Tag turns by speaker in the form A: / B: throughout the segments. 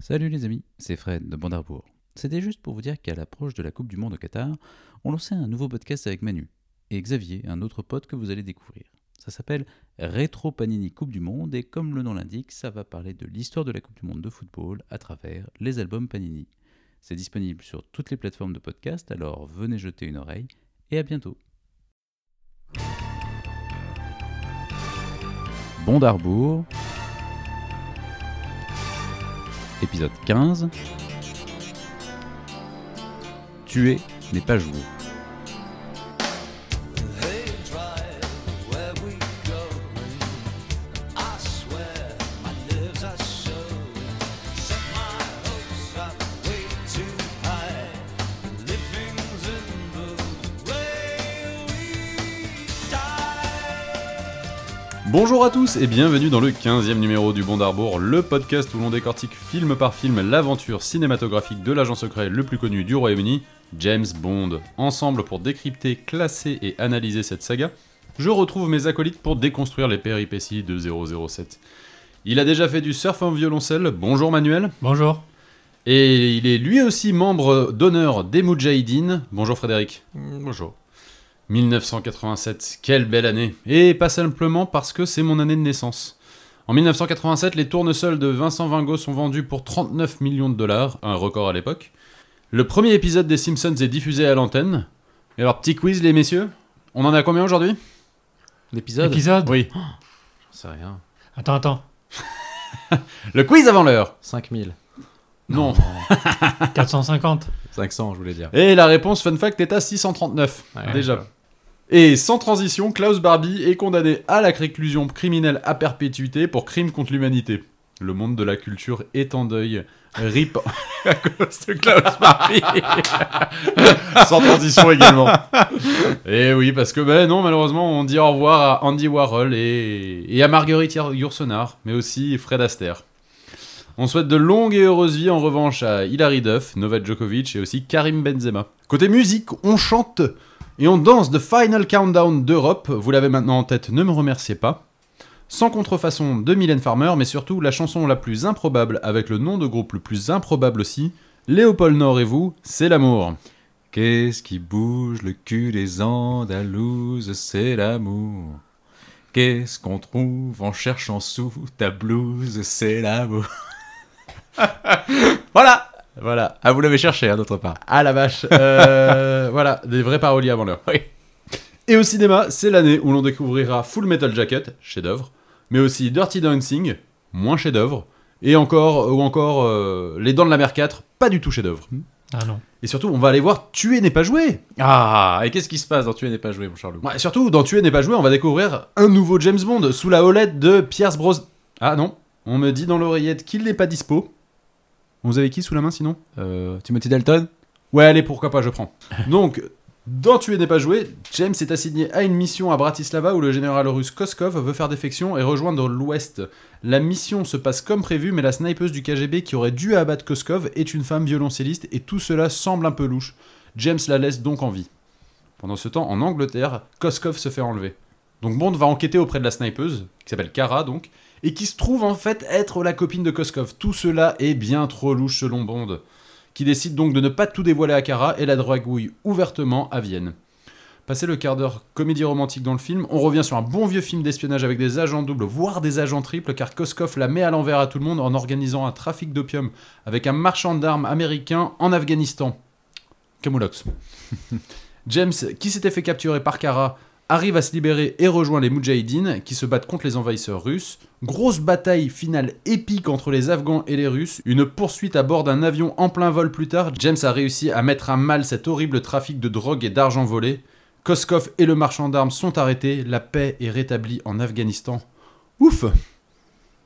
A: Salut les amis, c'est Fred de Bandarbourg. C'était juste pour vous dire qu'à l'approche de la Coupe du Monde au Qatar, on lançait un nouveau podcast avec Manu et Xavier, un autre pote que vous allez découvrir. Ça s'appelle Rétro Panini Coupe du Monde et comme le nom l'indique, ça va parler de l'histoire de la Coupe du Monde de football à travers les albums Panini. C'est disponible sur toutes les plateformes de podcast, alors venez jeter une oreille et à bientôt. Bondarbourg, épisode 15. Tuer n'est pas joué.
B: They drive where we go. I swear my nerves are so. Set my hopes up way too high. Living's in the way we die.
C: Bonjour à tous et bienvenue dans le 15e numéro du Bond d'Arbour, le podcast où l'on décortique film par film l'aventure cinématographique de l'agent secret le plus connu du Royaume-Uni, James Bond. Ensemble pour décrypter, classer et analyser cette saga, je retrouve mes acolytes pour déconstruire les péripéties de 007. Il a déjà fait du surf en violoncelle, bonjour Manuel,
D: Bonjour.
C: et il est lui aussi membre d'honneur des Moudjahidines, bonjour Frédéric.
D: Bonjour.
C: 1987, quelle belle année Et pas simplement parce que c'est mon année de naissance. En 1987, les tournesols de Vincent Vingo sont vendus pour 39 millions de dollars, un record à l'époque. Le premier épisode des Simpsons est diffusé à l'antenne. Et alors, petit quiz, les messieurs On en a combien aujourd'hui
A: L'épisode
D: Épisode
C: Oui. C'est rien.
D: Attends, attends.
C: Le quiz avant l'heure
E: 5000.
C: Non.
D: 450.
E: 500, je voulais dire.
C: Et la réponse, fun fact, est à 639.
E: Ouais,
C: déjà. Et sans transition, Klaus Barbie est condamné à la réclusion criminelle à perpétuité pour crime contre l'humanité. Le monde de la culture est en deuil. Rip à cause de Klaus Barbie. sans transition également. Et oui, parce que ben non, malheureusement, on dit au revoir à Andy Warhol et, et à Marguerite Yourcenar, mais aussi Fred Astaire. On souhaite de longues et heureuses vies en revanche à Hilary Duff, Novak Djokovic et aussi Karim Benzema. Côté musique, on chante et on danse The Final Countdown d'Europe. Vous l'avez maintenant en tête, ne me remerciez pas. Sans contrefaçon de Mylène Farmer, mais surtout la chanson la plus improbable avec le nom de groupe le plus improbable aussi, Léopold Nord et vous, c'est l'amour.
E: Qu'est-ce qui bouge le cul des Andalouses C'est l'amour. Qu'est-ce qu'on trouve en cherchant sous ta blouse C'est l'amour. voilà Voilà. Ah, vous l'avez cherché, hein, d'autre part.
C: Ah la vache. Euh, voilà, des vrais paroliers avant l'heure.
E: Oui.
C: Et au cinéma, c'est l'année où l'on découvrira Full Metal Jacket, chef-d'œuvre, mais aussi Dirty Dancing, moins chef-d'œuvre, et encore ou encore euh, Les Dents de la Mer 4, pas du tout chef-d'œuvre.
E: Hmm.
D: Ah non.
C: Et surtout, on va aller voir Tuer n'est pas joué.
E: Ah, et qu'est-ce qui se passe dans Tu n'es pas joué, mon Charlot
C: Ouais, surtout, dans Tuer n'est pas joué, on va découvrir un nouveau James Bond sous la houlette de Pierce Bros. Ah non, on me dit dans l'oreillette qu'il n'est pas dispo. Vous avez qui sous la main sinon
E: Euh, Timothy Dalton
C: Ouais, allez, pourquoi pas, je prends. Donc, dans Tuer n'est pas joué, James est assigné à une mission à Bratislava où le général russe Koskov veut faire défection et rejoindre l'Ouest. La mission se passe comme prévu, mais la snipeuse du KGB qui aurait dû abattre Koskov est une femme violoncelliste et tout cela semble un peu louche. James la laisse donc en vie. Pendant ce temps, en Angleterre, Koskov se fait enlever. Donc Bond va enquêter auprès de la snipeuse, qui s'appelle Kara donc, et qui se trouve en fait être la copine de Koskov. Tout cela est bien trop louche selon Bond qui décide donc de ne pas tout dévoiler à Kara et la dragouille ouvertement à Vienne. Passé le quart d'heure comédie romantique dans le film, on revient sur un bon vieux film d'espionnage avec des agents doubles, voire des agents triples, car Koskov la met à l'envers à tout le monde en organisant un trafic d'opium avec un marchand d'armes américain en Afghanistan. Camoulox. James, qui s'était fait capturer par Kara, arrive à se libérer et rejoint les Moudjahidines, qui se battent contre les envahisseurs russes. Grosse bataille finale épique entre les Afghans et les Russes. Une poursuite à bord d'un avion en plein vol plus tard. James a réussi à mettre à mal cet horrible trafic de drogue et d'argent volé. Koskov et le marchand d'armes sont arrêtés. La paix est rétablie en Afghanistan. Ouf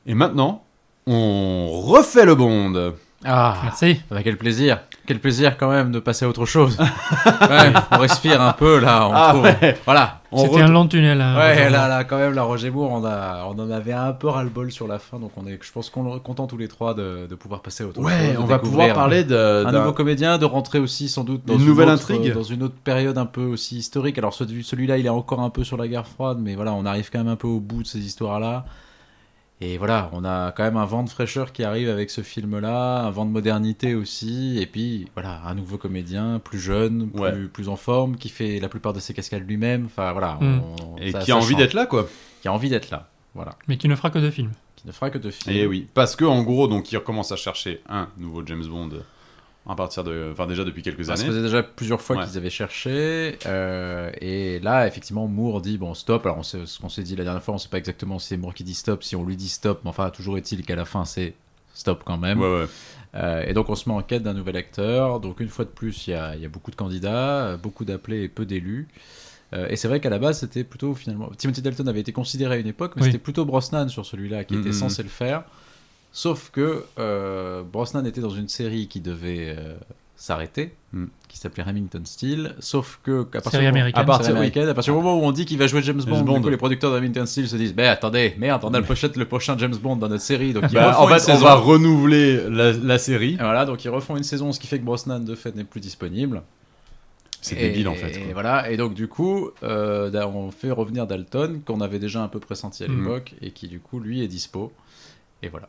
C: Et maintenant, on refait le bond
E: Ah,
D: Merci.
E: bah, quel plaisir Quel plaisir quand même de passer à autre chose. ouais, on respire un peu là, on trouve. Voilà. on
D: C'était un long tunnel. hein,
E: Ah, Ouais,
D: aujourd'hui.
E: là, là, quand même, la Roger Moore, on, a, on en avait un peu ras-le-bol sur la fin, donc on est, je pense qu'on est contents tous les trois de, de pouvoir passer au tour.
C: Ouais, on va pouvoir parler de,
E: d'un
C: Euh, d'un-
E: nouveau comédien, de rentrer aussi sans doute dans
C: Une
E: une,
C: nouvelle
E: autre- euh,
C: intrigue.
E: dans une autre période un peu aussi historique. Alors ce- celui-là, il est encore un peu sur la guerre froide, mais voilà, on arrive quand même un peu au bout de ces histoires-là. Et voilà, on a quand même un vent de fraîcheur qui arrive avec ce film-là, un vent de modernité aussi, et puis voilà, un nouveau comédien, plus jeune, plus,
C: Ouais.
E: plus en forme, qui fait la plupart de ses cascades lui-même. Enfin voilà,
D: Mm.
E: on-
C: Et
E: ça-
C: qui
E: ça
C: a envie
E: change.
C: d'être là, quoi.
E: qui a envie d'être là, voilà,
D: Mais qui ne fera que deux films.
E: qui ne fera que de films.
C: Et Eh oui, parce que en gros, donc, il recommence à chercher un nouveau James Bond euh, à partir de, enfin déjà depuis quelques
E: Ça se
C: années.
E: faisait déjà plusieurs fois
C: Ouais.
E: qu'ils avaient cherché. euh, et là, effectivement, Moore dit bon, stop. Alors, on sait, ce qu'on s'est dit la dernière fois, on sait pas exactement si c'est Moore qui dit stop, si on lui dit stop, mais enfin, toujours est-il qu'à la fin, c'est stop quand même.
C: Ouais, ouais.
E: Euh, et donc, on se met en quête d'un nouvel acteur. Donc, une fois de plus, il y a, il y a beaucoup de candidats, euh, beaucoup d'appelés et peu d'élus. Euh, et c'est vrai qu'à la base, c'était plutôt finalement. Timothy Dalton avait été considéré à une époque, mais
D: Oui.
E: c'était plutôt Brosnan sur celui-là qui
C: Mhm.
E: était censé le faire. Sauf que euh, Brosnan était dans une série qui devait euh, s'arrêter,
C: Mhm.
E: qui s'appelait Remington Steel. Sauf que à
D: Série américaine.
E: à partir,
C: oui.
E: américaine, à partir du moment où on dit qu'il va jouer James Bond,
C: James
E: du
C: Bond.
E: coup, les producteurs de Remington Steel se disent "Mais attendez, merde, on a le, pochette- le prochain James Bond dans notre série, donc ils
C: Bah,
E: refont
C: en
E: une
C: fait, on
E: saison.
C: va
E: Ah,
C: renouveler la, la série.
E: Et voilà, donc ils refont une saison, ce qui fait que Brosnan de fait n'est plus disponible.
C: C'est
E: Et-
C: débile en fait.
E: Et
C: quoi.
E: voilà, et donc du coup, euh, da- on fait revenir Dalton, qu'on avait déjà un peu pressenti à
C: Mm.
D: Mhm.
E: l'époque, et qui du coup, lui, est dispo. Et voilà.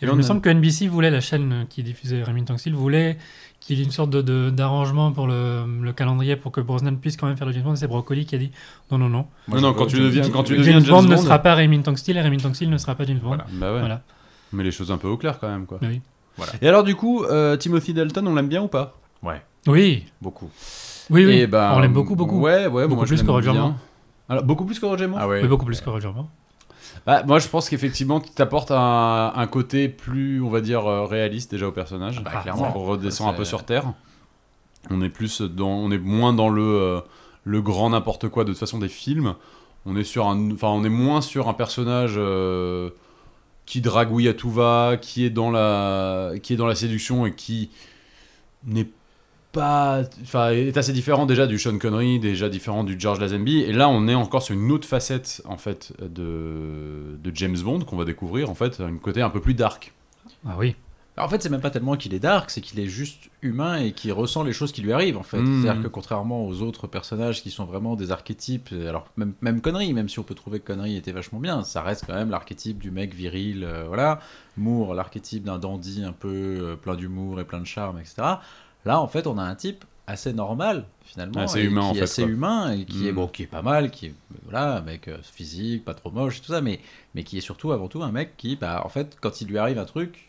D: Et
C: Et
D: il
C: on
D: me
C: a-
D: semble que NBC voulait, la chaîne qui diffusait Remington Steel, voulait qu'il y ait une sorte de- de- d'arrangement pour le, le calendrier pour que Brosnan puisse quand même faire le James Bond. C'est Broccoli qui a dit non, non, non.
E: Moi,
C: non,
E: je-
C: quand tu
E: je-
C: deviens-
E: je-
C: quand tu
E: je-
C: deviens-
D: James,
C: James
D: Bond, ne
C: Bond.
D: sera pas Remington Steel et Remington Steel ne sera pas James Bond. Voilà.
C: Bah ouais. Mais les choses un peu au clair quand même quoi.
D: Oui.
E: Voilà.
C: Et alors du coup, euh, Timothy Dalton, on l'aime bien ou pas
D: oui,
E: Beaucoup.
D: oui, oui.
C: Eh ben,
D: On l'aime beaucoup, beaucoup.
C: Ouais, ouais,
D: Beaucoup
C: moi, je
D: plus que
C: l'aime
D: Roger
C: bien.
D: Moore.
C: Alors, beaucoup plus que Roger Moore
E: Ah ouais.
D: Mais beaucoup plus que Roger Moore.
C: Bah, moi, je pense qu'effectivement, tu t'apportes un, un côté plus, on va dire, euh, réaliste déjà au personnage.
E: Ah bah, clairement.
C: On redescend un peu
E: C'est-
C: sur terre. On est plus dans, on est moins dans le euh, le grand n'importe quoi de toute façon des films. On est sur un, enfin, on est moins sur un personnage euh, qui dragouille à tout va, qui est dans la, qui est dans la séduction et qui n'est pas, enfin, est assez différent déjà du Sean Connery, déjà différent du George Lazenby. Et là, on est encore sur une autre facette en fait de, de James Bond qu'on va découvrir en fait, un côté un peu plus dark.
D: Ah oui.
E: Alors, en fait, c'est même pas tellement qu'il est dark, c'est qu'il est juste humain et qu'il ressent les choses qui lui arrivent, en fait.
C: Mhm.
E: C'est-à-dire que contrairement aux autres personnages qui sont vraiment des archétypes, euh, alors même, même Connery, même si on peut trouver que Connery était vachement bien, ça reste quand même l'archétype du mec viril, euh, voilà. Moore, l'archétype d'un dandy un peu euh, plein d'humour et plein de charme, etc. Là, en fait, on a un type assez normal finalement
C: Assez
E: et
C: humain,
E: qui
C: en
E: est
C: fait,
E: assez
C: quoi.
E: humain et qui est
C: Mhm.
E: bon qui est pas mal qui est voilà un mec euh, physique pas trop moche et tout ça mais mais qui est surtout avant tout un mec qui bah en fait quand il lui arrive un truc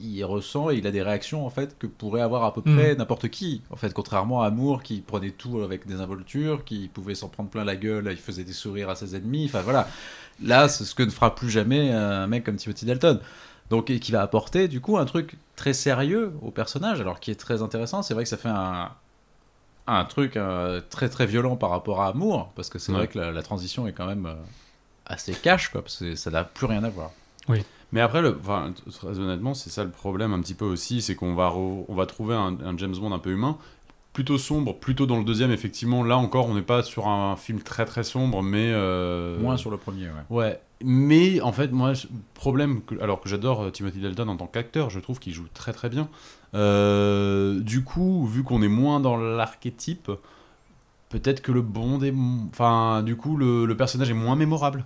E: il ressent et il a des réactions en fait que pourrait avoir à peu
D: Mhm.
E: près n'importe qui en fait contrairement à Moore qui prenait tout avec des involtures qui pouvait s'en prendre plein la gueule il faisait des sourires à ses ennemis enfin voilà là c'est ce que ne fera plus jamais un mec comme Timothy Dalton donc et qui va apporter du coup un truc très sérieux au personnage alors qui est très intéressant c'est vrai que ça fait un un truc euh, très très violent par rapport à Amour parce que c'est
C: Ouais.
E: vrai que la, la transition est quand même euh, assez cash quoi parce que ça n'a plus rien à voir
C: Mais après, le, enfin, t- très honnêtement, c'est ça le problème un petit peu aussi, c'est qu'on va, re- on va trouver un, un James Bond un peu humain, plutôt sombre, plutôt dans le deuxième, effectivement. Là encore, on n'est pas sur un film très très sombre, mais... euh,
E: moins sur le premier ouais
C: Ouais, mais en fait, moi, je- problème, que- alors que j'adore euh, Timothy Dalton en tant qu'acteur, je trouve qu'il joue très très bien. Euh, du coup, vu qu'on est moins dans l'archétype, peut-être que le Bond est. m- Enfin, du coup, le, le personnage est moins mémorable.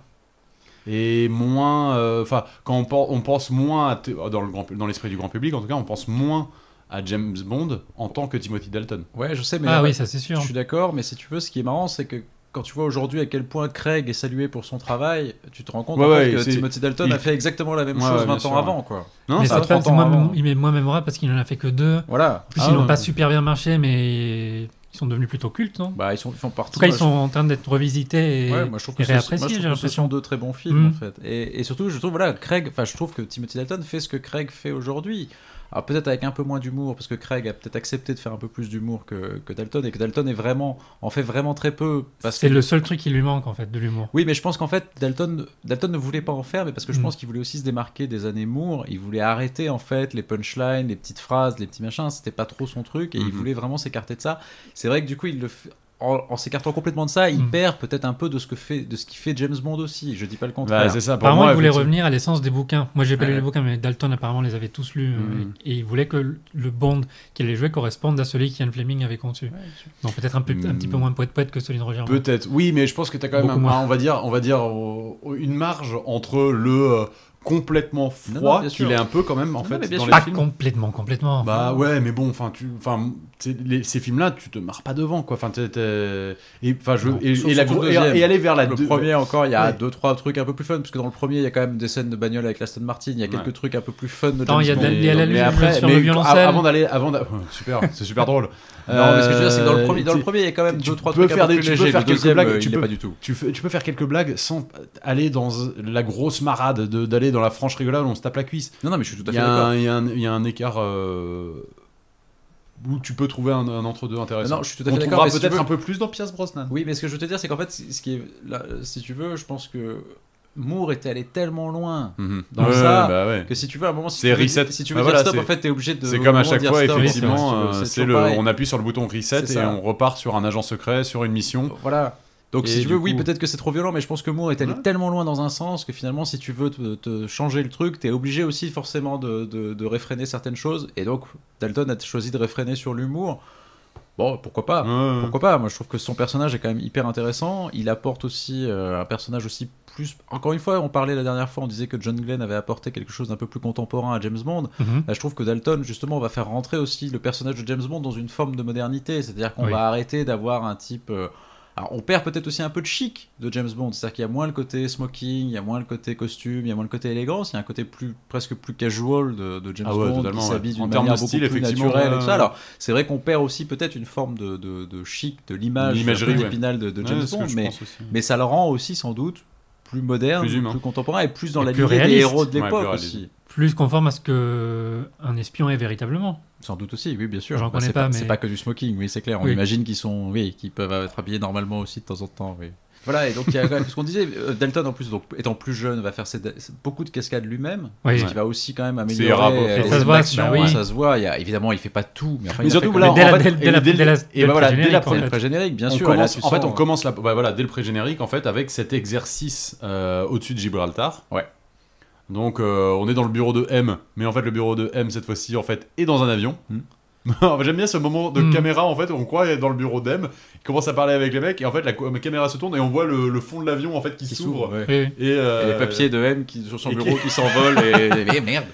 C: Et moins. euh, Enfin, quand on, pen- on pense moins. à T- dans le grand pu- dans l'esprit du grand public, en tout cas, on pense moins à James Bond en tant que Timothy Dalton.
E: ouais je sais mais
D: Ah
E: euh,
D: oui, ça c'est
E: je
D: sûr.
E: suis d'accord mais si tu veux ce qui est marrant c'est que quand tu vois aujourd'hui à quel point Craig est salué pour son travail tu te rends compte
C: Ouais,
E: en fait,
C: ouais,
E: que
C: c'est-
E: Timothy Dalton
C: il-
E: a fait exactement la même
C: Ouais,
E: chose
C: ouais,
E: 20 ans
C: bien sûr,
E: avant quoi
C: Non,
D: Mais
E: ça
C: ça-
E: a
D: cette fois,
E: 30
D: c'est
E: ans
D: moins,
E: avant.
D: il est moins mémorable parce qu'il n'en a fait que deux. En
E: voilà
D: plus,
C: Ah
D: ils n'ont
C: ouais.
D: pas super bien marché, mais ils sont devenus plutôt cultes, non
E: bah ils sont ils font
D: En
E: partie
D: tout cas, ils
E: moi,
D: sont en train d'être revisités. Et...
E: Ouais, moi je trouve
D: et
E: que ce-
D: réapprécié,
E: moi, je trouve
D: j'ai
E: que ce
D: l'impression.
E: sont deux très bons films
D: Mm.
E: en fait. Et, et surtout, je trouve voilà, Craig, enfin je trouve que Timothy Dalton fait ce que Craig fait aujourd'hui. Alors peut-être avec un peu moins d'humour parce que Craig a peut-être accepté de faire un peu plus d'humour que, que Dalton et que Dalton est vraiment en fait vraiment très peu parce
D: C'est
E: que
D: le seul truc qui lui manque en fait de l'humour.
E: oui, mais je pense qu'en fait, Dalton, Dalton ne voulait pas en faire, mais parce que je
D: Mm.
E: pense qu'il voulait aussi se démarquer des années Moore. Il voulait arrêter en fait les punchlines, les petites phrases, les petits machins. C'était pas trop son truc et il
C: Mhm.
E: voulait vraiment s'écarter de ça. C'est vrai que du coup, il le fait- en, en s'écartant complètement de ça, il
D: Mm.
E: perd peut-être un peu de ce que fait de ce qui fait James Bond aussi. Je dis pas le
C: Bah,
E: contraire.
C: c'est ça, pour
D: Apparemment,
C: moi,
D: il voulait
C: effectivement.
D: revenir à l'essence des bouquins. Moi, j'ai pas lu
E: Ouais.
D: les bouquins, mais Dalton apparemment les avait tous lus. euh,
C: Mhm.
D: Et et il voulait que le- le Bond qu'il allait jouer corresponde à celui qu'Ian Fleming avait conçu. Donc peut-être un, peu, un
C: Mm.
D: petit peu moins poète-poète que celui de Roger Moore.
C: Peut-être, oui, mais je pense que tu as quand même,
D: Beaucoup
C: un-
D: moins.
C: un- on va dire, on va dire euh, une marge entre le euh, complètement
E: Non, non,
C: froid
E: bien sûr.
C: qu'il est un peu quand même en
E: Non, mais
C: fait
E: bien
C: dans
E: sûr.
C: les
D: Pas
C: films.
D: complètement, complètement.
C: Bah ouais, mais bon, enfin, tu, enfin, c'est- les- ces films-là, tu te marres pas devant, quoi. Enfin, t'es- t'es- et enfin, je
E: Non,
C: et,
E: sauf
C: et la
E: sur le
C: cour- et-
E: deuxième.
C: et aller vers la
E: le
C: deux-
E: premier encore, il y a
C: Ouais.
E: deux trois trucs un peu plus fun, parce que dans le premier il y a quand même des scènes de bagnole avec l'Aston Martin, il y a quelques
C: Ouais.
E: trucs un peu plus fun. De
D: Attends, il y a
E: James
D: de la-
E: Bond.
D: il y a la
E: Mais
D: lumière
E: après-
D: sur
C: mais
D: le
C: a-
D: violoncelle.
C: avant d'aller, avant d'a- super, c'est super drôle.
E: Non, mais ce que je veux dire, c'est que dans le
C: Euh,
E: premier, dans le
C: tu-
E: premier, il y a quand même
C: tu
E: deux trois
C: peux
E: trucs
C: faire
E: un peu
C: des-
E: plus
C: tu peux
E: légers.
C: faire
E: Le
C: quelques
E: deuxième,
C: blagues,
E: euh,
C: tu
E: il l'est
C: peux-
E: pas du tout.
C: tu, fais- tu peux faire quelques blagues sans aller dans euh, la grosse marade, de- d'aller dans la franche rigolade où on se tape la cuisse.
E: Non, non, mais je suis tout à
C: Il y,
E: fait
C: a
E: d'accord.
C: un- il y a un- il y a un écart euh, où tu peux trouver un, un entre-deux intéressant.
E: Non, je suis tout à
C: On
E: fait d'accord,
C: trouvera
E: mais si
C: peut-être
E: tu veux-
C: un peu plus dans Pierce Brosnan.
E: Oui, mais ce que je veux te dire, c'est qu'en fait, c- ce qui est, là, euh, si tu veux, je pense que Moore était allé tellement loin dans
C: Ouais,
E: ça
C: bah ouais.
E: que si tu veux, à un moment, si
C: C'est
E: tu veux,
C: reset.
E: si tu veux
C: Bah
E: dire
C: voilà,
E: stop,
C: c'est-
E: en fait, t'es obligé de.
C: C'est comme à
E: vraiment
C: chaque
E: dire
C: fois,
E: stop,
D: oui,
C: effectivement,
E: si tu veux,
C: euh, c'est
E: toujours
C: le,
E: pareil.
C: on appuie sur le bouton reset
E: C'est
C: et
E: ça.
C: on repart sur un agent secret, sur une mission.
E: Voilà. Donc
C: Et
E: si tu
C: du
E: veux, oui,
C: coup-
E: peut-être que c'est trop violent, mais je pense que Moore est allé
C: Ouais.
E: tellement loin dans un sens que finalement, si tu veux te, te changer le truc, t'es obligé aussi forcément de, de, de réfréner certaines choses. Et donc, Dalton a choisi de réfréner sur l'humour. Bon, pourquoi pas
C: Ouais.
E: Pourquoi pas Moi, je trouve que son personnage est quand même hyper intéressant. Il apporte aussi euh, un personnage aussi plus. Encore une fois, on parlait la dernière fois, on disait que John Glenn avait apporté quelque chose d'un peu plus contemporain à James Bond.
D: Mhm.
E: Là, Bah, je trouve que Dalton, justement, va faire rentrer aussi le personnage de James Bond dans une forme de modernité. C'est-à-dire qu'on
D: Oui.
E: va arrêter d'avoir un type. euh, Alors, on perd peut-être aussi un peu de chic de James Bond. C'est-à-dire qu'il y a moins le côté smoking, il y a moins le côté costume, il y a moins le côté élégance, il y a un côté plus, presque plus casual de, de James
C: Ah ouais,
E: Bond
C: totalement,
E: qui
C: ouais.
E: s'habille
C: En
E: d'une
C: termes
E: manière
C: de
E: beaucoup
C: style,
E: plus
C: effectivement,
E: naturelle et tout ça.
C: ouais.
E: Alors, c'est vrai qu'on perd aussi peut-être une forme de, de, de chic, de l'image un peu
C: L'imagerie, ouais.
E: d'épinal de, de
C: Ouais,
E: James
C: c'est ce que
E: Bond,
C: je
E: mais,
C: pense aussi.
E: mais ça le rend aussi sans doute plus moderne,
C: Plus
E: plus,
C: humain.
E: contemporain et plus dans
D: Et
E: la
D: plus
E: lignée des
D: réaliste.
E: héros de
C: Ouais, plus
E: l'époque
C: réaliste.
E: aussi.
D: Plus conforme à ce que un espion est véritablement.
E: Sans doute aussi, oui, bien sûr.
D: J'en
E: Bah,
D: connais
E: c'est
D: pas, mais-
E: C'est pas que du smoking, oui, c'est clair. On
D: Oui.
E: imagine qu'ils sont, oui, qu'ils peuvent être habillés normalement aussi de temps en temps, oui. Voilà, et donc il y a quand même ce qu'on disait. euh, Dalton, en plus, donc, étant plus jeune, va faire ses- beaucoup de cascades lui-même,
D: Oui.
E: ce qui va aussi quand même
C: C'est rare,
E: améliorer. euh,
C: Et
E: les
C: ça
D: se voit,
E: actions,
D: bah oui.
E: hein, ça se voit. Il y a- évidemment, il fait pas tout, mais enfin,
C: Mais
E: il en fait
C: surtout,
E: quand
C: là,
E: même. ben
D: Mais dès
C: en
D: la-
C: fait,
D: dès-
C: et
D: dès la-
C: dès le-
D: dès la-
C: et
D: dès
C: bah
D: le
C: voilà, dès la
D: pré-générique, en
C: première-
E: le
D: fait.
E: pré-générique, bien
C: on
E: sûr. et là,
C: commence,
E: tu
C: en fait,
E: sens-
C: on commence la, ouais, voilà, dès le pré-générique, en fait, avec cet exercice euh, au-dessus de Gibraltar.
E: Ouais.
C: Donc, euh, on est dans le bureau de M, mais en fait, le bureau de M, cette fois-ci, en fait, est dans un avion.
E: Hmm.
C: J'aime bien ce moment de
D: Hmm.
C: caméra, en fait, où on croit être dans le bureau d'M, il commence à parler avec les mecs, et en fait, la, co- la caméra se tourne, et on voit le, le fond de l'avion, en fait, qui,
E: qui
C: s'ouvre.
E: s'ouvre. ouais.
D: Oui, oui.
C: Et, euh,
E: Et les papiers de M qui, sur son
C: et qui-
E: bureau qui s'envolent et, et merde.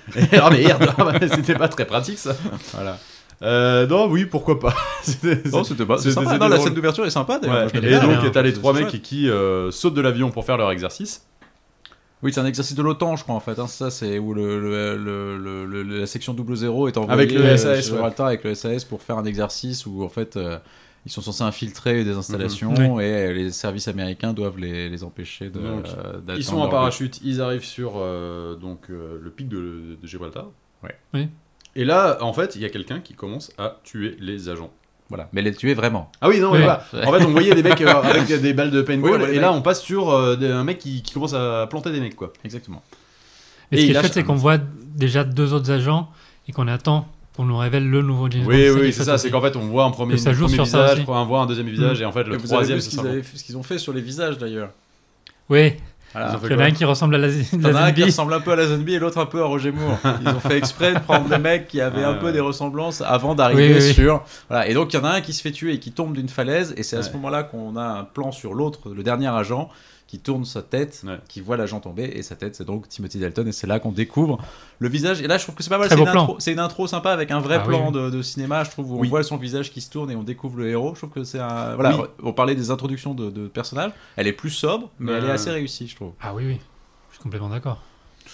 C: Ah, merde, ah, bah, c'était pas très pratique, ça.
E: Voilà.
C: Euh, non, oui, pourquoi pas. C'était-
E: Non, c'était pas. C'est
C: C'était-
E: sympa.
C: c'était
E: Non, la
C: drôle.
E: scène d'ouverture est sympa
C: Ouais.
E: d'ailleurs. Moi, je l'aime
C: Et
E: bien,
D: bien,
C: donc,
E: hein.
C: t'as les trois
E: C'est
C: mecs
E: chouette.
C: qui, qui, euh, sautent de l'avion pour faire leur exercice.
E: Oui, c'est un exercice de l'OTAN, je crois, en fait. hein, ça, c'est où le, le- le- le- le- la section 00 est envoyée
C: Avec le
E: euh,
C: SAS,
E: sur
C: ouais.
E: Gibraltar avec le SAS pour faire un exercice où, en fait, euh, ils sont censés infiltrer des installations
D: Mhm.
E: et euh, les services américains doivent les, les empêcher de.
C: Donc,
E: euh, d'atteindre
C: Ils sont en
E: leur but.
C: parachute, ils arrivent sur euh, donc, euh, le pic de, de Gibraltar.
E: Ouais.
D: Oui.
C: Et là, en fait, il y a quelqu'un qui commence à tuer les agents.
E: Voilà. Mais les tuer vraiment.
C: Ah oui, non,
D: Oui.
C: mais voilà. En fait, on voyait des mecs euh, avec des balles de paintball,
E: Oui, voilà,
C: et
E: les
C: là, on passe sur euh, des- un mec qui, qui commence à planter des mecs, quoi.
E: Exactement.
D: Mais
C: Et
D: ce qui
C: il
D: est
C: lâche
D: chouette, c'est
C: un-
D: qu'on voit déjà deux autres agents et qu'on attend qu'on nous révèle le nouveau James Bond.
C: Oui,
D: qui est
C: oui, c'est
D: chouette
C: ça.
D: aussi.
C: C'est qu'en fait, on voit un premier,
D: Et ça joue
C: premier
D: sur ça
C: visage,
D: aussi.
C: on voit un, voit un deuxième visage, et en fait, le
E: Et vous avez
C: troisième,
E: vu ce
C: c'est
E: qu'ils,
C: ça.
E: avaient- ce qu'ils ont fait sur les visages d'ailleurs.
D: Oui,
E: Voilà.
C: Ils ont fait
D: il y en a
C: quoi
D: un qui ressemble à la,
E: T'en as
D: la
E: un qui
D: zombie.
E: ressemble un peu à la zombie et l'autre un peu à Roger Moore. Ils ont fait exprès de prendre des mecs qui avaient un
C: Ouais.
E: peu des ressemblances avant d'arriver
D: Ah. Oui, oui, oui.
E: sur. Voilà. Et donc il y en a un qui se fait tuer et qui tombe d'une falaise et c'est à
C: Ouais.
E: ce moment-là qu'on a un plan sur l'autre, le dernier agent qui tourne sa tête,
C: Ouais.
E: qui voit l'agent tomber et sa tête c'est donc Timothy Dalton et c'est là qu'on découvre le visage. Et là je trouve que c'est pas mal,
D: Très
E: c'est
D: beau
E: une,
D: plan.
E: intro- c'est une intro sympa avec un vrai
D: Ah oui,
E: plan de, de cinéma, je trouve, où
C: Oui.
E: on voit son visage qui se tourne et on découvre le héros. Je trouve que c'est un... Voilà,
C: Oui.
E: on parlait des introductions de, de personnages, elle est plus sobre mais elle est
C: Ouais.
E: assez réussie je trouve.
D: Ah oui, oui. Je suis complètement d'accord.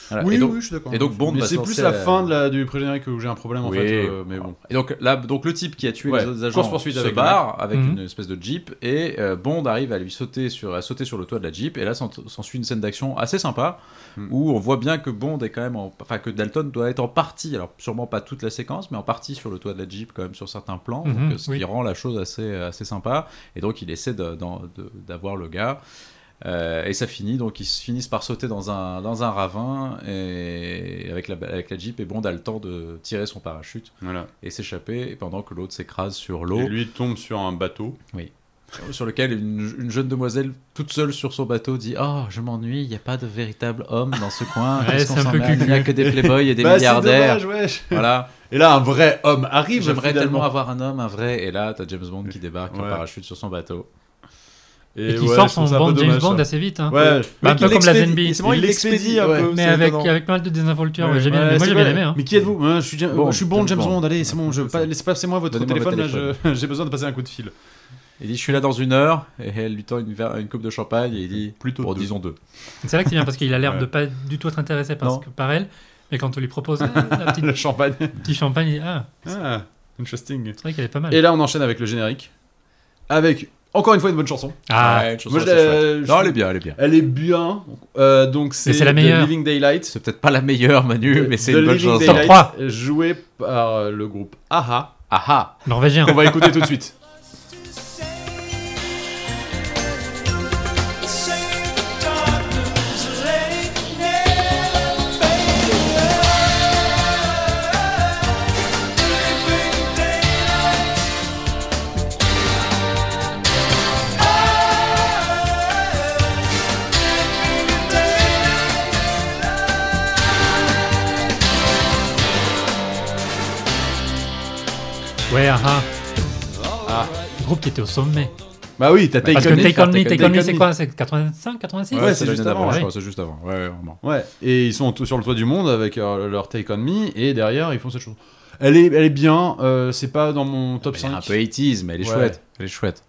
E: Voilà.
C: Oui,
E: Et donc-
C: oui, je suis d'accord.
E: et donc Bond
C: Mais
E: va
C: c'est
E: sortir,
C: plus la
E: euh,
C: fin de la- du pré-générique où j'ai un problème, en
E: Oui.
C: fait. euh, Mais bon.
E: Et donc là, donc le type qui a tué
C: Ouais,
E: les autres agents
C: course-poursuite
E: se
C: avec
E: barre avec
D: Mhm.
E: une espèce de jeep et euh, Bond arrive à lui sauter sur, à sauter sur le toit de la jeep et là s'en- s'ensuit une scène d'action assez sympa
C: Mhm.
E: où on voit bien que Bond est quand même, en- enfin que Dalton doit être en partie, alors sûrement pas toute la séquence, mais en partie sur le toit de la jeep quand même sur certains plans, donc,
D: Mhm,
E: euh, ce
D: oui.
E: qui rend la chose assez assez sympa et donc il essaie de- d'en- de- d'avoir le gars. Euh, et ça finit, donc ils finissent par sauter dans un, dans un ravin et avec, la, avec la jeep et Bond a le temps de tirer son parachute
C: Voilà.
E: et s'échapper et pendant que l'autre s'écrase sur l'eau
C: Et lui tombe sur un bateau.
E: sur lequel une, une jeune demoiselle toute seule sur son bateau dit oh je m'ennuie il n'y a pas de véritable homme dans ce coin
D: Ouais,
E: Qu'est-ce qu'on
D: c'est un peu
E: s'emmerde il n'y a
D: cucu.
E: que des playboys et des
C: Bah, c'est
E: milliardaires
C: dommage, wesh.
E: voilà
C: Et là, un vrai homme arrive.
E: j'aimerais
C: finalement.
E: tellement avoir un homme un vrai et là t'as James Bond qui débarque en
C: Ouais.
E: parachute sur son bateau
D: Et, qui
C: ouais,
D: sort
C: je trouve
D: son
C: ça un peu
D: band James
C: dommage, ça.
D: Bond assez vite. hein.
C: Ouais,
D: Bah, un
C: mec,
D: peu
C: il
D: comme la
C: expédie-
D: Zenby.
C: il
F: C'est vraiment, il l'expédie un
C: ouais.
F: peu.
D: Mais
F: c'est
D: avec,
F: étonnant.
D: avec pas mal de désinvolture,
C: Ouais,
D: j'ai bien
C: ouais,
D: aimé.
C: c'est
D: Moi j'ai
C: vrai.
D: bien aimé. hein.
C: Mais qui êtes-vous Ouais, je, suis James-
E: Bon,
C: je suis bon, James
E: James Bond.
C: Bond, allez, c'est bon, je... pas- laissez- passez-moi votre
E: Donnez-moi
C: téléphone,
E: votre
C: là, je- j'ai besoin de passer un coup de fil.
E: Il dit Je suis là dans une heure, et elle lui tend une, ver- une coupe de champagne, et il dit
C: Plutôt
E: Bon,
C: deux.
E: disons deux.
D: C'est là que c'est bien parce qu'il a l'air
C: Ouais.
D: de pas du tout être intéressé
E: Non.
D: parce que, par elle. Mais quand on lui propose ah, la petite,
C: Le champagne.
D: petit champagne, il dit Ah,
C: Ah, interesting.
D: c'est vrai qu'elle est pas mal.
C: Et là, on enchaîne avec le générique. Avec, encore une fois, une bonne chanson.
D: Ah,
E: Ouais, une chanson
C: Moi, je
E: assez chouette.
C: l'ai- je-
E: Non, elle est bien, elle est bien.
C: Elle est bien. Euh, donc, c'est
D: c'est la
C: The
D: meilleure.
C: Living Daylight.
E: C'est peut-être pas la meilleure, Manu, mais c'est
C: The
E: une bonne
C: Living
E: chanson.
C: Daylight,
D: Top
C: Joué par euh, le groupe Aha.
E: Ah ah
D: norvégien.
C: Qu'on va écouter tout de suite.
D: Ouais, ah, ah. Groupe qui était au sommet.
C: Bah oui, t'as Take
D: Parce
C: On
D: que
C: It
D: Take
C: par
D: On Me, Take On Me, c'est
C: Me.
D: quoi C'est 85, 86
C: Ouais, c'est
E: l'année
C: juste
E: d'avant,
C: avant,
E: je
D: ouais.
E: crois, c'est juste avant. Ouais, ouais, vraiment.
C: Ouais, et ils sont tout- sur le toit du monde avec euh, leur Take On Me, et derrière, ils font cette chanson. Elle est, elle est bien, euh, c'est pas dans mon top
E: Elle est un
C: 5.
E: peu 80s, mais elle est
C: Ouais.
E: chouette. Elle est chouette.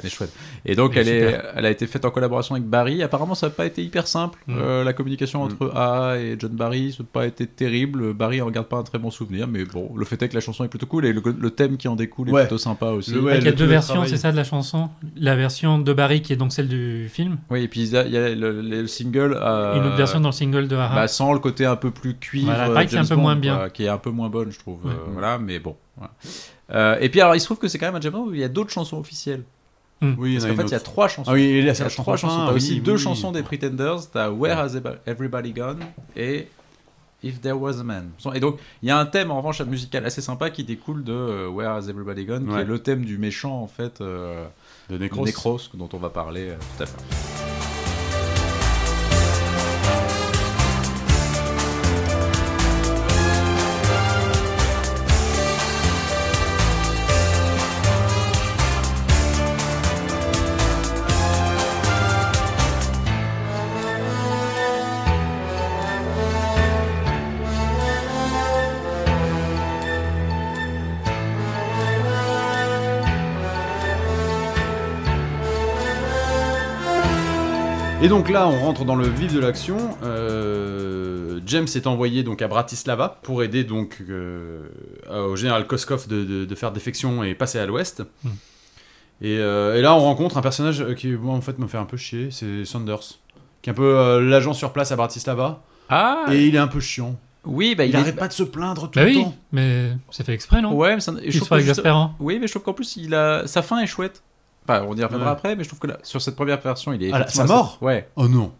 E: Elle est chouette. Et donc,
D: Elle
E: elle,
D: est
E: est elle a été faite en collaboration avec Barry. Apparemment, ça n'a pas été hyper simple.
D: Mm.
E: Euh, la communication entre A et John Barry, ça n'a pas été terrible. Euh, Barry en garde pas un très bon souvenir, mais bon, le fait est que la chanson est plutôt cool et le, le thème qui en découle
C: Ouais.
E: est plutôt sympa aussi.
C: Le- ouais,
D: Donc, il y a
C: le-
D: deux
C: le
D: versions,
C: travail.
D: c'est ça, de la chanson. La version de Barry, qui est donc celle du film.
E: Oui, et puis il y a, il y a le, le single. euh,
D: Une autre version dans le single de Aha.
E: bah, sans le côté un peu plus cuivre,
D: Voilà,
E: euh,
D: pareil, qui est un
E: James
D: peu moins
E: Bond,
D: bien.
E: quoi, qui est un peu moins bonne, je trouve.
D: Ouais.
E: Euh, voilà, mais bon. voilà. Euh, et puis alors, il se trouve que c'est quand même un James Bond où il y a d'autres chansons officielles.
D: Mm.
C: Oui,
E: Parce
C: en a
E: qu'en
C: une
E: fait, il y a
C: autre.
E: trois chansons.
C: Ah oui, et là,
E: Il y
C: c'est
E: a
C: la chanson
E: trois
C: de fin,
E: chansons. T'as
C: hein, oui,
E: aussi
C: oui,
E: deux
C: oui.
E: chansons des Pretenders. T'as Where Has Everybody Gone et If There Was a Man. Et donc, il y a un thème en revanche musical assez sympa qui découle de euh, Where Has Everybody Gone, qui
C: Ouais.
E: est le thème du méchant en fait, euh,
C: de
E: de
C: Necros.
E: Necros, dont on va parler euh, tout à l'heure.
C: Et donc là, on rentre dans le vif de l'action. Euh, James est envoyé donc à Bratislava pour aider donc euh, au général Koskov de, de- de faire défection et passer à l'ouest.
D: Hmm.
C: Et, euh, et là, on rencontre un personnage euh, qui, moi, en fait, me fait un peu chier. C'est Saunders, qui est un peu euh, l'agent sur place à Bratislava.
E: Ah
C: Et il est un peu chiant.
E: Oui, bah,
C: Il,
E: il,
C: arrête
E: est...
C: pas de se plaindre tout
D: Bah
C: le
D: oui,
C: temps.
D: mais c'est fait exprès, non
E: Ouais, mais ça-
D: Qu'il
E: je trouve
D: soit
E: que juste-
D: exaspérant.
E: Oui, mais je trouve qu'en plus, il a... sa fin est chouette. Enfin, on y reviendra
C: Ouais.
E: après, mais je trouve que là, sur cette première version, il est.
C: Ah, là,
E: effectivement
C: sa mort
E: Ouais.
C: Oh non.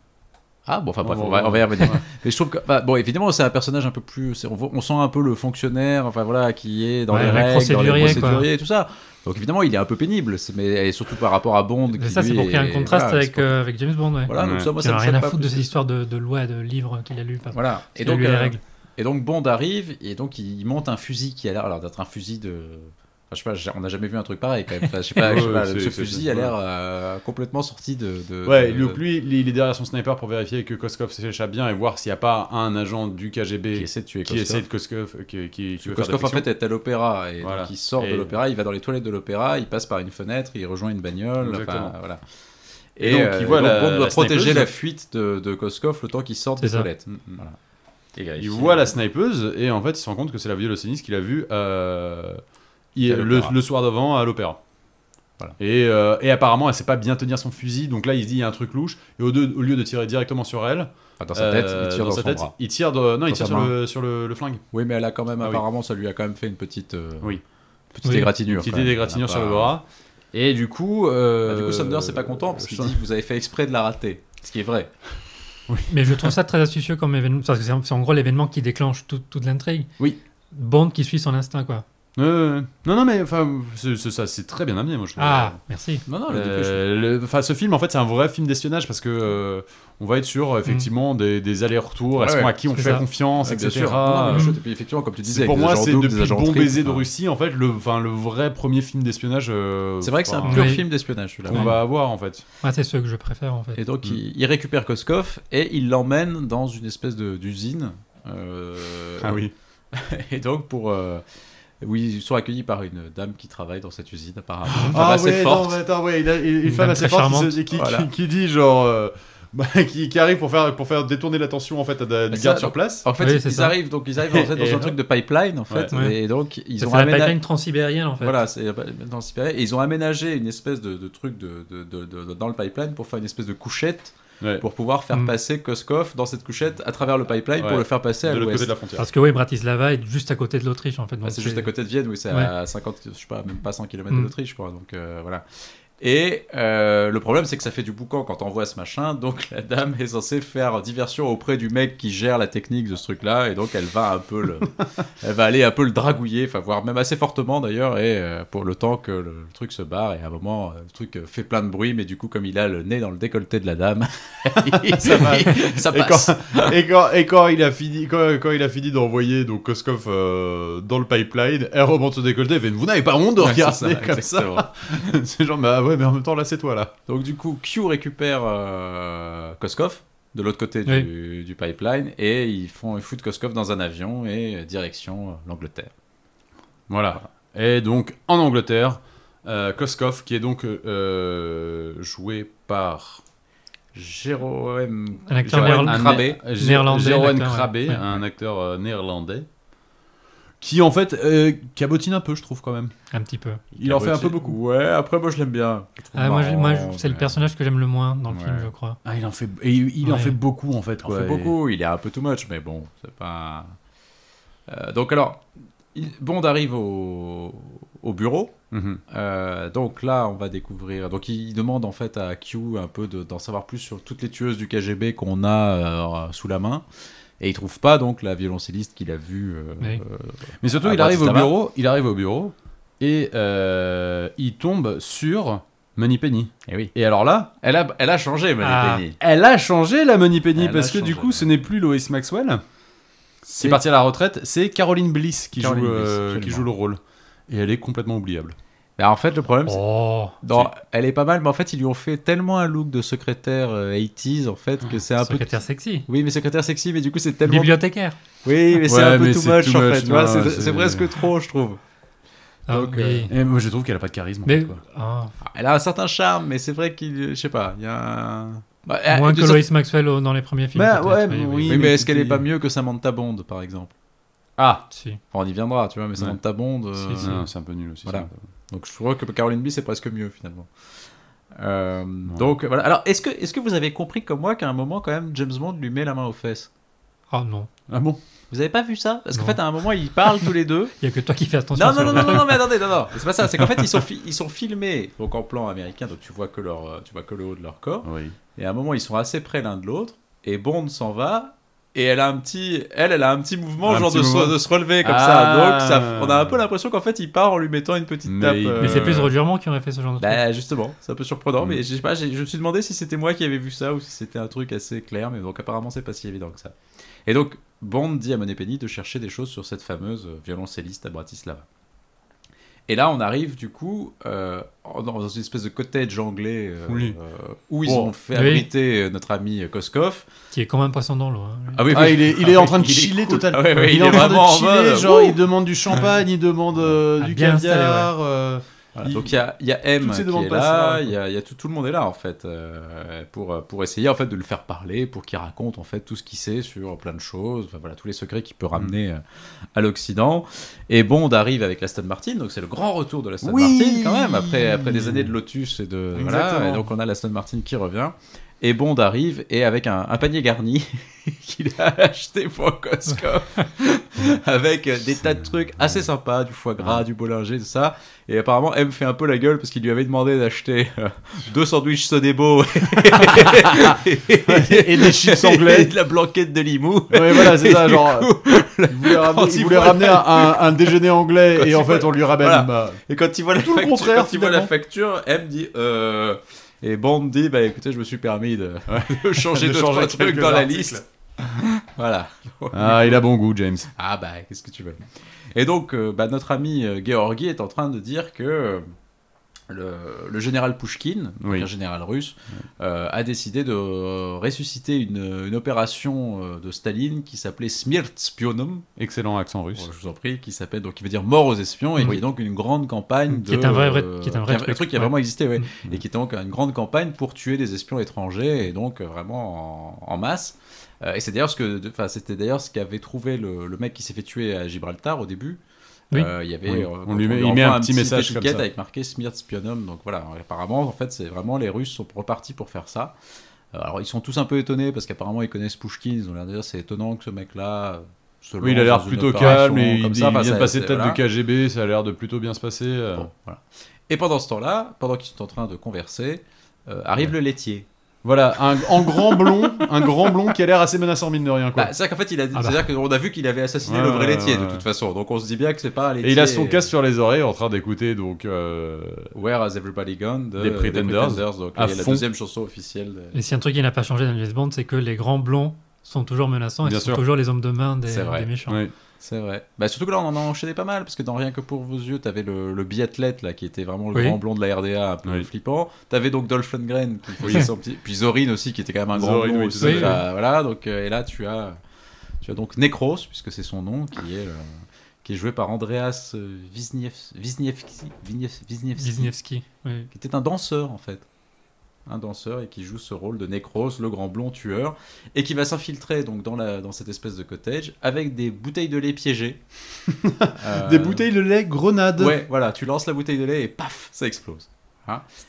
E: Ah bon, enfin bref,
C: Oh,
E: on, va, on va y revenir.
C: ouais.
E: Mais je trouve que. bah, bon, évidemment, c'est un personnage un peu plus. c'est- On, voit- on sent un peu le fonctionnaire, enfin voilà, qui est dans
D: Ouais,
E: les
D: le
E: règles, dans
D: procédurier,
E: les
D: quoi.
E: procéduriers et tout ça. Donc évidemment, il est un peu pénible, c'est- mais et surtout par rapport à Bond.
D: Mais
E: qui,
D: ça, c'est
E: lui,
D: pour créer
E: est-
D: un contraste
E: voilà, c'est
D: avec,
E: pour-
D: euh, avec James Bond, ouais.
E: Voilà, donc
C: Ouais.
E: ça, moi,
D: Qui
E: ça
D: en
E: me
D: a rien
E: choque
D: à
E: pas
D: foutre de
E: plus.
D: ces histoires de, de lois, de livres qu'il a lus. Pas.
E: Voilà. Et
D: Il a
E: donc,
D: lu les
E: euh,
D: règles.
E: et donc Bond arrive, et donc il monte un fusil qui a l'air alors, d'être un fusil de. Enfin, je sais pas, j'ai- on n'a jamais vu un truc pareil quand même. Enfin, je sais pas, je sais
C: Ouais,
E: pas,
C: c'est- c'est-
E: ce fusil
C: c'est-
E: a l'air euh, complètement sorti de. de-
C: Ouais,
E: de-
C: donc lui, il est derrière son sniper pour vérifier que Koskov s'échappe bien et voir s'il n'y a pas un agent du
E: qui
C: KGB
E: essaie de tuer
C: qui essaie
E: Koskov.
C: de Koskov, euh, qui, qui, qui veut faire
E: Koskov en
C: défection.
E: fait est à l'opéra et
C: Voilà.
E: donc il sort
C: Et-
E: de l'opéra, il va dans les toilettes de l'opéra, il passe par une fenêtre, il rejoint une bagnole,
C: Exactement.
E: enfin, voilà.
C: Et donc, il
E: euh,
C: voit la-
E: Bond
C: la
E: doit protéger
C: snipeuse.
E: la fuite de, de Koskov le temps qu'il sorte
D: C'est
E: des
D: ça.
E: toilettes.
C: Mm, mm.
E: Voilà. Bah,
C: Il voit la snipeuse et en fait il se rend compte que c'est la violoncelliste qu'il a vue euh, il-
E: À
C: le,
E: l'opéra.
C: le soir d'avant à l'opéra.
E: Voilà.
C: Et, euh, et apparemment elle sait pas bien tenir son fusil donc là il se dit il y a un truc louche et au, deux- au lieu de tirer directement sur elle,
E: Enfin, dans sa tête,
C: euh,
E: il tire dans,
C: sa
E: son
C: tête,
E: bras.
C: il tire de- non il
E: Dans
C: tire
E: sa
C: sur,
E: main.
C: le, sur le- le flingue.
E: Oui, mais elle a quand même
C: Ah oui.
E: apparemment, ça lui a quand même fait une petite, euh,
C: Oui.
E: petite
D: Oui.
E: égratignure.
C: Petite
E: quand même.
C: égratignure
E: Elle a
C: sur le
E: pas-
C: bras. Et du coup, euh,
E: Bah, du coup, Sanders c'est pas content parce qu'il
C: Sa-
E: dit que vous avez fait exprès de la rater, ce qui est vrai.
D: Mais je trouve ça très astucieux comme événement, parce que c'est en- c'est en gros l'événement qui déclenche tout- toute l'intrigue.
E: Oui.
D: Bond qui suit son instinct, quoi.
C: Euh, non, non, mais enfin, c'est- c'est ça, c'est très bien amené, moi je trouve.
D: Ah, merci.
E: Non, non, le dépêche.
C: Euh, le- Enfin, ce film, en fait, c'est un vrai film d'espionnage parce que euh, on va être sur effectivement des, des allers-retours. Est-ce
E: Mm. Ouais,
C: qu'on à qui on
D: c'est
C: fait
D: ça. Mm.
C: confiance,
E: Ouais, bien
C: etc.
E: sûr. Non, non, mais le
C: Euh,
E: shoot, et puis effectivement, comme tu disais,
C: pour
E: avec
C: moi,
E: des agents
C: Ah, c'est
E: doubles, des
C: depuis le
E: agents
C: bon
E: triples,
C: baiser de
E: enfin.
C: Russie, en fait, le, enfin, le vrai premier film d'espionnage. euh,
E: C'est vrai que c'est un
C: enfin,
E: pur
D: Oui.
E: film d'espionnage, celui-là.
C: qu'on va avoir en fait.
D: Ah, c'est ceux que je préfère en fait.
E: Et donc, il, il récupère Koskov et il l'emmène dans une espèce de- d'usine. euh,
D: Ah
E: Et donc, pour. euh, où ils sont accueillis par une dame qui travaille dans cette usine, apparemment.
D: Ah
E: Une femme assez
C: Ah ouais,
E: forte.
C: non, mais attends, ouais, il a- il- une
D: Une
C: femme
D: dame
C: assez
D: très
C: forte qui,
D: charmante.
C: se- qui- qui-
E: Voilà.
C: qui dit genre. euh, bah, qui, qui arrive pour faire, pour faire détourner l'attention en fait à des
E: Ça,
C: gardes
E: donc,
C: sur place.
E: En fait,
D: Oui,
E: ils-
D: c'est
E: ils
D: ça.
E: arrivent, donc ils arrivent en fait, dans
C: Et
E: un
C: hop.
E: truc de pipeline, en fait.
D: Ouais.
E: Et donc, ils
D: Ça,
E: ont
D: C'est la
E: aménag-
D: pipeline transsibérienne en fait.
E: Voilà, c'est dans le Sibérie. Et ils ont aménagé une espèce de, de truc de, de- de- de- dans le pipeline pour faire une espèce de couchette
C: Ouais.
E: pour pouvoir faire
D: Mm.
E: passer Koskov dans cette couchette à travers le pipeline
C: Ouais.
E: pour le faire passer à
C: de l'autre côté
E: l'ouest.
C: de la frontière.
D: Parce que oui, Bratislava est juste à côté de l'autriche en fait.
E: Ah,
D: donc
E: c'est juste à côté de Vienne, oui, c'est à 50, je sais pas, même pas 100 km de
D: Mm.
E: l'Autriche, je crois. Donc euh, voilà. Et euh, le problème, c'est que ça fait du boucan quand on voit ce machin. Donc la dame est censée faire diversion auprès du mec qui gère la technique de ce truc-là. Et donc elle va un peu le, elle va aller un peu le dragouiller, enfin voire même assez fortement d'ailleurs. Et euh, pour le temps que le, le truc se barre, et à un moment, euh, le truc fait plein de bruit, mais du coup, comme il a le nez dans le décolleté de la dame, ça,
C: va.
E: ça
C: Et
E: passe.
C: et, quand, et quand il a fini, quand, quand il a fini d'envoyer donc Koskov euh, dans le pipeline, elle remonte au décolleté, elle fait vous n'avez pas honte de
E: Ouais,
C: regarder
E: c'est ça,
C: comme
E: exactement.
C: ça. C'est genre bah ouais mais en même temps là c'est toi là.
E: Donc du coup, Q récupère euh, Koskov de l'autre côté du, du pipeline et ils font ils foutent Koskov dans un avion et euh, direction euh, l'Angleterre.
C: Voilà. Et donc en Angleterre, euh, Koskov qui est donc euh, joué par
E: Jérôme
D: Un acteur
E: Jérôme
D: néerlandais.
E: Crabbe.
C: Jé-
D: Néerlandais,
C: Jeroen
D: l'acteur, ouais.
C: Krabbe,
D: Ouais.
C: un acteur euh, néerlandais, qui en fait euh, cabotine un peu je trouve quand même.
D: Un petit peu.
C: Il en fait un peu beaucoup.
E: Ouais, après moi je l'aime bien. Je trouve
D: Ah, moi, je- moi, je-
E: marrant,
D: c'est le
E: mais-
D: personnage que j'aime le moins dans le
E: Ouais.
D: film, je crois.
C: Ah, il en fait, et il en
D: Ouais.
C: fait beaucoup en fait.
E: Il en
C: quoi,
E: fait
C: et-
E: beaucoup, il est un peu too much, mais bon, c'est pas. Euh, donc alors, il- Bond arrive au, au bureau.
C: Mhm.
E: Euh, donc là, on va découvrir. Donc il il demande en fait à Q un peu de- d'en savoir plus sur toutes les tueuses du KGB qu'on a euh, sous la main. Et il trouve pas donc la violoncelliste qu'il a vue. euh,
D: Oui.
E: euh,
C: Mais surtout,
E: Ah,
C: il arrive au
E: Bratislava.
C: bureau, il arrive au bureau et euh, il tombe sur Money Penny.
E: eh oui.
C: Et alors là,
E: Elle a, elle a changé, Manu
D: Ah.
E: Penny.
C: elle a changé la Money Penny
E: Elle
C: parce
E: a
C: que du
E: changé,
C: coup,
E: ouais.
C: ce n'est plus Lois Maxwell qui est partie à la retraite, c'est Caroline Bliss qui
E: Caroline
C: joue
E: Bliss,
C: euh, qui
E: absolument.
C: joue le rôle. Et elle est complètement oubliable.
E: Bah, en fait, le problème, c'est
D: Oh
E: non, elle est pas mal, mais en fait, ils lui ont fait tellement un look de secrétaire euh, 80s en fait que c'est un peu.
D: Secrétaire sexy.
E: Oui, mais secrétaire sexy, mais du coup, c'est tellement.
D: Bibliothécaire.
E: Oui, mais c'est
C: Ouais,
E: un
C: mais
E: peu too
C: c'est
E: much
C: too
E: en
C: much,
E: fait. Tu vois,
C: non,
E: c'est-
C: c'est-
E: c'est presque trop, je trouve.
D: Ah,
E: Donc, euh,
D: mais...
C: Et moi, je trouve qu'elle a pas de charisme. en
D: mais-
C: fait, quoi.
D: ah,
E: Bah, Elle a un certain charme, mais c'est vrai qu'il, je sais pas, il y a un. Bah, elle-
D: moins
E: de
D: que
E: sorte-
D: Lois Maxwell au- dans les premiers films.
C: Bah,
D: peut-être,
C: ouais,
D: oui,
C: oui.
D: oui.
E: Oui, mais est-ce
C: écoutez-
E: qu'elle est pas mieux que Samantha Bond, par exemple
C: Ah,
D: Si.
E: Enfin, On y viendra, tu vois, mais
C: Ouais.
E: Samantha Bond. euh,
D: Si, si.
E: euh,
C: Ah, non, c'est un peu nul aussi.
E: Voilà.
C: ça.
E: Donc je crois que Caroline B, c'est presque mieux finalement. Euh, Donc voilà. Alors est-ce que, est-ce que vous avez compris comme moi qu'à un moment quand même James Bond lui met la main aux fesses
D: Oh non,
C: Ah bon
E: Vous avez pas vu ça Parce qu'en
D: Non.
E: fait à un moment ils parlent tous les deux.
D: il y a que toi qui fais attention.
E: Non,
D: sur
E: non,
D: le
E: non, non,
D: truc.
E: non, non, mais attendez, non, non, c'est pas ça. C'est qu'en fait, ils sont, fi- ils sont filmés, donc en plan américain, donc tu vois que leur, euh, tu vois que le haut de leur corps.
C: Oui.
E: Et à un moment, ils sont assez près l'un de l'autre. Et Bond s'en va. Et elle a un petit, elle, elle a un petit mouvement,
C: Un
E: genre
C: petit
E: de, se,
C: mouvement.
E: de se relever comme
C: Ah.
E: ça. Donc ça, on a un peu l'impression qu'en fait, il part en lui mettant une petite
C: Mais
E: tape.
C: il-
E: euh,
D: Mais c'est plus Roger Moore qui aurait fait ce genre de truc.
E: Bah justement, c'est un peu surprenant,
C: Mm.
E: mais je sais pas, j'ai- je me suis demandé si c'était moi qui avais vu ça ou si c'était un truc assez clair, mais donc apparemment c'est pas si évident que ça. Et donc Bond dit à Monet Penny de chercher des choses sur cette fameuse euh, violoncelliste à Bratislava. Et là on arrive du coup euh, en- dans une espèce de cottage anglais euh,
C: Oui.
E: euh, où ils
C: Bon.
E: ont fait
D: Oui.
E: abriter euh, notre ami Koskov.
D: Qui est comme un poisson dans l'eau. hein, lui.
E: oui,
C: Ah, il est, il est en train de
E: Il est
C: chiller
E: cool.
C: totalement.
E: Ah ouais, ouais,
C: il,
E: il
C: est
E: est
C: en train
E: vraiment en
C: de chiller,
E: mode,
C: genre
E: wow.
C: il demande du champagne, il demande euh,
D: Ah,
C: du
D: bien installé,
C: caviar. euh,
E: Voilà,
C: il-
E: donc il y a, il y a M
C: Toutes ces
E: qui
C: demandes
E: est
C: passent,
E: là,
C: ouais,
E: il y a, il y a tout, tout le monde est là en fait euh, pour, pour essayer en fait de le faire parler, pour qu'il raconte en fait tout ce qu'il sait sur plein de choses, enfin, voilà tous les secrets qu'il
C: Mm.
E: peut ramener euh, à l'Occident. Et Bond arrive avec l'Aston Martin, donc c'est le grand retour de l'Aston
C: Oui
E: Martin quand même après après des années de Lotus et de voilà,
C: Exactement.
E: et donc on a l'Aston Martin qui revient. Et Bond arrive et avec un, un panier garni qu'il a acheté pour un Costco avec euh, des tas de trucs assez sympas, du foie gras, du boulanger, tout ça. Et apparemment, M fait un peu la gueule parce qu'il lui avait demandé d'acheter euh, deux sandwichs Sodebo et,
C: Et des chips anglais.
E: et de la blanquette de Limoux.
C: Ouais, voilà, c'est
E: Et
C: ça,
E: du
C: genre. euh,
E: coup,
C: il voulait ramener,
E: quand
C: il
E: il
C: voulait
E: voit
C: ramener un, un déjeuner anglais
E: Quand
C: et
E: il
C: en fait,
E: voit-
C: on lui ramène.
E: voilà.
C: bah,
E: Et quand il voit la
C: Tout le
E: facture,
C: contraire,
E: quand il voit la
C: finalement.
E: facture, M dit euh... et Bond dit bah écoutez, je me suis permis de, de changer
C: De
E: de
C: changer
E: trois trucs
C: quelques
E: dans la
C: articles.
E: liste. voilà.
C: Ah, il a bon goût, James.
E: Ah bah qu'est-ce que tu veux. Et donc euh, bah, notre ami euh, Georgi est en train de dire que euh, le, le général Pushkin, donc
C: Oui.
E: un général russe, euh, a décidé de euh, ressusciter une, une opération euh, de Staline qui s'appelait Smirtspionum,
C: Excellent accent russe.
E: je vous en prie, qui s'appelle donc qui veut dire mort aux espions et qui est donc une grande campagne de
D: Qui est un vrai- vrai-
E: euh,
D: qui est un vrai truc,
E: qui a
D: ouais.
E: vraiment existé ouais.
C: Mm-hmm.
E: et qui est donc une grande campagne pour tuer des espions étrangers et donc euh, vraiment en, en masse. Euh, et c'est d'ailleurs ce que enfin c'était d'ailleurs ce qu'avait trouvé le, le mec qui s'est fait tuer à Gibraltar au début.
D: Oui.
E: Euh, il y avait
C: Oui.
E: euh,
C: On
E: quand
C: lui met- il met
E: envoie
C: un petit message comme
E: étiquette
C: ça.
E: avec marqué Smirtspionum donc voilà apparemment en fait c'est vraiment les Russes sont repartis pour faire ça. Euh, Alors ils sont tous un peu étonnés parce qu'apparemment ils connaissent Pushkin, ils ont l'air de dire c'est étonnant que ce mec-là euh, se
C: Oui, il a
E: lance
C: l'air
E: dans une
C: plutôt
E: opération
C: calme et il,
E: comme
C: dit-
E: ça.
C: il
E: Enfin,
C: vient de
E: ça-
C: passer
E: c'est-
C: de tête
E: voilà.
C: de KGB, ça a l'air de plutôt bien se passer. euh.
E: Bon, voilà. Et pendant ce temps-là, pendant qu'ils sont en train de converser, euh, arrive le laitier.
C: Voilà, un, en grand blond, un grand blond qui a l'air assez menaçant mine de rien quoi. Ah
E: Bah, c'est-à-dire qu'en fait, il a,
D: bah.
E: c'est-à-dire qu'on a vu qu'il avait assassiné
C: Ouais,
E: le vrai
C: ouais,
E: laitier
C: ouais.
E: de toute façon. Donc on se dit bien que c'est pas un laitier.
C: et il a son casque sur les oreilles en train d'écouter donc euh,
E: Where has everybody gone de-
C: Des Pretenders.
E: donc,
C: À
E: il y a la
C: fond.
E: deuxième chanson officielle. de-
D: Et si un truc qui n'a pas changé dans James Bond, c'est que les grands blonds sont toujours menaçants et
C: Bien
D: sont
C: sûr.
D: toujours les hommes de main des,
E: C'est vrai.
D: des méchants.
C: ouais.
E: C'est vrai. Bah, surtout que là, on en a enchaîné pas mal, parce que dans Rien que pour vos yeux, t'avais le, le biathlète, là, qui était vraiment le
D: Oui.
E: grand blond de la RDA, un peu
C: Oui.
E: flippant. T'avais donc Dolph Lundgren, qui faisait
D: Oui.
E: son petit... Puis Zorin aussi, qui était quand même un grand
C: Zorin,
E: blond
C: oui,
E: aussi.
C: tout à fait.
E: Enfin, Voilà, donc, euh, et là, tu as, tu as donc Necros, puisque c'est son nom, qui est, euh, qui est joué par Andreas euh, Wisniew- Wisniewski, Wisniew- Wisniewski,
D: Wisniewski. oui.
E: qui était un danseur, en fait. Un danseur et qui joue ce rôle de Necros, le grand blond tueur, et qui va s'infiltrer donc dans, la, dans cette espèce de cottage avec des bouteilles de lait piégées. Euh,
C: Des bouteilles de lait grenade.
E: Ouais, voilà, tu lances la bouteille de lait et paf, ça explose.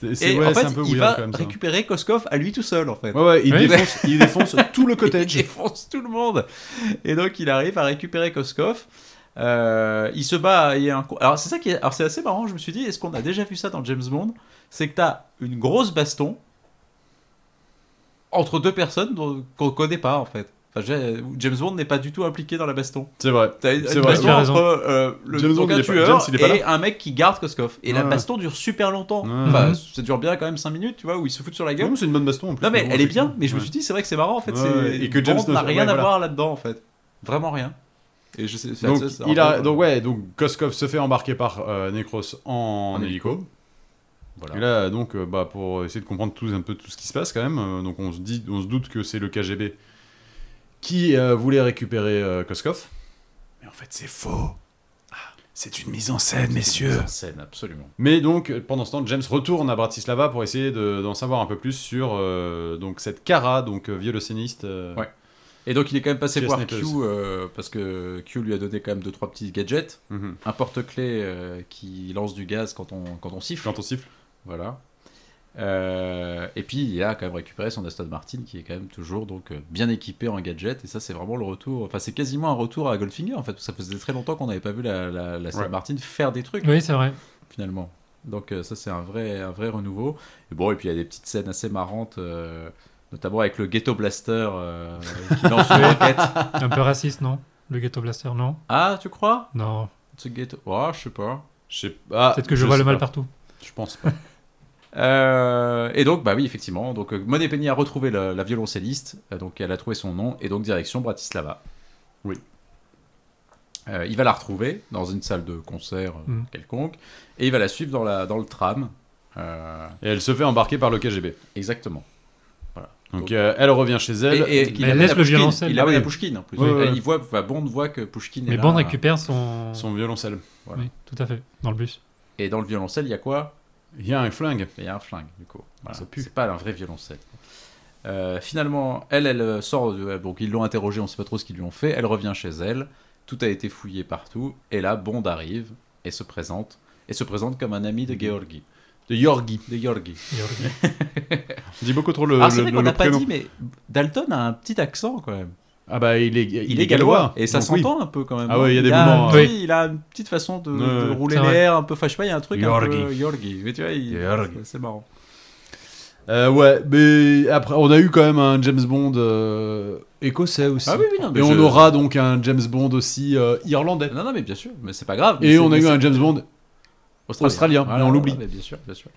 C: C'est c'est-
E: Et
C: ouais,
E: en
C: c'est
E: fait,
C: un peu
E: il
C: weird
E: va
C: quand même. ça.
E: récupérer Koskov à lui tout seul en fait.
C: Ouais, ouais, il,
D: Oui.
C: défonce, il défonce tout le
E: Il
C: cottage.
E: défonce tout le monde. Et donc il arrive à récupérer Koskov. Euh, il se bat. Il y a un... co- Alors c'est ça qui est... Alors c'est assez marrant. Je me suis dit, est-ce qu'on a déjà vu ça dans James Bond C'est que t'as une grosse baston entre deux personnes dont- qu'on connaît pas en fait. Enfin, je- James Bond n'est pas du tout impliqué dans la baston.
C: C'est vrai.
E: T'as une,
C: C'est
E: une
C: vrai.
E: baston
D: Tu as
E: entre euh, le
C: James
E: donc
C: Bond,
E: un
C: il est pas-
E: tueur
C: James, il est pas
E: et un mec qui garde Koskov. Et la
C: Ouais.
E: baston dure super longtemps.
C: Ouais.
E: Enfin,
D: Mhm.
E: ça dure bien quand même 5 minutes, tu vois, où ils se foutent sur la gueule.
C: Non, mais c'est une bonne baston en plus.
E: Non mais
C: bon,
E: elle est bien, mais je me
C: Ouais.
E: suis dit c'est vrai que c'est marrant en fait,
C: Ouais,
E: c'est
C: et que James
E: Bond
C: ne-
E: n'a
C: ouais,
E: rien à
C: voilà.
E: voir là-dedans en fait, vraiment rien. Et je sais, enfin,
C: Donc,
E: ça, c'est
C: il
E: un
C: a,
E: peu-
C: donc, ouais, donc Koskov se fait embarquer par euh, Necros en,
E: En
C: hélico.
E: Voilà.
C: Et là, donc, euh, bah, pour essayer de comprendre tout, un peu tout ce qui se passe quand même, euh, donc on se, dit, on se doute que c'est le KGB qui euh, voulait récupérer euh, Koskov. Mais en fait, c'est faux. Ah, C'est une mise en scène,
E: C'est en scène absolument.
C: Mais donc, euh, pendant ce temps, James retourne à Bratislava pour essayer de- d'en savoir un peu plus sur euh, donc, cette Cara, donc euh, violoncelliste. euh,
E: Ouais. Et donc il est quand même passé
C: Qui a
E: voir
C: snipé
E: Q euh, parce que Q lui a donné quand même deux trois petits gadgets,
C: mhm.
E: un porte-clés euh, qui lance du gaz quand on quand on siffle,
C: Quand on siffle.
E: voilà. Euh, et puis il a quand même récupéré son Aston Martin qui est quand même toujours donc euh, bien équipé en gadgets et ça c'est vraiment le retour, enfin c'est quasiment un retour à Goldfinger en fait, parce que ça faisait très longtemps qu'on n'avait pas vu la, la, la Aston
C: Ouais.
E: Martin faire des trucs.
D: Oui, c'est vrai.
E: finalement. Donc euh, ça c'est un vrai, un vrai renouveau. Et bon et puis il y a des petites scènes assez marrantes, euh, notamment avec le ghetto blaster euh, qui lance une roquette.
D: Un peu raciste, non Le Ghetto Blaster, non
E: Ah tu crois
D: Non.
E: Ce ghetto, oh, je sais pas.
C: Je sais
E: Ah,
C: pas.
D: Peut-être que je, vois
C: sais
D: le mal
C: pas.
D: partout.
C: Je pense pas.
E: Euh, et donc bah oui effectivement. Donc euh, Monet Penny a retrouvé la, la violoncelliste, Euh, donc elle a trouvé son nom et donc direction Bratislava.
C: Oui.
E: Euh, il va la retrouver dans une salle de concert euh,
D: Mm.
E: quelconque et il va la suivre dans la dans le tram. Euh,
C: Et elle se fait embarquer par le KGB.
E: exactement.
C: Donc
E: Ok.
C: euh, elle revient chez elle.
E: Et- et-
D: Mais
E: il
D: elle
E: amène
D: laisse
E: la
D: le
E: Pouchkine.
D: violoncelle.
E: Il
D: Ah
E: amène
D: oui.
E: la Pouchkine en plus.
C: Ouais, ouais.
E: Il voit, enfin, Bond voit que Pouchkine est
D: Mais
E: là.
D: Bond récupère son.
C: Son violoncelle.
E: voilà.
D: Oui, tout à fait, dans le bus.
E: Et dans le violoncelle, il y a quoi
C: Il y a un flingue.
E: Il y a un flingue, du coup. Voilà.
C: Ça pue.
E: C'est pas un vrai violoncelle. Euh, finalement, elle, elle euh, sort. de- euh, donc ils l'ont interrogée, on sait pas trop ce qu'ils lui ont fait. Elle revient chez elle. Tout a été fouillé partout. Et là, Bond arrive et se présente. Et se présente comme un ami de Georgi.
C: De Yorgi.
E: de Yorgi.
D: Yorgi.
C: On dit beaucoup trop le,
E: Alors Ah, c'est
C: Euh, le-
E: vrai
C: le-
E: qu'on
C: le
E: n'a pas
C: prénom.
E: dit, mais Dalton a un petit accent quand même.
C: Ah bah il est,
E: Il, est gallois. Et ça
C: donc oui.
E: s'entend un peu quand même.
C: Ah ouais, il y a des
E: un
C: moments,
E: petit-
D: euh,
E: Il a une petite façon de,
C: Ouais,
E: de rouler
D: c'est vrai.
E: l'air, un peu. Enfin, je sais pas, il y a un truc un peu
C: Yorgi.
E: Yorgi. Mais tu vois, il-
C: Yorgi.
E: c'est- c'est marrant.
C: Euh, ouais, mais après, on a eu quand même un James Bond euh, écossais aussi.
E: Ah oui, oui, non, mais
C: Et on
E: je-
C: aura donc un James Bond aussi euh, irlandais.
E: Non, non, mais bien sûr, mais c'est pas grave. mais
C: Et
E: c'est-
C: on a
E: mais
C: eu
E: c'est- Ah,
C: un James Bond australien, mais on l'oublie.
E: mais bien sûr, bien sûr.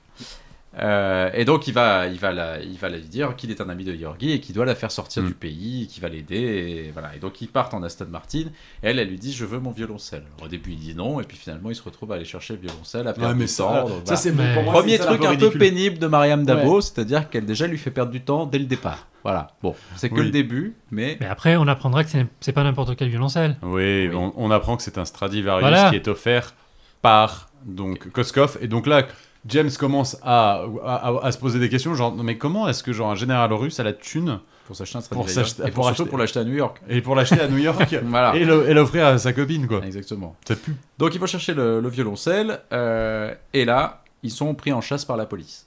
E: Euh, et donc il va, il va, la, il va la lui dire qu'il est un ami de Yorgi et qu'il doit la faire sortir
C: Mm.
E: du pays, qu'il va l'aider, et voilà. Et donc ils partent en Aston Martin. Et elle, elle lui dit je veux mon violoncelle. Alors, au début il dit non, et puis finalement il se retrouve à aller chercher le violoncelle à perdre
C: Ouais, mais
E: du
C: ça,
E: temps.
C: voilà.
E: donc,
C: Ça,
E: voilà.
C: c'est
D: Mais-
C: pour moi,
E: Premier
C: c'est ça,
E: truc un peu
C: ridicule.
E: pénible de Mariam Dabo, c'est-à-dire qu'elle déjà lui fait perdre du temps dès le départ. Voilà. Bon, c'est que
C: Oui.
E: le début, mais
D: Mais après, on apprendra que c'est- c'est pas n'importe quelle violoncelle.
C: Oui,
E: Ah Oui.
C: On, on apprend que c'est un Stradivarius
D: Voilà.
C: qui est offert par donc Koskov. Et donc là, James commence à, à, à- à se poser des questions, genre non, mais comment est-ce que genre un général russe a la thune
E: pour s'acheter un
C: Pour
E: Stradivarius,
C: s'acheter-
E: et
C: pour
E: pour, surtout
C: acheter-
E: pour l'acheter à New York.
C: et pour l'acheter à New York
E: Voilà.
C: et le- et l'offrir à sa copine quoi.
E: Exactement.
C: Ça pue.
E: Donc ils vont chercher le, le violoncelle, euh, et là, ils sont pris en chasse par la police.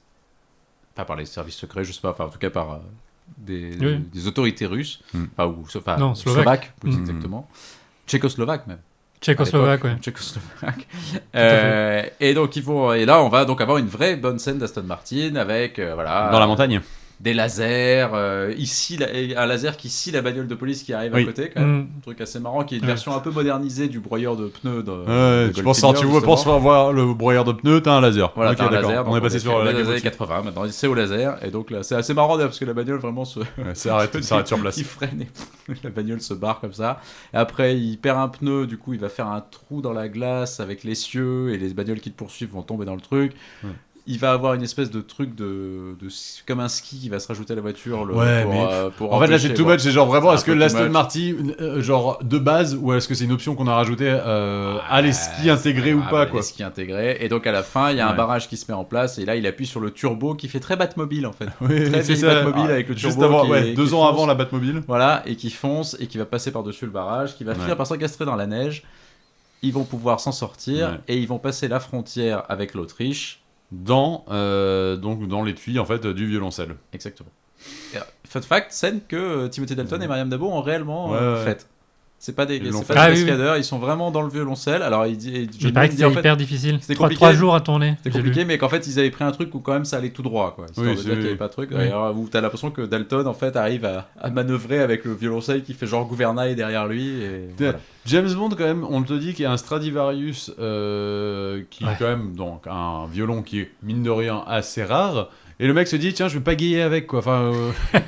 E: Enfin, par les services secrets, je sais pas, enfin, en tout cas par euh, des,
D: Oui.
E: des autorités russes,
C: Mm.
E: enfin, ou enfin,
D: Non,
E: slovaques,
D: slovaques.
E: plus
C: Hmm.
D: Mm.
E: exactement. Tchécoslovaques même.
D: Tchécoslovaque, ouais.
E: Tchécoslovaque.
D: à fait.
E: Euh, et donc ils vont, et là on va donc avoir une vraie bonne scène d'Aston Martin avec euh, voilà
C: Dans la montagne.
E: des lasers, euh, ici la- un laser qui scie la bagnole de police qui arrive
C: Oui.
E: à côté quand même.
D: Mm.
E: Un truc assez marrant qui est une
D: Ouais.
E: version un peu modernisée du broyeur de pneus. De,
C: Ouais,
E: de
C: Euh, tu
E: Goldfinger,
C: penses, tu vois,
E: justement.
C: penses voir le broyeur de pneus, t'as un laser.
E: Voilà,
C: Ok,
E: t'as un
C: d'accord.
E: laser.
C: On
E: donc
C: est passé sur la
E: les années
C: la
E: 80. Maintenant, c'est au laser. Et donc là, c'est assez marrant d'ailleurs, parce que la bagnole vraiment se.
C: Ouais, Ça arrête, ça arrête sur place.
E: Il freine et la bagnole se barre comme ça. Et après, il perd un pneu. Du coup, il va faire un trou dans la glace avec l'essieu. Et les bagnoles qui le poursuivent vont tomber dans le truc.
C: Ouais.
E: Il va avoir une espèce de truc de, de- comme un ski qui va se rajouter à la voiture. le-
C: Ouais,
E: pour,
C: mais-
E: euh, pour
C: En fait, là,
E: empêcher,
C: c'est too
E: bon.
C: much. C'est genre vraiment,
E: C'est un
C: est-ce que
E: peu too
C: l'Aston
E: much.
C: Martin, euh, genre de base, ou est-ce que c'est une option qu'on a rajoutée euh, à les skis intégrés ou
E: Ah,
C: pas,
E: les
C: quoi
E: skis intégrés. Et donc à la fin, il y a un
C: Ouais.
E: barrage qui se met en place et là, il appuie sur le turbo qui fait très Batmobile en fait.
C: Oui,
E: Très vieille Batmobile avec le
C: Ah, Juste
E: turbo
C: avant,
E: qui-
C: ouais,
E: qui
C: deux ans
E: fonce.
C: avant la Batmobile.
E: Voilà, et qui fonce et qui va passer par-dessus le barrage, qui va
C: Ouais.
E: finir par s'encastrer dans la neige. Ils vont pouvoir s'en sortir
C: Ouais.
E: et ils vont passer la frontière avec l'Autriche.
C: Dans, euh, donc, dans l'étui, en fait, du violoncelle.
E: Exactement. Et, euh, fun fact, scène que euh, Timothée Dalton et Mariam Dabo ont réellement
C: Ouais,
E: euh,
C: ouais.
E: faite. C'est pas des,
C: Ils l'ont
E: c'est pas
D: fait. Ah
E: des
D: oui, oui.
E: cascadeurs, ils sont vraiment dans le violoncelle. Alors, il dit, et John
D: Il paraît
E: Wayne
D: que
E: dit, en
D: c'est
E: fait,
D: hyper difficile.
E: c'était
D: Trois,
E: compliqué.
D: trois jours à tourner.
E: C'était
D: j'ai lu.
E: compliqué, mais qu'en fait, ils avaient pris un truc où quand même ça allait tout droit, quoi. Histoire
C: Oui,
E: de
C: c'est-
E: dire qu'il n'y avait pas de truc.
D: Oui.
E: Alors, où t'as l'impression que Dalton, en fait, arrive à, à manœuvrer avec le violoncelle qui fait genre gouvernail derrière lui. Et voilà.
C: James Bond, quand même, on te dit qu'il y a un Stradivarius euh, qui
D: Ouais.
C: est quand même donc un violon qui est mine de rien assez rare. Et le mec se dit tiens je vais pas gayer avec quoi. Enfin euh, dans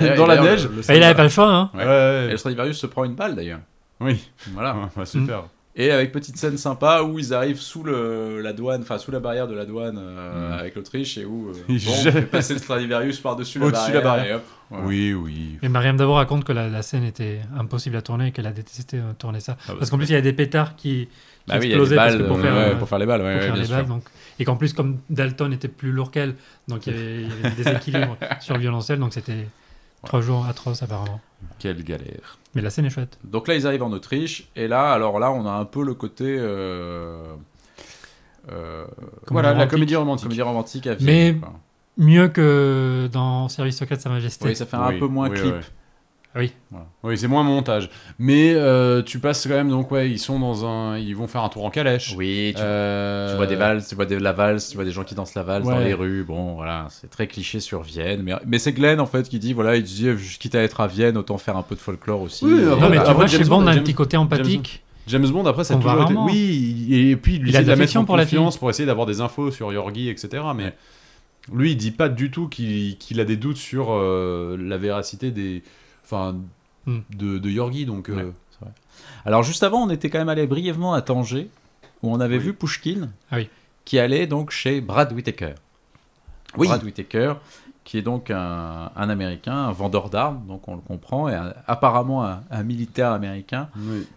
E: Et
C: la
E: d'ailleurs,
C: neige.
E: le- le
D: Bah, il avait
E: Stradivarius-
D: pas le choix, hein.
E: Ouais.
C: Ouais,
E: Et
C: ouais.
E: le Stradivarius se prend une balle d'ailleurs.
C: Oui.
E: Voilà.
C: Ouais, super.
E: Et avec petite scène sympa où ils arrivent sous le, la douane, enfin sous la barrière de la douane euh,
C: Mm.
E: avec l'Autriche et où euh, bon,
C: Ils
E: on
C: jettent-
E: fait passer le Stradivarius par-dessus la barrière.
C: Au-dessus la barrière.
E: et hop, voilà.
C: Oui oui.
D: Et Mariam d'abord raconte que la, la scène était impossible à tourner et qu'elle a détesté euh, tourner ça.
E: Ah
C: bah,
D: parce qu'en plus, il y a des pétards qui, qui
E: Bah oui, il y a des
D: explosaient parce
E: balles,
D: que pour faire,
E: ouais,
D: euh,
E: pour faire les balles. ouais,
D: pour
E: ouais,
D: faire
E: bien
D: les
E: sûr.
D: balles. Donc... Et qu'en plus, comme Dalton était plus lourd qu'elle, donc il y avait, il y avait des déséquilibres sur le violoncelle, donc c'était trois jours atroces apparemment.
C: Quelle galère.
D: Mais la scène est chouette.
E: Donc là, ils arrivent en Autriche, et là, alors là, on a un peu le côté. Euh, euh,
D: Comédie
C: voilà la
D: romantique.
C: comédie romantique.
E: comédie romantique à
D: Mais-
E: Vienne. quoi.
D: Mieux que dans Service secret de Sa Majesté.
E: Oui, ça fait
C: Oui,
E: un peu moins
C: oui,
E: clip.
C: ouais.
D: Ah oui.
C: Oui c'est moins montage. Mais euh, tu passes quand même donc ouais ils sont dans un ils vont faire un tour en calèche.
E: Oui, tu,
C: Euh,
E: tu vois des valses, tu vois des, la valse, tu vois des gens qui dansent la valse dans
C: Ouais.
E: les rues. Bon, voilà, c'est très cliché sur Vienne. Mais, mais c'est Glenn, en fait, qui dit voilà, il dit eh, quitte à être à Vienne, autant faire un peu de folklore aussi. Euh,
C: Oui,
E: Et
C: après,
D: Non, mais tu
E: voilà.
C: Après,
D: vois,
C: James
D: chez Bond,
C: Bond,
D: on a un
C: James-
D: petit côté empathique.
C: James Bond après ça a
D: On va
C: toujours été
F: hein.
D: rarement.
C: oui et puis il,
D: Il a
C: essaie
D: de
C: de la mettre
D: l'affection
C: en
D: pour la
C: confiance pour essayer d'avoir des infos sur Yorgi etc mais lui il dit pas du tout qu'il qu'il a des doutes sur euh, la véracité des enfin
D: Hmm.
C: de, de Yorgi donc euh,
E: Ouais. Alors, juste avant, on était quand même allé brièvement à Tanger, où on avait
C: Oui.
E: vu Pushkin,
D: Ah oui.
E: qui allait donc chez Brad Whitaker.
C: Oui.
E: Brad Whitaker, qui est donc un, un Américain, un vendeur d'armes, donc on le comprend, et un- apparemment un- un militaire américain.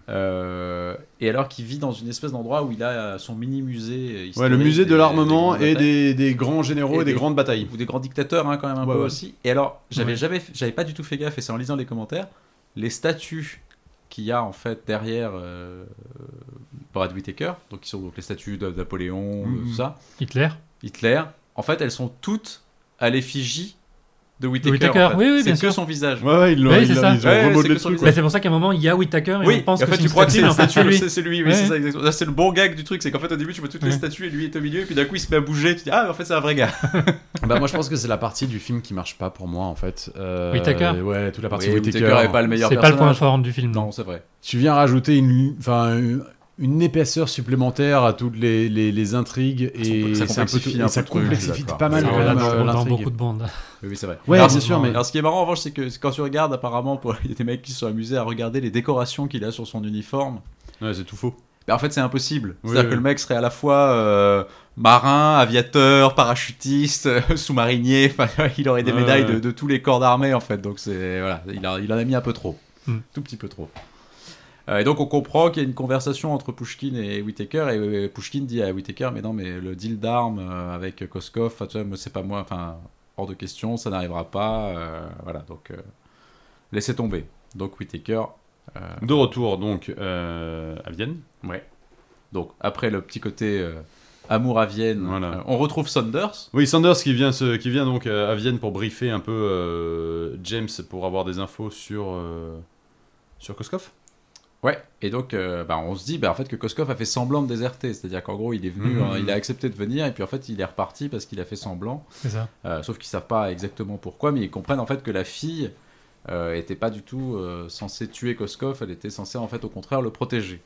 E: Euh, et alors qu'il vit dans une espèce d'endroit où il a son mini musée. euh,
C: Ouais, le musée de l'armement et
E: des
C: des, des grands généraux et,
E: Et
C: des,
E: des-
C: grandes batailles
E: ou des grands dictateurs hein, quand même un
C: Ouais,
E: peu
C: ouais.
E: aussi. Et alors j'avais
D: Ouais.
E: jamais, j'avais pas du tout fait gaffe et c'est en lisant les commentaires les statues qu'il y a en fait derrière euh, Brad Whitaker, donc qui sont donc les statues de Napoléon, de
C: Mhm.
E: ça,
D: Hitler.
E: Hitler. en fait, elles sont toutes à l'effigie de Whittaker.
D: Whittaker,
E: en fait.
D: oui, oui,
E: c'est
D: bien
E: que
D: sûr.
E: son visage.
F: Ouais, ouais, ils l'ont
D: Ouais,
F: ils
D: c'est
F: l'ont-
D: ça.
F: ils ont
E: Ouais,
F: remodelé
E: c'est
F: le
E: que son visage.
F: truc. quoi.
D: Bah, c'est pour ça qu'à un moment, il y a Whittaker et
E: Oui,
D: on pense
E: en
D: que
E: fait,
D: c'est
E: tu
D: une
E: crois que c'est
D: statue,
E: la
D: mais en fait,
E: statue,
D: c'est lui.
E: c'est c'est lui, oui,
D: Ouais.
E: c'est ça, exactement. Là, C'est le bon gag du truc, c'est qu'en fait, au début, tu vois toutes les
D: Ouais.
E: statues et lui est au milieu, et puis d'un coup, il se met à bouger, tu dis, ah, mais en fait, c'est un vrai gars.
C: Bah moi je pense que c'est la partie du film qui marche pas pour moi en fait. Euh,
D: Whittaker
C: Ouais, toute la partie
E: Oui,
C: Whittaker.
E: Whittaker est pas le meilleur
D: C'est pas le point
E: personnage.
D: fort du film.
E: Non, c'est vrai.
C: Tu viens rajouter une, enfin une, une épaisseur supplémentaire à toutes les, les, les intrigues et
E: Ça
C: c'est un peu
E: complexifie
C: et
E: un peu
C: ça
E: le truc,
C: complexifie
E: d'accord.
C: pas mal
D: Alors
C: quand
D: là,
C: même,
D: dans-
C: euh,
D: dans
C: l'intrigue.
D: beaucoup de bandes.
E: Oui, oui, c'est vrai.
C: Ouais,
E: Alors,
C: bien
E: c'est-
C: sûr, mais
E: Alors, ce qui est marrant, en revanche, c'est que quand tu regardes, apparemment, pour- il y a des mecs qui se sont amusés à regarder les décorations qu'il a sur son uniforme.
C: ouais, c'est tout faux.
E: Mais en fait, c'est impossible.
C: Oui,
E: C'est-à-dire
C: oui.
E: que le mec serait à la fois euh, marin, aviateur, parachutiste, euh, sous-marinier. Enfin, il aurait des
C: Ouais,
E: médailles
C: ouais.
E: de, de tous les corps d'armée, en fait. Donc, c'est voilà, il, a- il en a mis un peu trop.
D: Hmm.
E: Tout petit peu trop. Euh, et donc, on comprend qu'il y a une conversation entre Pushkin et Whitaker. Et euh, Pushkin dit à Whitaker Mais non, mais le deal d'armes euh, avec Koskov, enfin, tu vois, moi, c'est pas moi. Enfin, hors de question, ça n'arrivera pas. euh, voilà, donc, euh, laissez tomber. Donc, Whitaker
C: De retour donc euh, à Vienne.
E: Ouais. Donc, après le petit côté euh, amour à Vienne,
C: Voilà.
E: euh, on retrouve Saunders.
C: Oui, Sanders qui vient, se- qui vient donc euh, à Vienne pour briefer un peu euh, James pour avoir des infos sur euh, sur Koskov.
E: Ouais. Et donc, euh, bah, on se dit bah, en fait que Koskov a fait semblant de déserter. C'est-à-dire qu'en gros, il est venu,
C: Mhm.
E: hein, il a accepté de venir, et puis en fait, il est reparti parce qu'il a fait semblant.
D: C'est ça.
E: Euh, sauf qu'ils savent pas exactement pourquoi, mais ils comprennent en fait que la fille euh, était pas du tout euh, censée tuer Koskov, elle était censée en fait au contraire le protéger.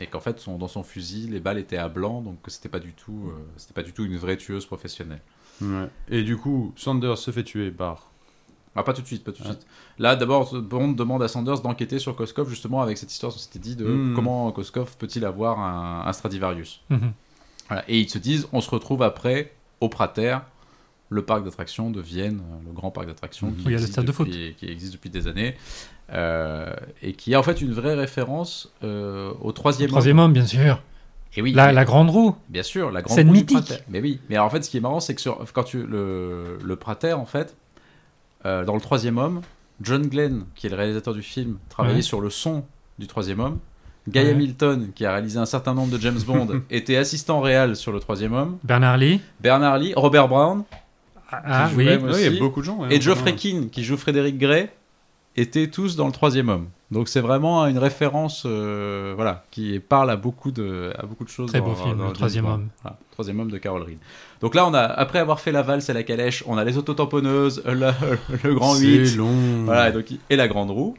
E: Et qu'en fait, son- dans son fusil, les balles étaient à blanc, donc que c'était pas du tout, euh, c'était pas du tout une vraie tueuse professionnelle.
C: Et du coup, Sanders se fait tuer par.
E: Ah, pas tout de suite, pas tout de suite. Là, d'abord, Bond demande à Sanders d'enquêter sur Koskov, justement, avec cette histoire, on s'était dit de
D: Hmm.
C: Mm.
E: comment Koskov peut-il avoir un, un Stradivarius.
D: Mhm.
E: Voilà. Et ils se disent, on se retrouve après au Prater, le parc d'attractions de Vienne, euh, le grand parc d'attractions qui,
D: Où Hmm. il y a le
E: existe
D: stade de foot.
E: depuis- qui existe depuis des années, euh, et qui est en fait une vraie référence euh, au troisième.
D: Troisième homme, bien sûr.
E: Et oui,
D: La, la grande roue.
E: Bien sûr, la grande
D: Scène
E: roue du
D: mythique.
E: Prater. Mais oui, mais alors, en fait, ce qui est marrant, c'est que sur, quand tu le, le Prater, en fait, euh, dans le Troisième Homme, John Glenn, qui est le réalisateur du film, travaillait
D: Ouais.
E: sur le son du Troisième Homme. Guy
D: Ouais.
E: Hamilton, qui a réalisé un certain nombre de James Bond, était assistant réel sur le Troisième Homme.
D: Bernard Lee.
E: Bernard Lee, Robert Brown
D: Ah
E: Qui
D: oui.
E: jouait, moi,
C: Ouais, il y
E: aussi.
C: a beaucoup de gens. ouais,
E: et
C: en
E: Geoffrey
C: commun.
E: Keane, qui joue Frédéric Gray, étaient tous dans le Troisième Homme. Donc c'est vraiment une référence, euh, voilà, qui parle à beaucoup de, à beaucoup de choses.
D: Très
E: dans-
D: beau film,
E: dans
D: Le
E: James
D: Troisième
E: Bond.
D: Homme.
E: Voilà, troisième homme de Carol Reed. Donc là, on a, après avoir fait la valse et la calèche, on a les autotamponneuses, euh, la- le grand 8,
C: C'est long.
E: voilà, et, donc, et la grande roue.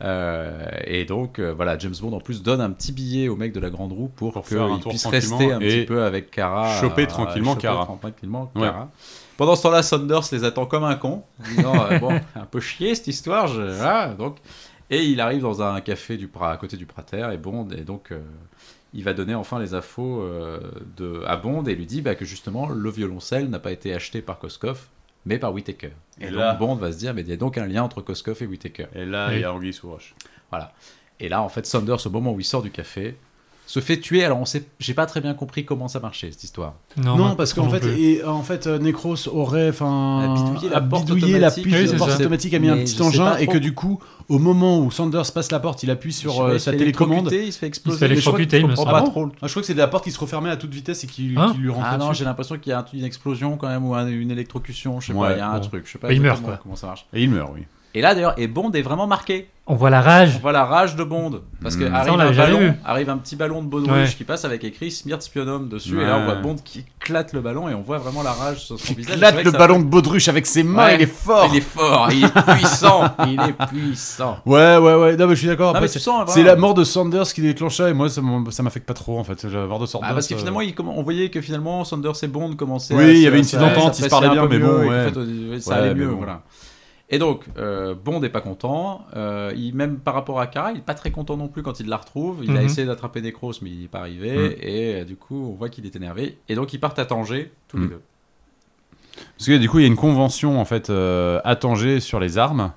E: Euh, et donc, euh, voilà, James Bond en plus donne un petit billet au mec de la grande roue pour,
C: Pour faire un
E: qu'il
C: tour
E: puisse
C: tranquillement
E: rester un
C: et
E: petit peu avec Cara.
C: choper
E: euh,
C: tranquillement
E: choper
C: Cara.
E: tranquillement
C: Ouais.
E: Cara. Pendant ce temps-là, Saunders les attend comme un con, en disant euh, Bon, un peu chier cette histoire. Je... voilà, donc. Et il arrive dans un café du Pra- à côté du Prater, et Bond, et donc euh, il va donner enfin les infos euh, de, à Bond et lui dit bah, que justement le violoncelle n'a pas été acheté par Koskov, mais par Whitaker. Et,
C: Et
E: donc
C: là-
E: Bond va se dire, mais il y a donc un lien entre Koskov et Whitaker.
C: Et là,
D: Oui.
C: il y a Anguille sous roche.
E: Et là, en fait, Saunders, au moment où il sort du café, se fait tuer. Alors, on sait, j'ai pas très bien compris comment ça marchait cette histoire.
D: Non,
F: Non,
D: moi,
F: parce
D: moi
F: qu'en
D: non
F: fait,
D: plus.
F: et, en fait, euh, Necros aurait enfin
E: A bidouillé la
F: a
E: porte
F: bidouillé la
E: automatique.
F: puce
D: Oui,
F: de
D: c'est
F: porte
D: ça.
F: automatique, a mis un
E: Mais
F: petit
E: je sais
F: engin,
E: pas
F: et que
E: trop.
F: du coup, au moment où Sanders passe la porte, il appuie
E: Je
F: sur
E: sais pas,
F: euh,
E: il se
F: sa
E: fait
F: télécommande.
E: électrocuter, Il se
D: Il se
E: fait exploser.
D: fait électrocuter, il me
E: comprends
D: semble.
E: pas
F: Ah bon
E: trop le-
F: Ah, je crois que c'est de la porte qui se refermait à toute vitesse et qui,
D: Hein
F: qui lui rentre
E: Ah non,
F: dessus.
E: j'ai l'impression qu'il y a un- une explosion quand même ou un- une électrocution, je sais
C: Ouais,
E: pas, il y a un
D: bon.
E: truc, je sais pas.
D: Mais il meurt,
E: exactement
D: quoi.
E: Comment ça marche
C: Et il meurt, oui.
E: Et là d'ailleurs, et Bond est vraiment marqué.
D: On voit la
E: On
D: rage.
E: voit la rage de Bond parce que
C: Mmh.
E: arrive,
D: Ça, on
E: un
D: l'avait jamais
E: ballon,
D: vu.
E: arrive un petit ballon de Bond
D: Ouais.
E: rouge qui passe avec écrit Smirte Spionum dessus et là on voit
C: Ouais.
E: Bond qui éclate le ballon et on voit vraiment la rage sur son
F: Il
E: visage.
F: claque
E: C'est vrai
F: le
E: que ça-
F: ballon de Baudruche avec ses mains,
E: Ouais.
F: il est fort.
E: Il est fort, il est puissant, il est puissant.
F: Ouais, ouais, ouais. Non, mais je suis d'accord.
E: Non,
F: après,
E: mais tu
F: C'est
E: sens,
F: c'est
E: voilà.
F: la mort de Sanders qui déclencha, et moi, ça m'en- ça m'affecte pas trop en fait. La mort de Sanders.
E: Ah, parce que
F: euh,
E: finalement, il comm- on voyait que finalement, Saunders et Bond commençaient
F: Oui,
E: à-
F: il y avait une
E: à-
F: petite entente, ils se parlaient
E: s'apprécier un
F: bien,
E: peu
F: mais
E: mieux,
F: bon,
E: et
F: ouais.
E: qu'en fait, euh, ça
F: Ouais,
E: allait
F: mais
E: mieux,
F: bon.
E: voilà. Et donc, euh, Bond n'est pas content. euh, il, même par rapport à Cara, il n'est pas très content non plus quand il la retrouve. Il a
D: Mhm.
E: essayé d'attraper Necros, mais il n'est pas arrivé.
C: Mhm.
E: Et euh, du coup, on voit qu'il est énervé. Et donc, ils partent à Tanger, tous les
C: Mhm.
E: deux.
C: Parce que du coup, il y a une convention en fait euh, à Tanger sur les armes,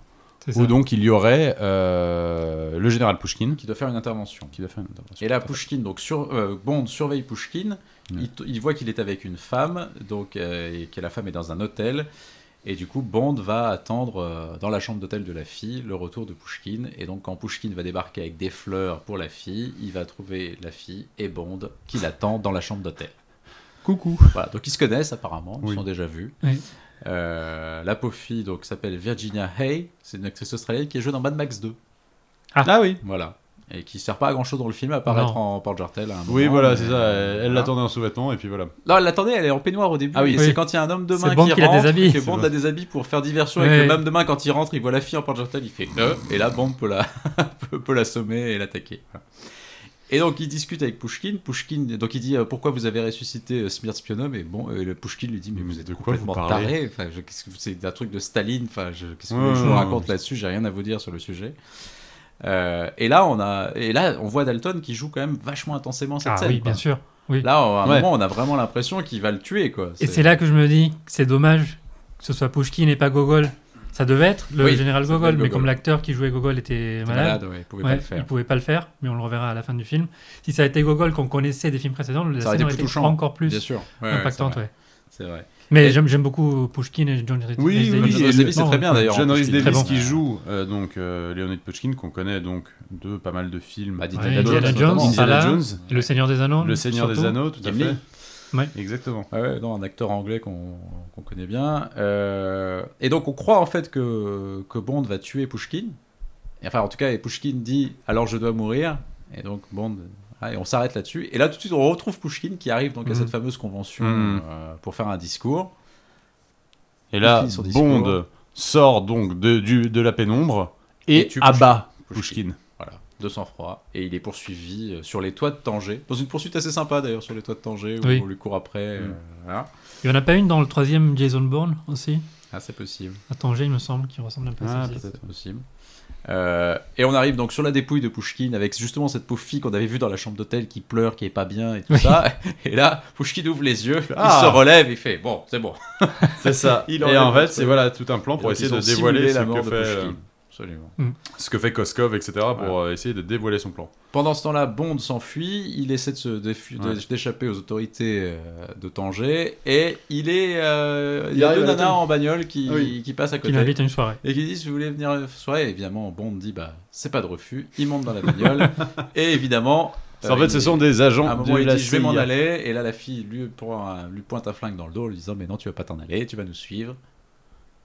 D: C'est
C: où
D: ça.
C: donc il y aurait euh, le général Pushkin
E: Qui doit faire une intervention.
C: qui doit faire une intervention.
E: Et là, Pushkin, donc sur, euh, Bond surveille Pushkin. Il, t- il voit qu'il est avec une femme, donc euh, et que la femme est dans un hôtel. Et du coup, Bond va attendre euh, dans la chambre d'hôtel de la fille le retour de Pushkin. Et donc, quand Pushkin va débarquer avec des fleurs pour la fille, il va trouver la fille et Bond qui l'attend dans la chambre d'hôtel.
C: Coucou.
E: Voilà, donc ils se connaissent apparemment, ils se
C: Oui.
E: sont déjà vus.
D: Oui.
E: Euh, la pauvre fille donc s'appelle Virginia Hay, c'est une actrice australienne qui a joué dans Mad Max 2.
C: Ah oui.
E: Voilà. Et qui sert pas à grand chose dans le film à part
D: Non.
E: être en porte-jartel. à un
C: Oui,
E: moment,
C: voilà,
E: mais-
C: c'est ça. Elle elle
E: voilà.
C: l'attendait en sous-vêtements et puis voilà.
E: Non, elle l'attendait, elle est en peignoir au début.
C: Ah oui.
E: et
D: Oui.
E: c'est quand il y a un homme de
D: C'est
E: main
D: Bond
E: qui
D: qui la
E: rentre,
D: déshabille.
E: que Bond
C: C'est
E: la déshabille pour faire diversion.
D: Ouais.
E: Et que le homme de main, quand il rentre, il voit la fille en porte-jartel, il fait euh, et là, Bond peut la- peut- peut l'assommer et l'attaquer. Voilà. Et donc, il discute avec Pushkin. Pushkin, donc il dit euh, pourquoi vous avez ressuscité euh, Smear Spionum Et bon, euh, le Pushkin lui dit mais
C: Mais
E: vous êtes
C: de quoi vous
E: complètement
C: parlez
E: taré. Enfin, je- qu'est-ce que- c'est un truc de Staline. Enfin, je- qu'est-ce que
C: Ouais,
E: je vous
C: ouais,
E: raconte là-dessus J'ai rien à vous dire sur le sujet. Euh, et là, on a, et là, on voit Dalton qui joue quand même vachement intensément cette
D: Ah
E: scène.
D: oui,
E: quoi.
D: bien sûr.
E: Là, on- à un
C: Ouais.
E: moment, on a vraiment l'impression qu'il va le tuer, quoi.
D: Et c'est là que je me dis que c'est dommage que ce soit Pushkin et pas Gogol. Ça devait être le
E: Oui,
D: général
E: ça devait
D: Gogol,
E: être
D: mais
E: Gogol.
D: comme l'acteur qui jouait Gogol était
E: T'es
D: malade,
E: malade, ouais, il pouvait
D: ouais,
E: pas le
D: il
E: faire.
D: pouvait pas le faire, mais on le reverra à la fin du film. Si ça a été Gogol qu'on connaissait des films précédents, la
E: Ça
D: scène
E: aurait été
D: aurait
E: plus
D: été
E: touchant,
D: encore
E: Bien
D: plus
E: sûr. Ouais, ouais,
D: impactante.
E: c'est vrai,
D: ouais.
E: C'est vrai.
D: Mais
E: Et-
D: j'aime j'aime beaucoup Pushkin et John Rhys
C: Oui,
D: Davis.
C: oui,
E: John
C: et
E: Rhys
C: le-
E: Davis, c'est
D: non,
E: très bien d'ailleurs.
C: John
E: en
C: Rhys
E: plus, il est
C: Davis
E: très bon.
C: qui joue euh, donc euh, Leonid Pushkin qu'on connaît donc de pas mal de films.
E: Bah, Indiana
D: Ouais,
E: Jones,
D: Indiana Jones,
E: notamment.
D: Salah,
C: Indiana Jones,
D: et Le Seigneur des Anneaux.
C: Le Seigneur
D: surtout.
C: des Anneaux, tout à
E: Gimli.
C: fait.
D: Ouais.
C: Exactement.
E: Ouais, ouais, non, un acteur anglais qu'on qu'on connaît bien. Euh, et donc, on croit en fait que, que Bond va tuer Pushkin. Et enfin, en tout cas, et Pushkin dit alors je dois mourir. Et donc, Bond. ah, et on s'arrête là-dessus. Et là, tout de suite, on retrouve Pushkin qui arrive donc à
D: Mhm.
E: cette fameuse convention
C: Mhm.
E: euh, pour faire un discours.
C: Et là,
E: Il finit son discours. hein.
C: Bond sort donc de, du- de la pénombre
E: Et
C: et,
E: tue
C: abat
E: Pushkin.
C: Pushkin.
E: Voilà, de sang-froid. Et il est poursuivi euh, sur les toits de Tanger. Dans une poursuite assez sympa d'ailleurs, sur les toits de Tanger, où
D: Oui.
E: on lui court après. euh,
C: Mm.
E: voilà.
D: Il n'y en a pas une dans le troisième Jason Bourne aussi
E: Ah, c'est possible.
D: À Tanger, il me semble, qui ressemble un peu à
C: Ah,
D: celle-ci.
C: peut-être.
E: C'est possible. Euh, et on arrive donc sur la dépouille de Pushkin avec justement cette pauvre fille qu'on avait vue dans la chambre d'hôtel qui pleure, qui est pas bien et tout ça. Et là, Pushkin ouvre les yeux,
C: Ah.
E: il se relève, il fait bon, c'est bon.
C: C'est ça.
E: Il
C: et
E: enlève
C: en
E: le
C: fait,
E: truc.
C: c'est voilà tout un plan
E: Et donc,
C: pour essayer
E: ils ont
C: de dévoiler
E: simulé la
C: ce
E: mort
C: que,
E: de
C: fait, euh,
E: Pushkin. Absolument.
C: ce que fait Koskov, etc., pour
E: Voilà.
C: euh, essayer de dévoiler son plan.
E: Pendant ce temps-là, Bond s'enfuit, il essaie de se défu- de-
C: Ouais.
E: d'échapper aux autorités euh, de Tanger et il est euh, il y a
C: arrive
E: deux
C: à l'hôtel.
E: nanas en bagnole qui,
C: Ah oui.
E: qui passent à
D: Qui
E: côté
D: l'invite à une soirée.
E: et qui disent si vous voulez venir euh, soirée évidemment Bond dit bah c'est pas de refus, il monte dans la bagnole et évidemment
C: en
E: euh,
C: fait,
E: il-
C: ce sont des
E: à un
C: agents de
E: moment, il
C: la
E: dit je vais m'en
C: CIA.
E: aller et là la fille lui, prend un- lui pointe un flingue dans le dos en lui disant mais non tu vas pas t'en aller, tu vas nous suivre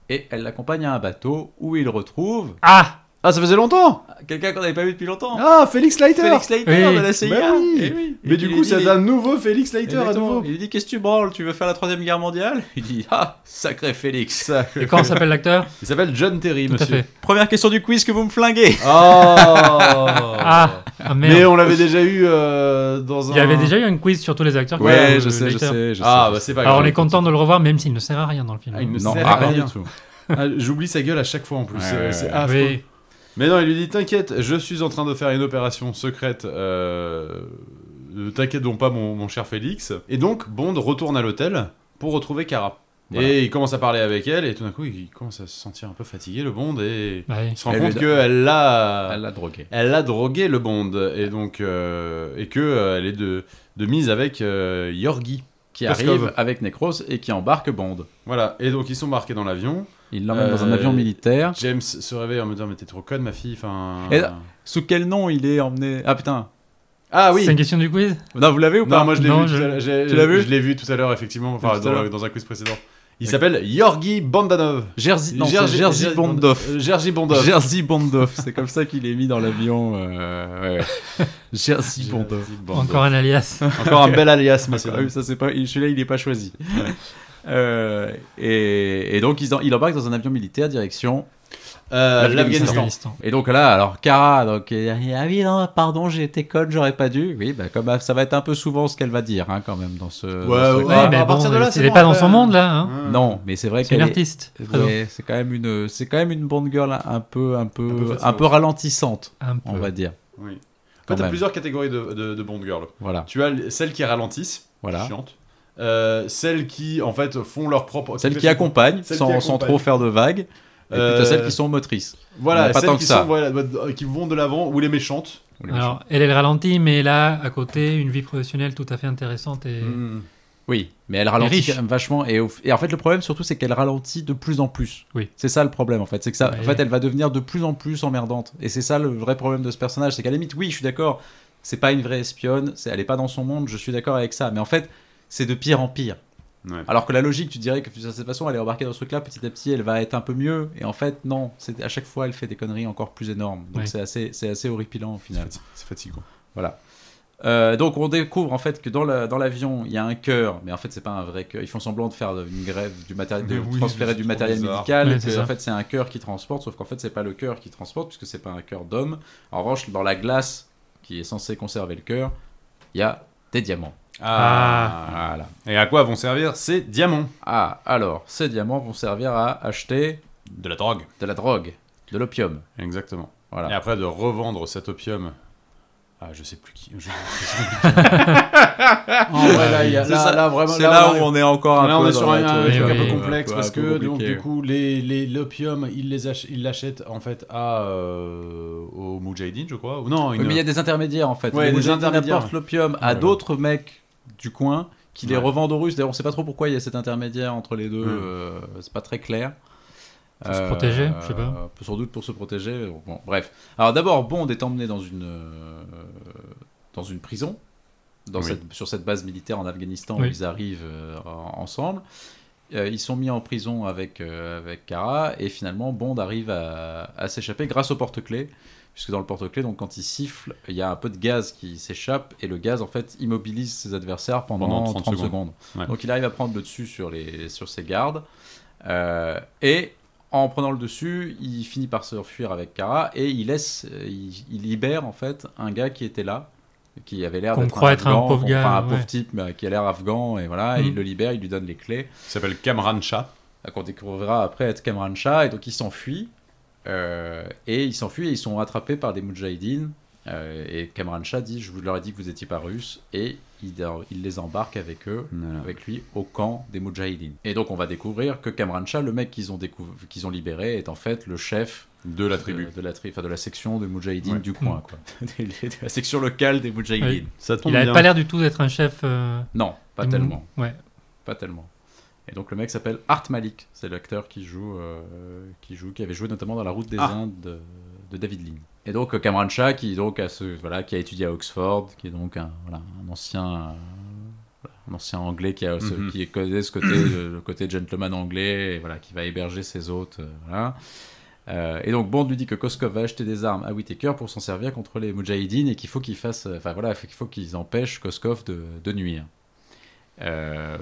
E: et elle l'accompagne à un bateau où il retrouve
D: Ah
C: Ah, ça faisait longtemps
E: quelqu'un qu'on n'avait pas vu depuis longtemps.
C: Ah, Félix Leiter
E: Félix Leiter
D: Oui.
E: de la CIA.
C: Bah oui.
E: Eh oui.
C: Mais
E: Et
C: du
E: il
C: coup,
E: lui dit-
C: c'est un nouveau Félix Leiter à
E: Exactement.
C: nouveau.
E: Il lui dit Qu'est-ce que tu branles Tu veux faire la Troisième Guerre mondiale Il dit Ah, sacré Félix
D: Et comment s'appelle l'acteur
C: Il s'appelle John Terry,
D: Tout à
C: monsieur.
D: fait.
E: Première question du quiz que vous me flinguez
C: Oh
D: Ah, ah, merde.
C: Mais on l'avait déjà eu euh, dans un.
D: Il y avait déjà eu un quiz sur tous les acteurs.
C: Ouais,
D: qui jouent
E: je
D: le
E: sais, je
D: lecteur.
E: sais, je
C: Ah,
E: sais.
C: bah c'est pas
D: Alors on
C: grave.
D: est content de le revoir, même s'il ne sert à rien dans le film.
C: Ah, il ne
E: Non,
C: sert
E: ah,
C: à
E: rien
C: rien.
E: du tout.
C: Ah, J'oublie sa gueule à chaque fois en plus.
E: Ouais,
C: c'est
E: ouais,
C: c'est
E: ouais.
C: affreux.
D: Oui.
C: Mais non, il lui dit T'inquiète, je suis en train de faire une opération secrète. Euh... euh, T'inquiète donc pas, mon, mon cher Félix. Et donc, Bond retourne à l'hôtel pour retrouver Cara.
E: Voilà.
C: Et il commence à parler avec elle, et tout d'un coup, il commence à se sentir un peu fatigué, le Bond, et
D: Bah oui.
C: il se rend
E: Elle
C: compte
E: le-
C: qu'elle l'a.
E: Elle l'a drogué.
C: elle a drogué le Bond et donc euh, et que euh, elle est de, de mise avec euh, Yorgi.
E: Qui
C: Koskov.
E: arrive avec Necros et qui embarque Bond.
C: Voilà, et donc ils sont marqués dans l'avion.
E: Il l'emmène dans un
C: Euh,
E: avion militaire.
C: James se réveille en me disant mais t'es trop conne ma fille, enfin.
E: Et là- Sous quel nom il est emmené Ah putain
C: Ah oui.
D: C'est une question du quiz
E: Non, vous l'avez ou pas
C: Non moi je l'ai
D: Non,
C: vu,
D: je-
C: tout à l'heure, j'ai-
E: Tu l'as vu
C: je l'ai vu tout à l'heure effectivement, enfin
E: Tout à
C: dans,
E: l'heure.
C: dans un quiz précédent. Il
E: Ok.
C: s'appelle Yorgi Bandanov.
E: Jerzy, non, c'est
C: Jerzy-
E: Jerzy
C: Jerzy
E: Bondov.
C: Euh, Jerzy Bondov.
E: Jerzy Bondov, c'est comme ça qu'il est mis dans l'avion. euh, ouais, ouais. Jerzy
C: Jerzy
E: Bondov.
C: Bondov.
D: Encore un alias.
C: Encore un bel alias monsieur.
E: Ah oui, ça c'est pas. il- Celui-là, il est pas choisi. Euh, et, et donc, ils en- il embarque dans un avion militaire direction.
C: Euh,
E: L'Afghanistan.
C: L'Afghanistan.
D: Afghanistan.
E: Et donc là, alors Cara, donc elle dit, ah oui, non, pardon, j'ai été conne, j'aurais pas dû. Oui, bah comme ça va être un peu souvent ce qu'elle va dire, hein, quand même, dans ce. dans ce-
C: Ouais,
D: Ouais,
C: à
D: mais
C: partir
D: bon,
C: de là,
D: il
C: c'est
D: n'est
C: bon,
D: pas dans
C: après,
D: son monde là. hein.
C: Ah,
E: Non, mais c'est vrai
D: C'est une
E: qu'elle est.
D: artiste. Très drôle.
E: Ouais, c'est quand même une, c'est quand même une Bond girl un peu, un peu,
C: Un peu
E: un
C: fatigante.
E: peu ralentissante,
D: Un peu.
E: on va dire.
C: Oui. En
E: Quand
C: fait, t'as
E: même.
C: plusieurs catégories de, de, de Bond Girl.
E: Voilà,
C: Tu as celles qui ralentissent.
E: voilà.
C: chiantes. Euh, celles qui, en fait, font leur propre.
E: Celles qui accompagnent,
C: Celles qui
E: sans, sans
C: accompagnent.
E: trop faire de vagues. Et puis t'as
C: Euh,
E: celles qui sont motrices.
C: Voilà,
E: Mais pas
C: celles
E: tant
C: qui,
E: que ça.
C: sont, voilà, euh, qui vont de l'avant ou les méchantes.
E: Ou les méchants.
D: Alors, elle, elle ralentit, mais là, à côté, une vie professionnelle tout à fait intéressante. Et...
C: Mm.
E: Oui, mais elle ralentit
D: riche.
E: quand même vachement. Et, au- et en fait, le problème surtout, c'est qu'elle ralentit de plus en plus.
D: Oui.
E: C'est ça le problème en fait. C'est que ça, en
D: Ouais.
E: fait, elle va devenir de plus en plus emmerdante. Et c'est ça le vrai problème de ce personnage. C'est qu'à la limite, oui, je suis d'accord, c'est pas une vraie espionne, c'est, elle est pas dans son monde, je suis d'accord avec ça. Mais en fait, c'est de pire en pire.
C: Ouais.
E: Alors que la logique, tu dirais que de cette façon, elle est embarquée dans ce truc-là, petit à petit, elle va être un peu mieux. Et en fait, non. C'est- À chaque fois, elle fait des conneries encore plus énormes. Donc
D: Ouais.
E: c'est assez, c'est assez horripilant au final.
C: C'est fatigant.
E: Voilà. Euh, donc on découvre en fait que dans la- dans l'avion il y a un cœur, mais en fait c'est pas un vrai cœur. Ils font semblant de faire une grève du matériel, de
F: Mais oui,
E: transférer
F: c'est
E: du
F: trop
E: matériel
F: bizarre.
E: médical.
D: Ouais,
E: et
D: c'est
E: que,
D: ça.
E: en fait c'est un cœur qui transporte, sauf qu'en fait c'est pas le cœur qui transporte puisque c'est pas un cœur d'homme. En revanche dans la glace qui est censée conserver le cœur, il y a des diamants.
C: Ah.
E: Voilà.
C: Et à quoi vont servir ces diamants
E: Ah alors ces diamants vont servir à acheter
C: De la drogue.
E: de la drogue, de l'opium.
C: Exactement.
E: Voilà.
C: Et après de revendre cet opium à je sais plus qui. Je...
E: Ah,
C: là, il y a-
E: C'est
C: là-
E: ça.
C: là, vraiment,
E: C'est
C: là,
E: là,
C: on
E: où on est encore un
C: Là, on
E: peu
C: est
E: dans
C: sur un,
E: la-
C: un
E: ouais,
C: truc
D: ouais,
C: un peu
D: ouais,
C: complexe
E: ouais,
C: parce
E: un peu
C: que donc
E: compliqué,
C: du coup les les- l'opium ils les ach- ils l'achètent en fait à euh, au Moudjahidine je crois ou non
E: Oui,
C: une-
E: mais il y a des intermédiaires en fait.
C: Ouais,
E: les
C: des
E: Moudjahidines
C: intermédiaires.
E: apportent l'opium à
C: Ouais.
E: d'autres mecs du coin qui les
C: Ouais.
E: revendent aux Russes. D'ailleurs, on sait pas trop pourquoi il y a cet intermédiaire entre les deux.
C: Mm.
E: euh, c'est pas très clair.
D: Pour se protéger, je sais pas.
E: euh, Sans doute pour se protéger. Bon, bref. Alors d'abord, Bond est emmené dans une euh, dans une prison, dans
C: Oui.
E: cette- sur cette base militaire en Afghanistan où
D: Oui.
E: ils arrivent euh, en- ensemble. Euh, ils sont mis en prison avec, euh, avec Kara et finalement Bond arrive à, à s'échapper grâce au porte-clés. Puisque dans le porte-clés, donc quand il siffle, il y a un peu de gaz qui s'échappe et le gaz en fait immobilise ses adversaires pendant,
C: Pendant
E: 30,
C: 30
E: secondes.
C: Ouais.
E: Donc il arrive à prendre le dessus sur, les, sur ses gardes Euh, et en prenant le dessus, il finit par se fuir avec Kara et il laisse, euh, il, il libère en fait un gars qui était là, qui avait l'air
D: Qu'on
E: d'être
D: croit être un
E: Afghan,
D: pauvre
E: qu'on-
D: gars,
E: enfin, un pauvre
D: ouais.
E: type mais qui a l'air afghan et voilà, et
D: Mm.
E: il le libère, il lui donne les clés
C: Il s'appelle Kamran Shah.
E: euh, qu'on découvrira après être Kamran Shah, et donc ils s'enfuient, euh, et ils s'enfuient, et ils sont attrapés par des Moudjahidines, euh, et Kamran Shah dit, je vous leur ai dit que vous étiez pas russes, et il, il les embarque avec eux,
C: Ah.
E: avec lui, au camp des Moudjahidines. Et donc on va découvrir que Kamran Shah, le mec qu'ils ont, découv- qu'ils ont libéré, est en fait le chef
C: de la tribu.
E: de, de la, tri- enfin, de la section des Moudjahidines
C: Ouais.
E: du coin, quoi. Des- de la section locale des Moudjahidines.
D: Oui.
C: Ça tombe
D: Il avait
C: bien.
D: pas l'air du tout d'être un chef. euh,
E: Non, pas
D: du-
E: tellement.
D: Ouais.
E: Pas tellement. Et donc le mec s'appelle Art Malik, c'est l'acteur qui joue, euh, qui joue, qui avait joué notamment dans La Route des
C: Ah.
E: Indes de, de David Lean. Et donc euh, Cameron Shah, qui donc a ce, voilà, qui a étudié à Oxford, qui est donc un, voilà, un ancien, euh, voilà, un ancien anglais qui a ce-
C: Mhm.
E: qui connaît ce côté, le, le côté gentleman anglais, et voilà, qui va héberger ses hôtes, euh, voilà. Euh, et donc Bond lui dit que Koskov va acheter des armes à Whitaker pour s'en servir contre les Moudjahidines et qu'il faut qu'il fasse, enfin voilà, qu'il faut qu'ils empêchent Koskov de, de nuire. Euh,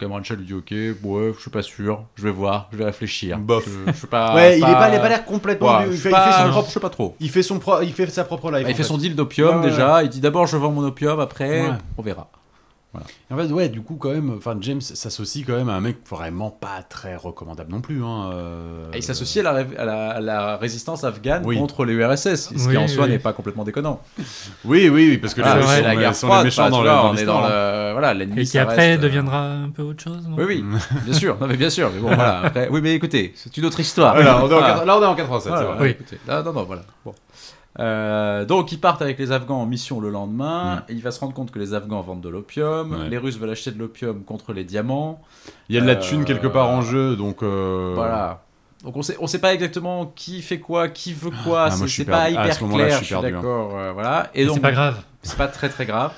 E: Cameron Shah lui dit ok, ouais, je suis pas sûr, je vais voir, je vais réfléchir.
C: Bof.
E: Je, je suis
C: Ah,
E: pas.
F: Ouais, il est pas, il a pas l'air complètement.
E: Ouais,
F: du-
E: je
F: il,
E: suis
F: fait, il fait
E: pas-
F: son propre,
E: je sais pas trop.
F: il fait son pro- il fait sa propre life.
C: Ah,
E: Bah, il
F: en
E: fait
F: fait.
E: son deal d'opium
F: Ouais, ouais.
E: déjà. Il dit d'abord je vends mon opium, après
C: Ouais.
E: on verra.
C: En fait, ouais, du coup, quand même, enfin, James s'associe quand même à un mec vraiment pas très recommandable non plus. Hein, euh,
E: Et il s'associe à la, ré- à la- à la résistance afghane
C: Oui.
E: contre les URSS, ce qui
D: Oui,
E: en soi
D: oui.
E: n'est pas complètement déconnant.
C: Oui, oui, oui, parce que
E: Voilà,
F: Ah,
C: les
D: c'est
C: Russes sont,
D: vrai,
E: Ah, la
C: les-
E: guerre
C: sont
E: froide,
C: les méchants
E: enfin,
F: bah,
C: dans
E: tu
C: le-
E: vois,
C: dans
E: on est
C: l'histoire,
E: dans
C: hein.
E: le voilà l'ennemi.
D: Et qui
E: ça
D: après
E: reste, euh,
D: deviendra un peu autre chose. non
E: Oui, oui, bien sûr, non, mais bien sûr, mais bon, voilà. Après, oui, mais écoutez, c'est une autre histoire.
C: Voilà, on est en
E: Voilà.
C: quatre- là, on est en 87,
E: Voilà,
C: c'est vrai.
E: voilà, écoutez. Ah, non, non, voilà. Bon. Euh, donc ils partent avec les Afghans en mission le lendemain. Et il va se rendre compte que les Afghans vendent de l'opium.
C: Ouais.
E: Les Russes veulent acheter de l'opium contre les diamants.
C: Il y a de la
E: Euh,
C: thune quelque part en jeu, donc. euh,
E: Voilà. Donc on sait, on sait pas exactement qui fait quoi, qui veut quoi.
C: Ah, moi,
E: c'est
C: je suis
E: c'est pas
C: perdu. Ah, à
E: hyper
C: ce moment-là,
E: clair.
C: je
E: Je
C: suis
E: suis
C: perdu, hein.
E: d'accord. euh, voilà. Et
D: Et c'est
E: donc
D: pas grave.
E: c'est pas très très grave.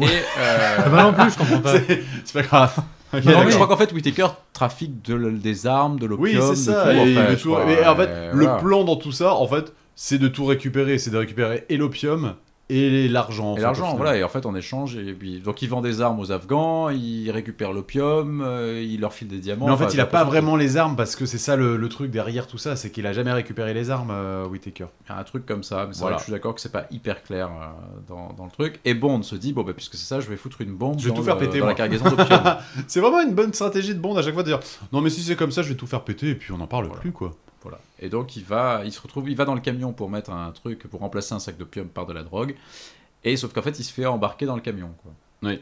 E: Et euh,
D: Ah bah non plus, je comprends pas.
C: C'est pas grave. Ok,
E: non, mais
C: d'accord.
E: je crois qu'en fait Whitaker trafique de l- des armes, de
F: Oui,
E: l'opium,
F: c'est
E: de
F: ça.
E: tout,
F: et il
E: enfin,
F: veut
E: je
F: tout-
E: crois,
F: mais en fait,
E: euh,
F: le
E: voilà.
F: plan dans tout ça, en fait, c'est de tout récupérer. C'est de récupérer et l'opium et l'argent. en
E: Et
F: fait, au
E: l'argent,
F: final.
E: voilà, et en fait on échange, et puis donc il vend des armes aux Afghans, il récupère l'opium, euh, il leur file des diamants.
F: Mais en
E: enfin,
F: fait, il a
E: t'as
F: pas vraiment les armes parce que c'est ça le, le truc derrière tout ça, c'est qu'il a jamais récupéré les armes, euh, Whittaker.
E: Il y a un truc comme ça, mais c'est
F: Voilà.
E: vrai que je suis d'accord que c'est pas hyper clair euh, dans, dans le truc. Et Bond se dit, bon, bah, puisque c'est ça, je vais foutre une bombe
F: Je vais
E: dans,
F: tout faire
E: le-
F: péter,
E: dans la
F: moi.
E: cargaison d'opium.
F: C'est vraiment une bonne stratégie de Bond à chaque fois de dire non mais si c'est comme ça, je vais tout faire péter et puis on en parle
E: Voilà.
F: plus quoi.
E: Voilà. Et donc il va, il se retrouve, il va dans le camion pour mettre un truc, pour remplacer un sac d'opium par de la drogue. Et sauf qu'en fait, il se fait embarquer dans le camion. Quoi.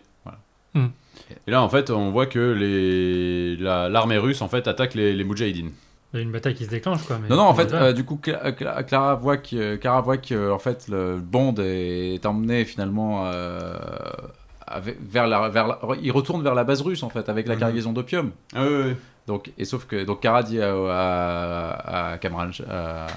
C: Et là, en fait, on voit que les la- l'armée russe en fait attaque les, les Moudjahidines.
D: Il y a une bataille qui se déclenche quoi. mais-
E: Non, non, en fait,
D: Voilà.
E: euh, du coup, Cla- euh, Cla- Clara voit que, Clara voit que en fait, le Bond est, est emmené finalement euh, avec- vers la, vers la- il retourne vers la base russe en fait avec la
C: Mhm.
E: cargaison d'opium.
C: Ah ouais, ouais, ouais.
E: Donc, et sauf que donc Kara dit à, à, à Cameron, à-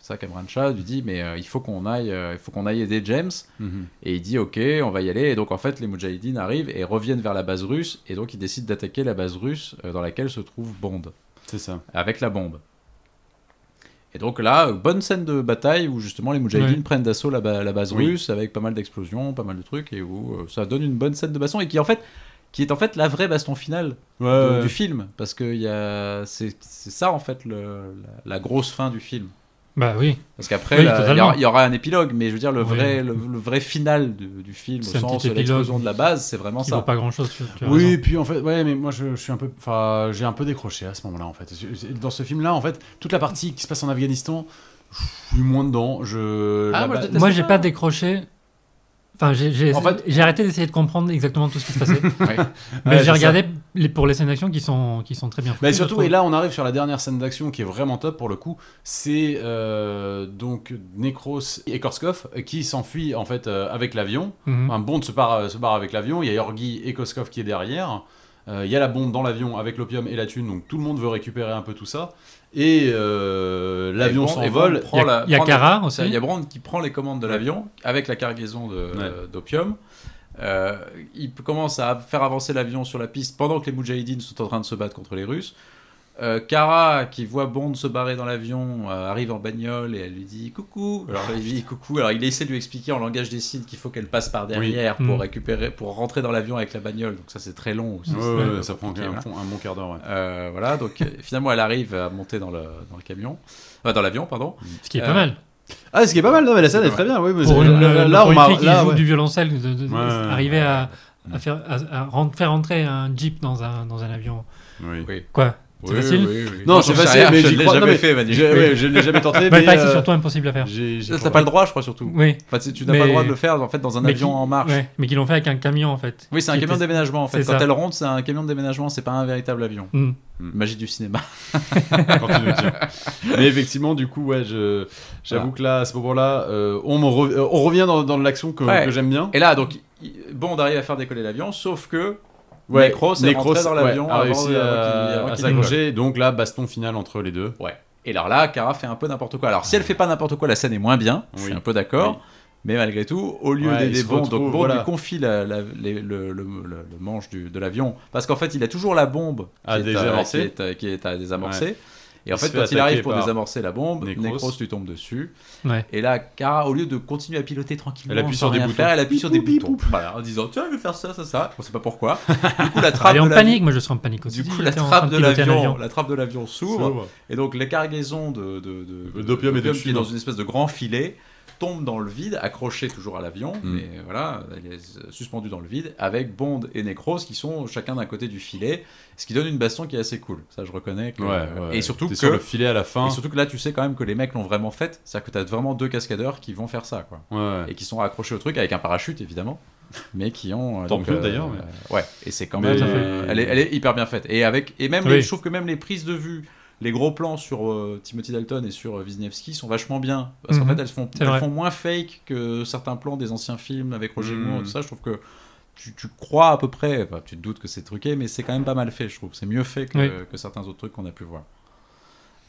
E: ça Cameron Shah lui dit mais euh, il faut qu'on aille, euh, il faut qu'on aille aider James.
C: Mhm.
E: Et il dit ok, on va y aller. Et donc en fait les Moudjahidines arrivent et reviennent vers la base russe et donc ils décident d'attaquer la base russe euh, dans laquelle se trouve Bond
C: C'est ça.
E: avec la bombe. Et donc là, euh, bonne scène de bataille où justement les Moudjahidines
D: Ouais.
E: prennent d'assaut la, ba- la base
C: Oui.
E: russe avec pas mal d'explosions, pas mal de trucs et où euh, ça donne une bonne scène de baston et qui en fait qui est en fait la vraie baston finale
C: Ouais,
E: de-
D: Euh.
C: ouais.
E: du film parce que y a c'est c'est ça en fait le- la, la grosse fin du film.
D: Bah oui,
E: Parce qu'après,
D: Oui,
E: là, il y,
D: totalement.
E: aura- il y aura un épilogue, mais je veux dire, le
D: Oui.
E: vrai, le, le vrai final du, du film, au
D: C'est un
E: sens
D: petit
E: de l'explosion
D: épilogue
E: de la base, c'est vraiment
D: qui
E: ça.
D: vaut pas grand chose. Tu, tu as
C: Oui,
D: raison.
C: puis en fait, ouais, mais moi je, je suis un peu, enfin, j'ai un peu décroché à ce moment-là en fait. Je- je- Dans ce film-là, en fait, toute la partie qui se passe en Afghanistan, je suis moins dedans. Je,
E: Ah,
C: la
E: moi,
C: ba-
E: je déteste
D: Moi,
E: ça.
D: j'ai pas décroché. Enfin, j'ai j'ai-
C: En fait-
D: j'ai arrêté d'essayer de comprendre exactement tout ce qui se passait.
C: Ouais,
D: Mais
E: Ouais.
C: c'est
D: j'ai regardé les- pour les scènes d'action qui sont, qui sont très bien foutues.
C: Bah, et
D: je
C: surtout,
D: trouve.
C: et là on arrive sur la dernière scène d'action qui est vraiment top pour le coup, c'est euh, donc Necros et Korskov euh, qui s'enfuient en fait euh, avec l'avion.
D: Mhm.
C: Enfin, Bond se part, euh, se barre avec l'avion, il y a Yorgi et Koskov qui est derrière, Euh, il y a la bombe dans l'avion avec l'opium et la thune, donc tout le monde veut récupérer un peu tout ça. Et euh, l'avion
E: Et Bond- et Bond
C: s'envole,
E: prend
D: Il y a,
E: la- euh,
D: il y a
E: prend la-
D: Kara
E: Ça,
D: aussi.
E: Il
C: Hum.
E: y a Brand qui prend les commandes de l'avion avec la cargaison de- euh, d'opium. Euh, il commence à faire avancer l'avion sur la piste pendant que les Moudjahidines sont en train de se battre contre les Russes. Euh, Kara, qui voit Bond se barrer dans l'avion, euh, arrive en bagnole et elle lui dit coucou. Alors il lui dit coucou. Alors il essaie de lui expliquer en langage des signes qu'il faut qu'elle passe par derrière
D: Oui.
E: pour
D: Mm.
C: Hum.
E: récupérer, pour rentrer dans l'avion avec la bagnole. Donc ça c'est très long. aussi.
C: Ouais,
D: C'est
C: ouais,
D: un peu
C: ça prend
E: compliqué,
C: un, un bon quart d'heure. ouais.
E: Euh, voilà. Donc euh, finalement elle arrive à monter dans le dans le camion, Enfin, dans l'avion pardon.
D: Ce qui est
E: Euh,
D: pas mal.
C: Ah, ce qui est pas mal, non, mais la scène
E: C'est
C: est
E: pas
C: très bien. Oui, mais
D: Pour
C: c'est-
D: une,
C: là,
D: euh,
C: là,
D: pour
C: on
D: une
C: m'a-
D: fille qui
C: là,
D: joue
C: ouais.
D: du violoncelle, de, de- de-
C: Ouais, ouais,
D: arriver à, à faire, à, à ren- faire entrer un jeep dans un, dans un avion. Quoi C'est facile
C: Non, c'est
E: j'en sais
C: facile,
E: rien,
C: mais
E: je
C: j'y
E: l'ai
C: crois- non,
E: jamais
C: mais
E: fait, Manu.
C: J'ai- ouais, je l'ai jamais tenté,
D: Bah, il
C: mais.
D: paraît que c'est
C: euh,
D: surtout impossible à faire.
C: j'ai- j'ai-
E: T'as pas le droit, je crois, surtout.
D: Oui.
E: Enfin, tu tu n'as pas
D: Mais-
E: le droit de le faire en fait dans un
D: Mais
E: avion
D: qui-
E: en marche.
D: ouais, mais qu'ils l'ont fait avec un camion en fait.
E: Oui, c'est un
D: Qui
E: camion de
D: était-
E: déménagement en fait.
D: C'est
E: Quand
D: ça.
E: elle rentre, c'est un camion de déménagement, c'est pas un véritable avion.
D: Hmm.
E: Magie du cinéma.
C: quand tu le tiens. Mais effectivement, du coup, ouais, je- j'avoue que là, à ce moment-là, euh, on, m'en re- euh, on revient dans, dans l'action que,
E: Ouais.
C: que j'aime bien.
E: Et là, donc, il- Bond arrive à faire décoller l'avion, sauf que
C: Ouais,
E: Necros est rentré dans
C: ouais,
E: l'avion
C: a
E: avant-
C: réussi
E: avant qu'il-
C: à,
E: avant
C: à
E: qu'il
C: s'accrocher. Donc là, baston final entre les deux.
E: Et alors là, Kara fait un peu n'importe quoi. Alors si elle fait pas n'importe quoi, la scène est moins bien. Je suis
C: Oui.
E: un peu d'accord. Mais malgré tout, au lieu
C: Ouais, il
E: d'aider
C: se
E: Bond,
C: retrouve,
E: donc Bond
C: voilà.
E: lui confie la- la- les- le, le- le- le manche du- de l'avion. Parce qu'en fait, il a toujours la bombe qui
C: À
E: est
C: désamorcer.
E: qui, est, à- qui est à désamorcer. Et en
C: Ah, Il
E: fait,
C: se fait
E: quand il arrive
C: attaquer
E: pour
C: par
E: désamorcer la bombe, Necros.
C: Necros.
E: lui tombe dessus.
D: Ouais.
E: Et là, Kara, au lieu de continuer à piloter tranquillement,
C: Elle appuie
E: sans
C: sur des
E: rien
C: boutons.
E: faire, elle appuie sur des
C: Bip, bip,
E: boutons. Voilà, en disant Tiens, je vais faire ça, ça, ça. On sait pas pourquoi. Du coup, la trappe
D: Elle est en
E: de l'avion-
D: panique, moi je serais en panique aussi.
E: du coup,
D: Il
E: la
D: était en
E: trappe
D: train
E: de
D: piloter un
E: l'avion-
D: avion.
E: la trappe de l'avion s'ouvre. Et donc les cargaisons de, de- de-
C: D'opium et de
E: qui est
C: tubes.
E: dans une espèce de grand filet tombent dans le vide, accrochées toujours à l'avion,
C: Mm.
E: mais voilà, elle est euh, suspendue dans le vide, avec Bond et Necros qui sont chacun d'un côté du filet, ce qui donne une baston qui est assez cool. Ça, je reconnais. que-
C: Ouais, ouais.
E: et surtout
C: T'es
E: que
C: sur le filet à la fin.
E: et surtout que là, tu sais quand même que les mecs l'ont vraiment fait, c'est-à-dire que t'as vraiment deux cascadeurs qui vont faire ça, quoi,
C: Ouais, ouais.
E: et qui sont accrochés au truc avec un parachute évidemment. Mais qui ont. euh,
C: Tant
E: donc,
C: mieux,
E: euh,
C: d'ailleurs, mais-
E: euh, Ouais, et c'est quand
C: Mais-
E: même. euh, elle, est, elle est hyper bien faite. Et, avec, et même, les-
D: Oui.
E: je trouve que même les prises de vue, les gros plans sur euh, Timothy Dalton et sur euh, Wisniewski sont vachement bien. Parce qu'en
D: Mhm.
E: fait, elles, font,
D: C'est
E: elles
D: vrai.
E: font moins fake que certains plans des anciens films avec Roger
C: Mhm.
E: Moore, tout ça. Je trouve que tu, tu crois à peu près, enfin, tu te doutes que c'est truqué, mais c'est quand même pas mal fait, je trouve. C'est mieux fait que,
D: Oui.
E: que certains autres trucs qu'on a pu voir.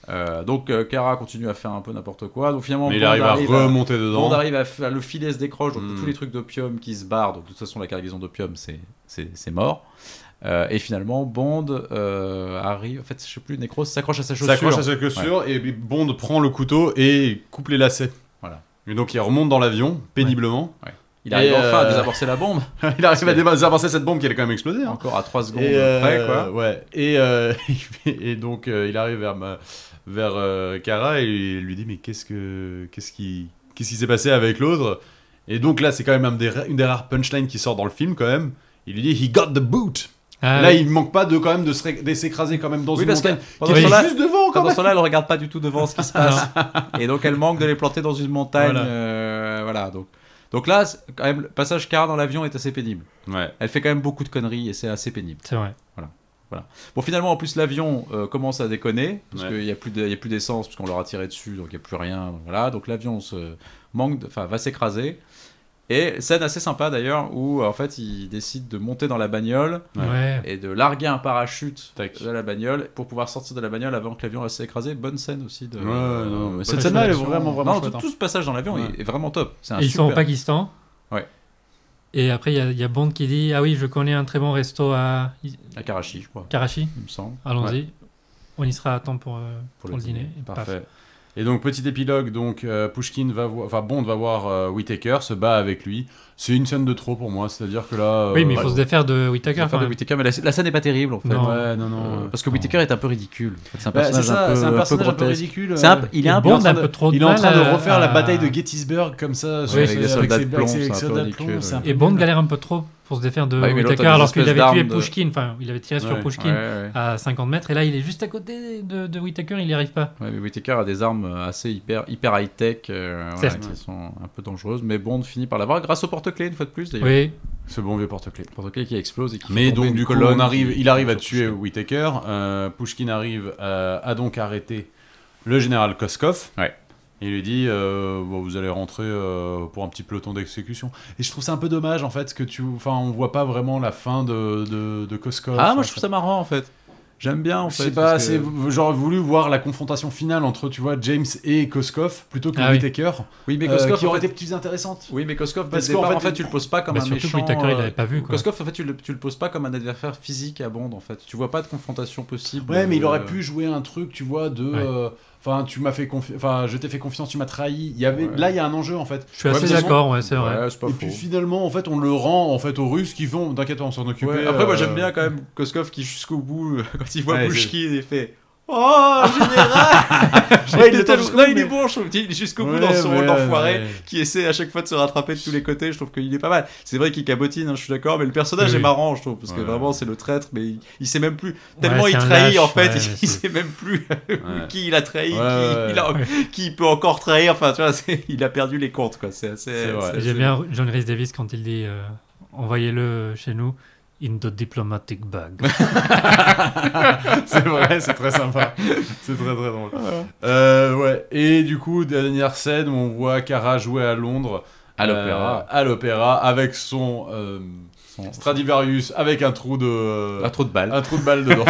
E: Euh, donc, euh, Kara continue à faire un peu n'importe quoi. Donc, finalement,
C: Mais il
E: Bond
C: arrive à remonter
E: on
C: dedans.
E: arrive à faire- le Hmm. filet se décroche, donc
C: Mm.
E: tous les trucs d'opium qui se barrent, donc de toute façon la cargaison d'opium c'est- c'est c'est mort. Euh, et finalement Bond euh, arrive, en fait je sais plus, Necros s'accroche à sa chaussure.
C: s'accroche à sa chaussure et Bond prend le couteau et coupe les lacets.
E: Voilà.
C: Et donc il remonte dans l'avion, péniblement.
E: Il arrive
C: Et,
E: enfin à
C: euh,
E: désamorcer la bombe,
C: il arrive à désamorcer cette bombe qui allait quand même exploser. hein.
E: encore à 3 secondes
C: Et,
E: après
C: euh,
E: quoi.
C: ouais. et, euh, il fait- et donc euh, il arrive vers, ma- vers euh, Kara et il lui dit mais qu'est-ce que qu'est-ce qui qu'est-ce qui s'est passé avec l'autre Et donc là c'est quand même un des ra- une des rares punchlines qui sort dans le film quand même. Il lui dit he got the boot.
D: Ah,
C: là
D: oui.
C: il manque pas de quand même de se ré- de s'écraser quand même dans
E: Oui
C: une
E: parce que
C: montagne.
E: pendant
C: qui
E: ce
C: est
E: temps-là,
C: juste devant quand
E: pendant
C: même.
E: ce temps-là, elle regarde pas du tout devant ce qui se
D: Ah
E: passe. et donc elle manque de les planter dans une montagne.
C: Voilà.
E: euh, voilà donc. Donc là, c'est- quand même, le passage Kara dans l'avion est assez pénible.
C: Ouais.
E: Elle fait quand même beaucoup de conneries et c'est assez pénible.
D: C'est vrai.
E: Bon, finalement, en plus, l'avion euh, commence à déconner, parce
C: Ouais.
E: qu'il n'y a plus de- il y a plus d'essence, puisqu'on leur a tiré dessus, donc il n'y a plus rien. Donc, voilà. donc l'avion se manque, de- enfin, va s'écraser. Et scène assez sympa d'ailleurs où euh, en fait il décide de monter dans la bagnole
F: Ouais.
D: Ouais.
E: et de larguer un parachute
F: Tac.
E: de la bagnole pour pouvoir sortir de la bagnole avant que l'avion reste écrasé. Bonne scène aussi de.
F: Ouais, non, mais
E: bonne
F: cette scène-là, elle est
E: réalisation.
F: vraiment, vraiment
E: Non, tout,
F: chouette, hein.
E: tout ce passage dans l'avion
F: Ouais.
E: est- est vraiment top. C'est un
D: Et ils sont au
E: super.
D: Pakistan.
E: Ouais.
D: Et après, il y a- il y, a Bond qui dit Ah oui, je connais un très bon resto à
E: À Karachi, je crois,
D: Karachi,
E: il me semble.
D: allons-y. On y sera à temps pour, euh, pour, le dîner. Et paf.
F: Parfait.
C: Et donc, petit épilogue, donc euh, Pushkin va voir, enfin Bond va voir euh, Whittaker, se bat avec lui. C'est une scène de trop pour moi, c'est-à-dire que là. euh,
D: Oui, mais il faut
C: ouais.
D: se défaire de Whittaker.
E: L'affaire de
D: quand même.
E: Whittaker, mais la, la scène n'est pas terrible en fait.
D: Non.
C: Ouais, non, non.
E: Euh,
C: euh,
E: parce que
C: non.
E: Whittaker est un peu ridicule. C'est un
C: Bah, c'est
E: personnage un
C: ça,
E: peu-
C: c'est un
E: un peu
C: personnage un peu
E: grotesque.
C: ridicule.
E: C'est un p-
C: euh,
E: il est un peu
D: Bond
E: en
D: a
E: train
D: un
E: de-
D: peu trop de
C: Il est en
D: mal
C: train de
D: à-
C: refaire la
D: à-
C: bataille de Gettysburg comme ça, sur-
D: avec
C: sur-
D: des
E: soldats
C: ses-
E: de plomb,
C: ses-
E: c'est un peu
C: soldats de
E: ridicule,
C: plomb, c'est un peu
D: Et Bond
C: nul.
D: galère un peu trop pour se défaire de
E: Bah oui, mais l'autre
D: Whittaker
E: a des
D: alors qu'il
E: espèces
D: avait tué
E: d'armes de-
D: Pushkin. Enfin, il avait tiré sur
F: Ouais.
E: Ouais,
D: Pushkin
E: ouais.
D: à 50 mètres. Et là, il est juste à côté de, de Whittaker. Il n'y arrive pas.
E: Ouais, mais Whittaker a des armes euh, assez hyper, hyper high-tech euh, voilà,
D: Certes.
E: qui sont un peu dangereuses, mais Bond finit par l'avoir grâce au porte-clés une fois de plus d'ailleurs.
D: Oui.
C: Ce bon vieux porte-clés.
E: Le porte-clés qui explose et qui fait
C: Mais
E: tomber
C: donc
E: une
C: du coup,
E: colonne
C: on arrive,
E: qui-
C: il arrive à
E: qui-
C: tuer Whitaker. euh, Pushkin arrive euh, à donc arrêter euh, le général Koskov.
E: Ouais.
C: Il lui dit euh, Bon, vous allez rentrer euh, pour un petit peloton d'exécution. Et je trouve ça un peu dommage en fait que tu, enfin, on voit pas vraiment la fin de de, de Koskov.
E: Ah, moi je trouve ça marrant en fait. J'aime bien en
C: Je
E: fait.
C: sais pas,
E: parce que-
C: c'est j'aurais voulu voir la confrontation finale entre tu vois James et Koskov plutôt que
D: Ah oui.
C: Whitaker,
E: Oui, mais
C: euh,
E: Koskov.
C: qui
E: en
C: aurait
E: fait-
C: été plus intéressante.
E: Oui, mais Koskov, dès
C: Parce
E: le
C: qu'en
E: départ,
C: fait,
E: en fait,
C: il-
E: tu le poses pas comme
D: Bah,
E: un
D: surtout que
E: méchant.
D: Whittaker, il
E: euh,
D: n'avait pas vu. Quoi.
E: Koskov, en fait, tu le, tu le poses pas comme un adversaire physique à Bond en fait. Tu vois pas de confrontation possible.
C: Ouais, mais il
E: euh,
C: aurait pu jouer un truc, tu vois, de.
D: Ouais.
C: euh, Enfin, tu m'as fait confi- Enfin, je t'ai fait confiance, tu m'as trahi. Il y avait...
E: Ouais.
C: Là, il y a un enjeu, en fait.
D: Je suis
E: Ouais,
D: assez
E: mais de toute
D: d'accord, ouais, c'est vrai.
E: Ouais, c'est pas
C: Et
E: faux.
C: puis finalement, en fait, on le rend en fait aux Russes qui vont. T'inquiète, pas, on s'en occupe.
E: Ouais, après, moi
C: euh,
E: j'aime bien quand même Koskov qui, jusqu'au bout, euh, quand il voit
C: Ouais,
E: Pushkin, il fait Oh, général
C: Ouais, il
E: il,
C: est
E: est
C: pas jusqu'au
E: non, il
C: bout,
E: est
C: mais-
E: bon, je trouve. Il est jusqu'au
C: Ouais,
E: bout dans son
C: ouais,
E: rôle d'enfoiré
C: ouais.
E: qui essaie à chaque fois de se rattraper de tous les côtés. Je trouve qu'il est pas mal. C'est vrai qu'il cabotine, hein, je suis d'accord, mais le personnage
D: Oui,
E: est
D: oui.
E: marrant, je trouve, parce que
F: Ouais.
E: vraiment c'est le traître, mais il, il sait même plus. Tellement
D: c'est
E: il
D: un
E: trahit
D: lâche,
E: en fait,
D: ouais,
E: il,
D: c'est-
E: sait même plus euh, qui il a trahi,
C: Ouais,
E: qui,
C: ouais,
E: il a-
D: ouais.
E: qui il peut encore trahir. Enfin, tu vois, c'est- il a perdu les comptes, quoi. C'est assez.
C: C'est vrai.
E: c'est
D: Et
E: assez-
D: J'aime bien John Rhys Davis quand il dit euh, Envoyez-le chez nous. In the diplomatic bag.
C: c'est vrai, c'est très sympa. C'est très très drôle. Euh, ouais. Et du coup, dernière scène où on voit Cara jouer à Londres.
E: À l'opéra.
C: Euh, à l'opéra avec son euh,
E: Son-
C: Stradivarius avec un trou de.
E: Ah, trop de balles.
C: un trou de balle dedans.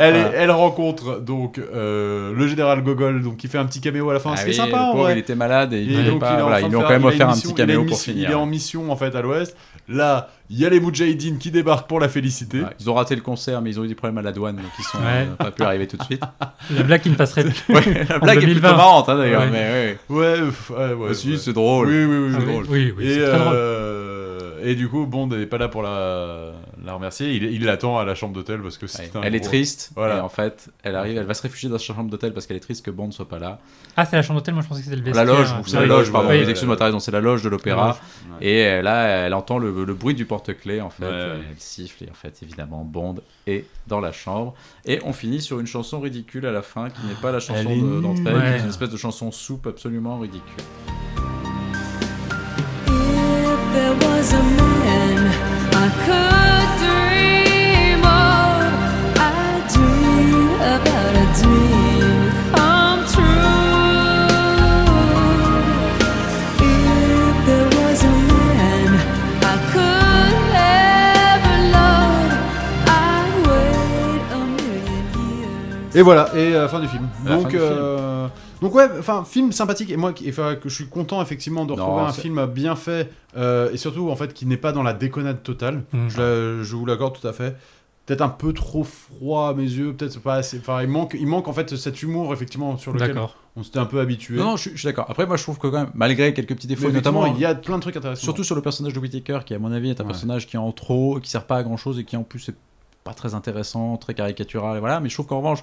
C: elle, est- elle rencontre donc euh, le général Gogol, donc qui fait un petit caméo à la fin.
E: Ah
C: c'est
E: oui,
C: sympa
E: le
C: en
E: pauvre,
C: vrai.
E: il était malade et il
C: Et
E: voulait
C: donc,
E: pas-
C: il est en
E: voilà,
C: train
E: ils
C: de
E: lui ont
C: faire-
E: quand même
C: il a
E: offert
C: une
E: un
C: mission-
E: petit
C: il a une
E: caméo pour
C: mission-
E: finir.
C: Il est en mission en fait à l'ouest. Là, il y a les Moudjahidines qui débarquent pour la féliciter.
E: Ouais, ils ont raté le concert, mais ils ont eu des problèmes à la douane, donc ils sont
D: Ouais.
E: euh, pas pu arriver tout de suite.
D: La blague qui ne passerait plus.
E: Ouais, la blague est
D: 2020.
E: plutôt marrante, hein, d'ailleurs.
D: Ouais.
E: Mais
C: Ouais, euh, pff, ouais, ouais,
E: ouais. Ah, Si,
C: ouais.
E: c'est drôle.
C: Oui, oui, oui.
D: Ah
C: oui.
D: oui, oui, oui,
C: et,
D: c'est très drôle.
C: euh, et du coup, Bond n'est pas là pour la, la remercier. Il il l'attend à la chambre d'hôtel parce que
E: Ouais.
C: c'est un
E: Elle est
C: gros-
E: triste.
C: Voilà.
E: Et en fait, elle arrive, elle va se réfugier dans sa chambre d'hôtel parce qu'elle est triste que Bond ne soit pas là.
D: Ah, c'est la chambre d'hôtel, moi je pensais que c'était le
E: La
D: vestiaire. hein.
E: loge, ou c'est la
D: Oui.
E: loge, pardon.
D: Oui.
E: mais Excuse-moi, t'as raison, c'est la loge de l'opéra. Et euh, là, elle entend le, le bruit du porte-clés, en fait.
C: Ouais, ouais.
E: Euh, Elle siffle, et en fait, évidemment, Bond est dans la chambre. Et on finit sur une chanson ridicule à la fin, qui n'est pas la chanson
C: est
E: de- d'entrée,
D: nulle.
E: mais une espèce de chanson soupe absolument ridicule.
G: If there was a man I could dream of, I'd dream about a dream come true. If there was a man I could ever love, I'd wait a million years.
C: Et voilà, et euh, fin du film.
E: La
C: donc,
E: fin du film.
C: euh, donc ouais, enfin film sympathique et moi, qui- enfin, que je suis content effectivement de
E: Non,
C: retrouver un
E: c'est-
C: film bien fait euh, et surtout en fait qui n'est pas dans la déconnade totale.
D: Mm.
C: Je, la- je vous l'accorde tout à fait. Peut-être un peu trop froid à mes yeux, peut-être pas assez. Enfin, il manque, il manque en fait cet humour effectivement sur lequel
D: D'accord.
C: on s'était un peu habitué.
E: Non, non, je, suis- je suis d'accord. Après, moi, je trouve que quand même, malgré quelques petits
C: Mais
E: défauts,
C: effectivement,
E: notamment,
C: il y a plein de trucs intéressants.
E: surtout sur le personnage de Whittaker, qui à mon avis est un
C: Ouais.
E: personnage qui est en trop, qui sert pas à grand chose et qui en plus est pas très intéressant, très caricatural, et voilà. Mais je trouve qu'en revanche,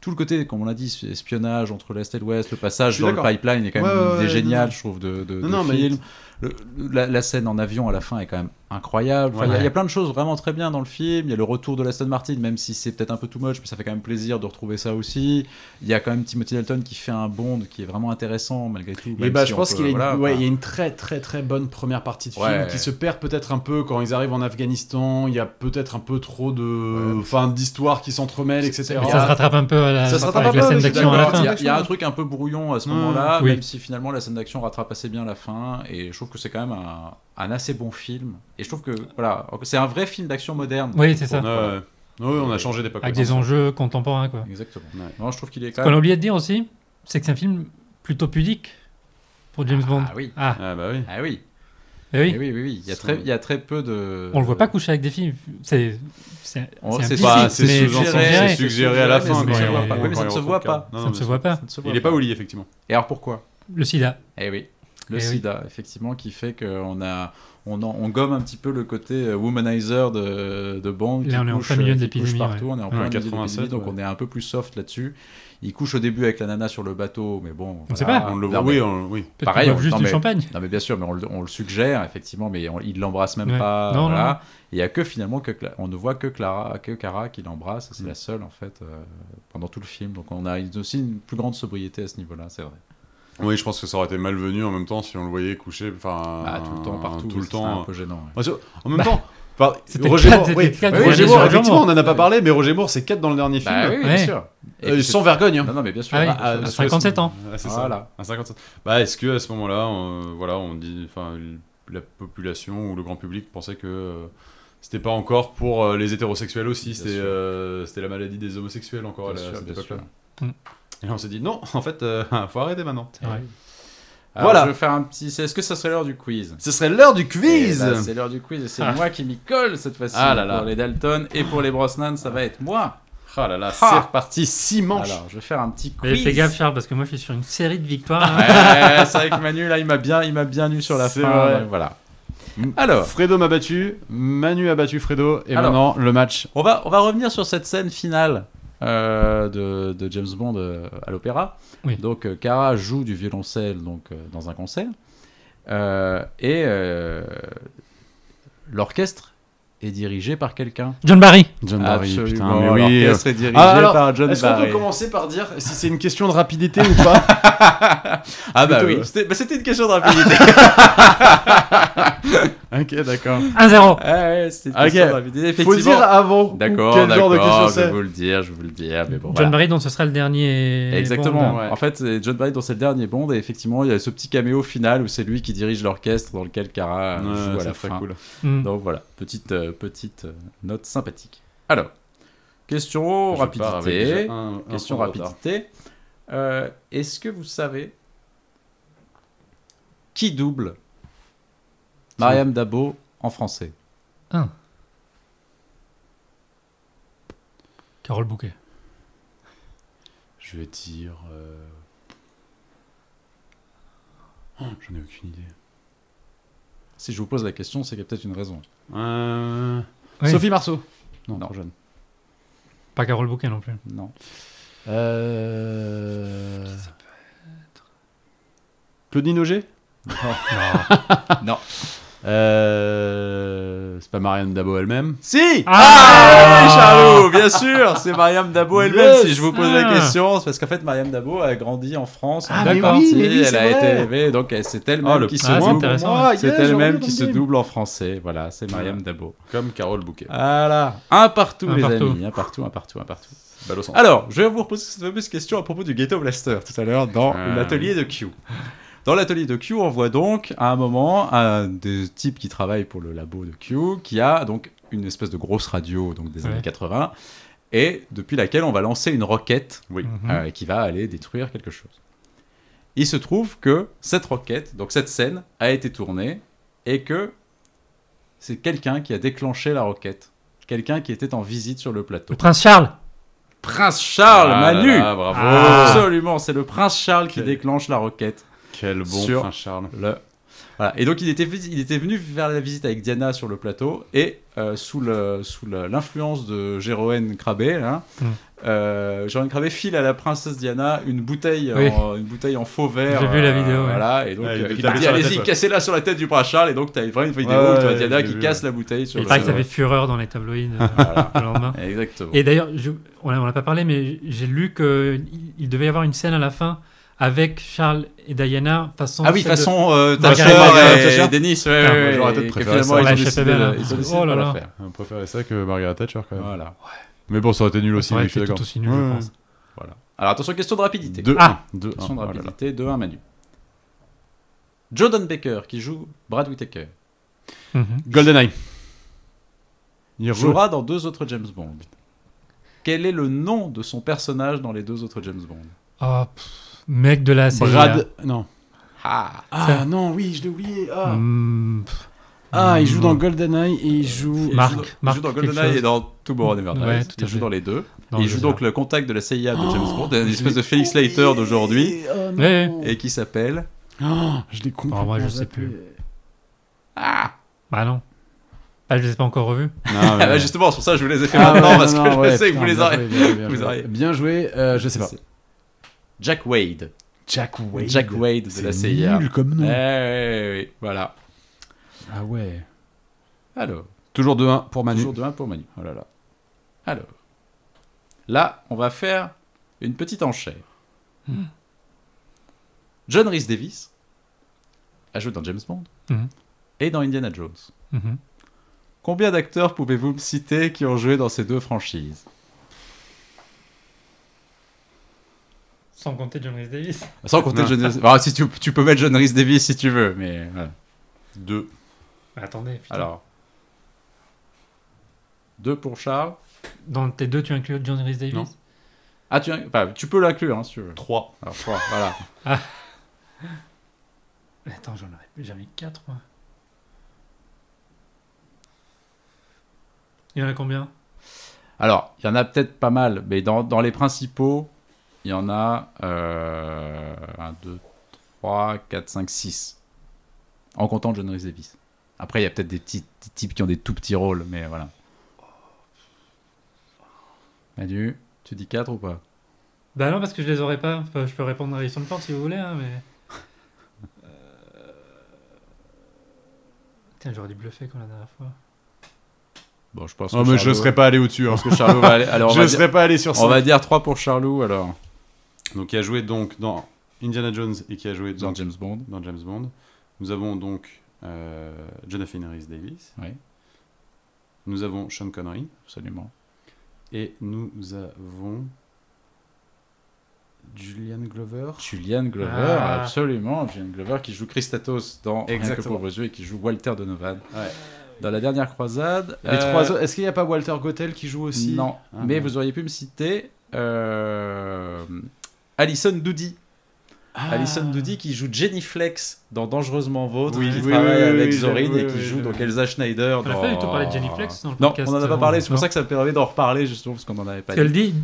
E: tout le côté, comme on l'a dit, c'est espionnage entre l'est et l'ouest, le
C: Je
E: passage
C: suis
E: dans le
C: d'accord.
E: pipeline est quand même
C: Ouais, ouais,
E: une idée
C: ouais, non,
E: géniale,
C: non.
E: je trouve, de, de,
C: Non,
E: de
C: non, mais
E: film. le- la, la scène en avion à la fin est quand même incroyable. Enfin, Il y a- il y, a plein de choses vraiment très bien dans le film. Il y a le retour de l'Aston Martin, même si c'est peut-être un peu too much, mais ça fait quand même plaisir de retrouver ça aussi. Il y a quand même Timothy Dalton qui fait un bond qui est vraiment intéressant malgré tout.
H: Et
E: même
H: bah,
E: si
H: je
E: on
H: pense
E: peut-
H: qu'il y a une-
E: voilà,
H: ouais,
E: enfin,
H: il y a une très très très bonne première partie de film
E: Ouais.
H: qui se perd peut-être un peu quand ils arrivent en Afghanistan. Il y a peut-être un peu trop de, enfin, d'histoires qui s'entremêlent, etc.
D: Mais ça
C: Ah,
D: se rattrape un peu à la,
H: Ça se rattrape
D: Euh, avec
H: un
D: la
H: peu,
D: scène
H: mais je suis
D: d'action à la
H: d'accord.
D: fin. Mm.
E: Il y a- il y a un truc un peu brouillon à ce moment-là,
D: oui.
E: même si finalement la scène d'action rattrape assez bien la fin. Et je trouve que c'est quand même un, un assez bon film. Et je trouve que voilà, c'est un vrai film d'action moderne.
D: Oui, c'est ça.
E: Pour- voilà.
C: Ouais, ouais, on a changé d'époque.
D: Avec des enjeux contemporains, quoi.
E: Exactement. Non, je trouve qu'il est
D: Ce
E: quand
D: qu'on a
E: même.
D: oublié de dire aussi, c'est que c'est un film plutôt pudique pour James Bond.
E: Ah oui.
D: Ah,
C: Ah bah oui.
E: Ah oui.
D: eh oui.
E: Eh oui, oui, oui. Il y a très, il y a très peu de.
D: On le voit pas coucher avec des filles. C'est c'est
E: On-
D: c'est implicite,
E: c'est pas-
D: mais
E: c'est
D: c'est
E: suggéré,
D: suggéré.
E: c'est
C: suggéré à la fin,
E: mais
D: quand
E: ça
D: il
E: ne
D: rencontre
E: se voit pas. Oui, ça ne se voit pas.
C: Non,
D: Ça ne
C: hein, mais
D: se voit pas.
E: Ça ne se
C: Il
E: voit
C: n'est pas
E: pas.
C: au lit, effectivement.
E: Et alors pourquoi
D: Le sida.
E: Eh oui. Le
D: Eh oui.
E: sida, effectivement, qui fait qu'on a, on, en- on gomme un petit peu le côté euh, womanizer de, de Bond.
D: Là,
E: qui
D: on est en
E: couche,
D: plein milieu
E: euh,
D: de
E: qui
D: l'épidémie,
E: couche partout, on est en plein
C: Ouais,
E: milieu de
C: 87,
E: l'épidémie, donc
C: ouais.
E: on est un peu plus soft là-dessus. Il couche au début avec la nana sur le bateau, mais bon.
D: On sait pas.
C: on le voit.
E: Non,
C: Oui,
E: mais-
C: on- oui.
D: Peut-être
E: Pareil,
D: qu'ils
E: on-
D: boivent juste
E: non,
D: du
E: mais-
D: champagne.
E: Non mais bien sûr, mais on le, on le suggère effectivement, mais on, il l'embrasse même
D: Ouais.
E: pas.
D: Non, non,
E: voilà.
D: non.
E: Et il y a que finalement que Cla- on ne voit que Clara, que Cara qui l'embrasse. et C'est
C: Mm.
E: la seule en fait euh, pendant tout le film. Donc on a une- aussi une plus grande sobriété à ce niveau-là, c'est vrai.
C: Oui, je pense que ça aurait été malvenu en même temps si on le voyait couché, enfin,
E: Bah, tout le temps partout,
C: Ah, tout le
E: c'est- c'est un
C: temps.
E: peu Bah, gênant. ouais.
C: Ouais, sur- En même temps, par-
D: c'était
C: Roger
D: quatre,
C: Moore,
D: c'était
C: oui.
D: quatre,
C: Oui,
D: Roger
C: Roger
D: Moore,
C: Moore,
D: Roger
C: effectivement,
D: Moore.
C: on en a pas parlé, mais Roger Moore, c'est 4 dans le dernier film.
E: Bah oui, bien
D: Ouais.
E: sûr. Et
C: Euh,
E: puis
C: sans
E: c'est-
C: vergogne. hein.
E: Non, non, mais bien sûr.
D: Ah oui.
E: Bah,
C: Ah,
D: À
C: euh,
D: 57 ans.
C: Ah, c'est
E: Voilà.
C: ça. À 57. Bah, est-ce que à ce moment-là, on, euh, voilà, on dit, enfin, l- la population ou le grand public pensait que euh, c'était pas encore pour euh, les hétérosexuels aussi,
E: Bien
C: c'était
E: sûr.
C: euh, c'était la maladie des homosexuels encore à,
E: Bien
C: la-
E: sûr,
C: cette
E: bien
C: époque-là.
D: sûr. Mm.
C: Et là, on s'est dit non, en fait, euh, faut arrêter maintenant.
D: C'est vrai.
E: Alors,
C: Voilà.
E: Je vais faire un petit. c'est- Est-ce que ça serait l'heure du quiz
C: Ce serait l'heure du
E: Et
C: quiz.
E: là, C'est l'heure du quiz et c'est
D: Ah.
E: moi qui m'y colle cette fois-ci.
C: Ah là là.
E: Pour les Dalton et pour les Brosnan, ça va être moi.
C: Ah là là, c'est
E: Ah.
C: reparti, 6 manches.
E: Alors, je vais faire un petit
D: Mais
E: quiz.
D: fais gaffe, Charles, parce que moi je suis sur une série de victoires. hein.
E: Ouais, c'est vrai que Manu, là, il m'a bien, il m'a bien eu sur la
C: C'est
E: fin.
C: vrai.
E: donc Voilà. Alors,
C: Fredo m'a battu, Manu a battu Fredo, et
E: Alors.
C: maintenant le match.
E: on va, on va revenir sur cette scène finale euh, de, de James Bond euh, à l'opéra.
D: Oui.
E: Donc, euh, Cara joue du violoncelle donc, euh, dans un concert. Euh, et euh, l'orchestre est dirigé par quelqu'un.
D: John Barry.
C: John
E: Absolument,
C: putain, mais oui.
E: L'orchestre est dirigé
C: Ah, alors,
E: par John
C: Est-ce qu'on peut
E: Barry.
C: commencer par dire si c'est une question de rapidité ou pas
E: Ah bah
C: plutôt,
E: oui,
C: euh.
E: c'était bah, c'était une question de rapidité.
C: Ok, d'accord.
D: 1-0.
E: Ah ouais, c'était une
C: Ok.
E: question de rapidité.
C: Faut
E: Effectivement.
C: dire avant
E: D'accord,
C: quel genre de
E: d'accord,
C: question
E: je vais
C: c'est.
E: vous le dire, je vais vous le dire, mais bon,
D: John
E: voilà.
D: Barry, dont ce sera le dernier.
E: Exactement.
D: Bond.
C: ouais.
E: En fait, c'est John Barry dans cette dernière Bond, et effectivement, il y a ce petit caméo final où c'est lui qui dirige l'orchestre dans lequel Cara euh, joue à la fin.
C: cool.
D: Mm.
E: Donc voilà, petite, euh, petite euh, note sympathique. Alors, question Oh, rapidité. Question rapidité. Euh, Est-ce que vous savez qui double Mariam Dabo en français
D: Carole Bouquet.
C: Je vais dire. euh, oh, J'en ai aucune idée.
E: Si je vous pose la question, c'est qu'il y a peut-être une raison.
C: Euh,
D: Oui.
C: Sophie Marceau.
E: Non,
C: trop jeune.
D: Pas Carole Bouquet non plus.
E: non.
C: Euh... Claudine Auger
E: Non.
C: Euh, C'est pas Marianne Dabo elle-même.
E: Si
D: Ah
E: Ah, Charlot, bien sûr, c'est Mariam Dabo elle-même.
C: Yes.
E: Si je vous pose la
D: Ah.
E: question, c'est parce qu'en fait, Mariam Dabo a grandi en France, en
C: Ah,
E: grande
C: mais oui,
E: partie,
C: mais oui,
E: elle
C: c'est
E: a
C: vrai.
E: été élevée, donc elle- c'est
C: Ah,
E: elle-même
C: le
E: qui se
D: Ah, c'est
E: double.
D: intéressant.
C: Ah,
E: C'est
C: yes,
E: elle-même
C: j'aurais
E: qui se
C: entendu.
E: double en français. Voilà, c'est Mariam
C: Voilà.
E: Dabo.
C: Comme Carole Bouquet.
E: Voilà, un partout,
D: Un
E: les
D: partout.
E: amis, un partout, un partout, un partout.
C: Balle au centre.
E: Alors, je vais vous reposer cette fameuse question à propos du Ghetto Blaster tout à l'heure dans
C: Ah.
E: l'atelier de Q. Dans l'atelier de Q, on voit donc à un moment un des types qui travaille pour le labo de Q qui a donc une espèce de grosse radio donc des
D: Ouais.
E: années 80 et depuis laquelle on va lancer une roquette
C: Oui.
D: Mhm.
E: euh, qui va aller détruire quelque chose. Il se trouve que cette roquette, donc cette scène, a été tournée et que c'est quelqu'un qui a déclenché la roquette. Quelqu'un qui était en visite sur le plateau.
D: Le prince Charles.
E: Prince Charles,
C: Ah là
E: Manu Ah.
C: là, Bravo.
E: Absolument, c'est le prince Charles qui
C: Quel-
E: déclenche la roquette.
C: Quel bon
E: Sur-
C: Prince Charles.
E: Le- Voilà. Et donc il était, visi- il était venu vers la visite avec Diana sur le plateau et euh, sous le- sous la- l'influence de Jéroen Crabé. Hein,
D: Mm.
E: euh, Jéroen Crabé file à la princesse Diana une bouteille,
D: Oui.
E: en, une bouteille en faux vert.
D: J'ai vu la vidéo, ouais.
E: Voilà, et donc
C: Ouais, Ah, il
E: euh,
C: lui
E: il
C: tape
E: dit
C: sur la
E: allez-y,
C: tête, ouais.
E: cassez-la sur la tête du prince Charles. Et donc t'as vraiment une vidéo
C: Ouais,
E: où tu vois
C: ouais,
E: Diana
C: j'ai
E: qui
C: vu,
E: casse la bouteille sur
D: Il
E: le-
D: paraît que ça fait fureur dans les tabloïds euh, le lendemain.
E: Exactement.
D: Et d'ailleurs, je- on l'a- on l'a pas parlé, mais j'ai lu qu'il il devait y avoir une scène à la fin avec Charles et Diana façon.
E: Ah oui,
D: celle de-
E: façon euh,
D: Margaret
E: Thatcher
D: Thatcher.
E: et, Denis, ouais, ouais,
D: Ah,
E: ouais,
C: j'aurais peut-être
E: et que
C: préféré
E: finalement
C: ça.
E: ils ont
D: Ouais,
E: décidé
D: Chapelle,
E: de-
D: hein.
E: ils ont décidé
D: Oh
E: de
D: là
E: pas la
D: là.
E: faire.
C: On préférait ça que Margaret Thatcher quand même.
E: Voilà.
C: Mais bon, ça aurait été nul aussi,
D: Ça aurait
C: oui, je suis
D: été
C: d'accord.
D: tout aussi nul,
C: Ouais,
D: je
C: ouais.
D: pense.
E: Voilà. Alors attention, question de rapidité.
C: 2
D: Ah.
C: 1 2
E: Question de rapidité, 2-1 Manu. Jordan Baker qui joue Brad Whittaker
D: Mhm.
C: GoldenEye. Il re-
E: jouera dans deux autres James Bond. Quel est le nom de son personnage dans les deux autres James Bond
D: Oh, pff, mec de la série.
C: Brad. Non.
E: Ah
C: Ah non, oui, je l'ai oublié. Ah,
D: Mm,
C: Ah, il joue dans GoldenEye et il joue.
E: Il
D: Marc,
E: joue dans-
D: Marc
E: Il joue dans
D: quelque
E: GoldenEye
D: chose.
E: et dans Tomorrow Never Dies.
D: Ouais, tout à
E: il joue
D: fait.
E: dans les deux.
D: dans
E: Et il
D: le
E: joue
D: jeu.
E: donc le contact de la CIA de James Bond, une espèce de Felix Leiter d'aujourd'hui,
D: Ouais,
E: et qui s'appelle.
C: euh, Ah, je l'ai compris.
D: Oh, moi, je sais plus. Bah non. Bah, je les ai pas encore revus.
C: Non,
E: Ah bah justement, c'est pour ça que je vous les ai fait
C: Ah
E: maintenant, parce que je sais que vous les aurez. vous aurez.
C: Bien joué, euh, je sais pas.
E: Jack Wade.
C: Jack Wade.
E: Jack Wade de la
C: C'est
E: CIA.
C: nul comme
E: Eh,
C: nom.
E: ouais, ouais, voilà.
C: Ah ouais.
E: Alors,
C: Toujours 2-1 pour Manu.
E: toujours de 1 pour Manu. Oh là là. Alors, là, on va faire une petite enchère. John Rhys Davis a joué dans James Bond
D: Mhm.
E: et dans Indiana Jones.
D: Mhm.
E: Combien d'acteurs pouvez-vous me citer qui ont joué dans ces deux franchises
D: Sans compter John Rhys Davis.
E: Sans compter
C: Non.
E: John Rhys Ah, si tu, tu peux mettre John Rhys Davis si tu veux, mais voilà. Deux.
D: Bah, attendez, putain.
E: Alors. Deux pour Charles.
D: Dans tes deux, tu inclus John Rhys Davis
E: Non. Ah, tu, enfin, tu peux l'inclure hein, si tu veux.
C: 3.
E: Alors, trois, voilà.
D: Attends, j'en aurais plus jamais quatre, moi. Il y en a combien
E: Alors, il y en a peut-être pas mal, mais dans, dans les principaux, il y en a euh, 1, 2, 3, 4, 5, 6. En comptant John Rhys Davis. Après, il y a peut-être des petits, petits types qui ont des tout petits rôles, mais voilà. Manu, tu dis 4 ou pas
D: Bah non, parce que je les aurais pas. Enfin, je peux répondre à la question de porte si vous voulez, hein, mais. Euh, Tiens, j'aurais dû bluffer comme la dernière fois.
E: Bon, je pense que
C: Oh, mais je
E: Charlot-
C: serais pas allé au-dessus. hein.
E: je pense que Charlot va aller. Alors, on,
C: Je
E: va
C: serais pas allé sur
E: dire, on va
C: ça.
E: dire 3 pour Charlot, alors,
C: Donc, il a joué donc dans Indiana Jones et qui a joué
E: dans
C: dans,
E: James Bond.
C: dans James Bond. Nous avons donc euh, Jonathan Rhys Davis.
E: Oui.
C: Nous avons Sean Connery.
E: Absolument.
C: Et nous avons. Julian Glover.
E: Julian Glover,
D: Ah.
E: absolument. Julian Glover qui joue Christatos dans Rien que
C: Exactement.
E: pour vos yeux et qui joue Walter Donovan
C: Ouais.
E: dans la dernière croisade.
C: Les
E: euh,
C: trois autres- Est-ce qu'il n'y a pas Walter Gottel qui joue aussi
E: Non,
C: Ah,
E: mais
C: bon.
E: vous auriez pu me citer euh, Alison Doody. Alison Doody qui joue Jenny Flex dans Dangereusement Vôtre,
C: Oui,
E: qui
C: oui,
E: travaille
C: oui, oui,
E: avec
C: oui,
E: Zorin
C: j'avoue,
E: et qui
C: oui,
E: joue
C: oui,
E: donc
C: j'avoue.
E: Elsa Schneider.
D: On n'a
E: dans- Ah.
D: pas du tout parlé de Jenny Flex dans le
E: Oh, Non,
D: podcast,
E: on n'en a pas
D: euh,
E: parlé, c'est pour
D: encore.
E: ça que ça me permet d'en reparler justement parce qu'on n'en avait pas
D: Parce qu'elle dit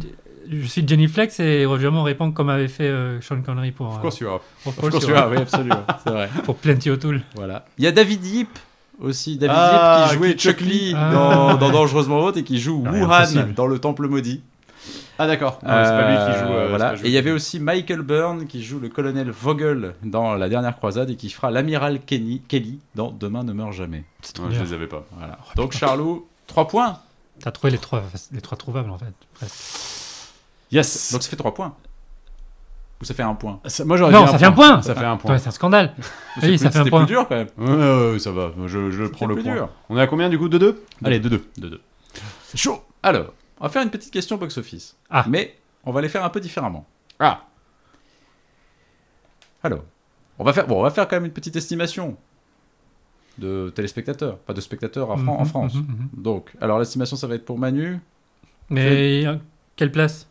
D: Je suis Jenny Flex et Roger Moore répond comme avait fait euh, Sean Connery pour,
C: Of
D: euh,
C: course you are.
D: pour Paul
E: Of course
D: sur-
E: you are, oui, absolument, c'est vrai.
D: pour Plenty O'Toole.
E: Voilà. Il y a David Yip aussi, David
C: Ah,
E: Yip qui jouait
C: qui-
E: Chuck Lee
D: Ah.
E: dans, dans Dangereusement Vôtre et qui joue
D: Rien
E: Wuhan
D: possible.
E: dans Le Temple Maudit.
C: Ah d'accord. Non, c'est pas lui qui
E: Euh,
C: joue. euh,
E: voilà.
C: c'est pas
E: Et il y avait aussi Michael Byrne qui joue le colonel Vogel dans La Dernière Croisade et qui fera l'amiral Kenny- Kelly dans Demain ne meurt jamais.
D: C'est
C: Joe-
D: trop
C: Non,
D: bien.
C: je les avais pas.
E: Voilà. Donc Charlot, 3 points.
D: T'as trouvé les trois, les trois trouvables en fait. presque.
C: Yes.
E: Donc ça fait 3 points. Ou ça fait un point.
C: Ça- moi j'aurais
D: Non,
C: dit
D: ça fait un point
C: Ça fait un point.
D: Ouais, C'est un scandale
C: Ah
E: Ou
D: Oui,
E: c'est
D: ça
E: plus-
D: fait un
E: c'était
D: point.
E: plus dur quand même.
C: Ouais, ouais, ouais, ça va. Je, je prends
E: C'était
C: le
E: plus
C: point.
E: dur.
C: On est à combien du coup 2-2 Allez, 2-2.
E: 2-2. Chaud. Alors, on va faire une petite question box-office.
D: Ah.
E: Mais on va les faire un peu différemment.
C: Ah.
E: Alors, on va faire, bon, on va faire quand même une petite estimation de téléspectateurs, pas de spectateurs à Fran- en
D: Mhm,
E: France.
D: mhm, mhm.
E: Donc, alors l'estimation, ça va être pour Manu.
D: Mais à quelle place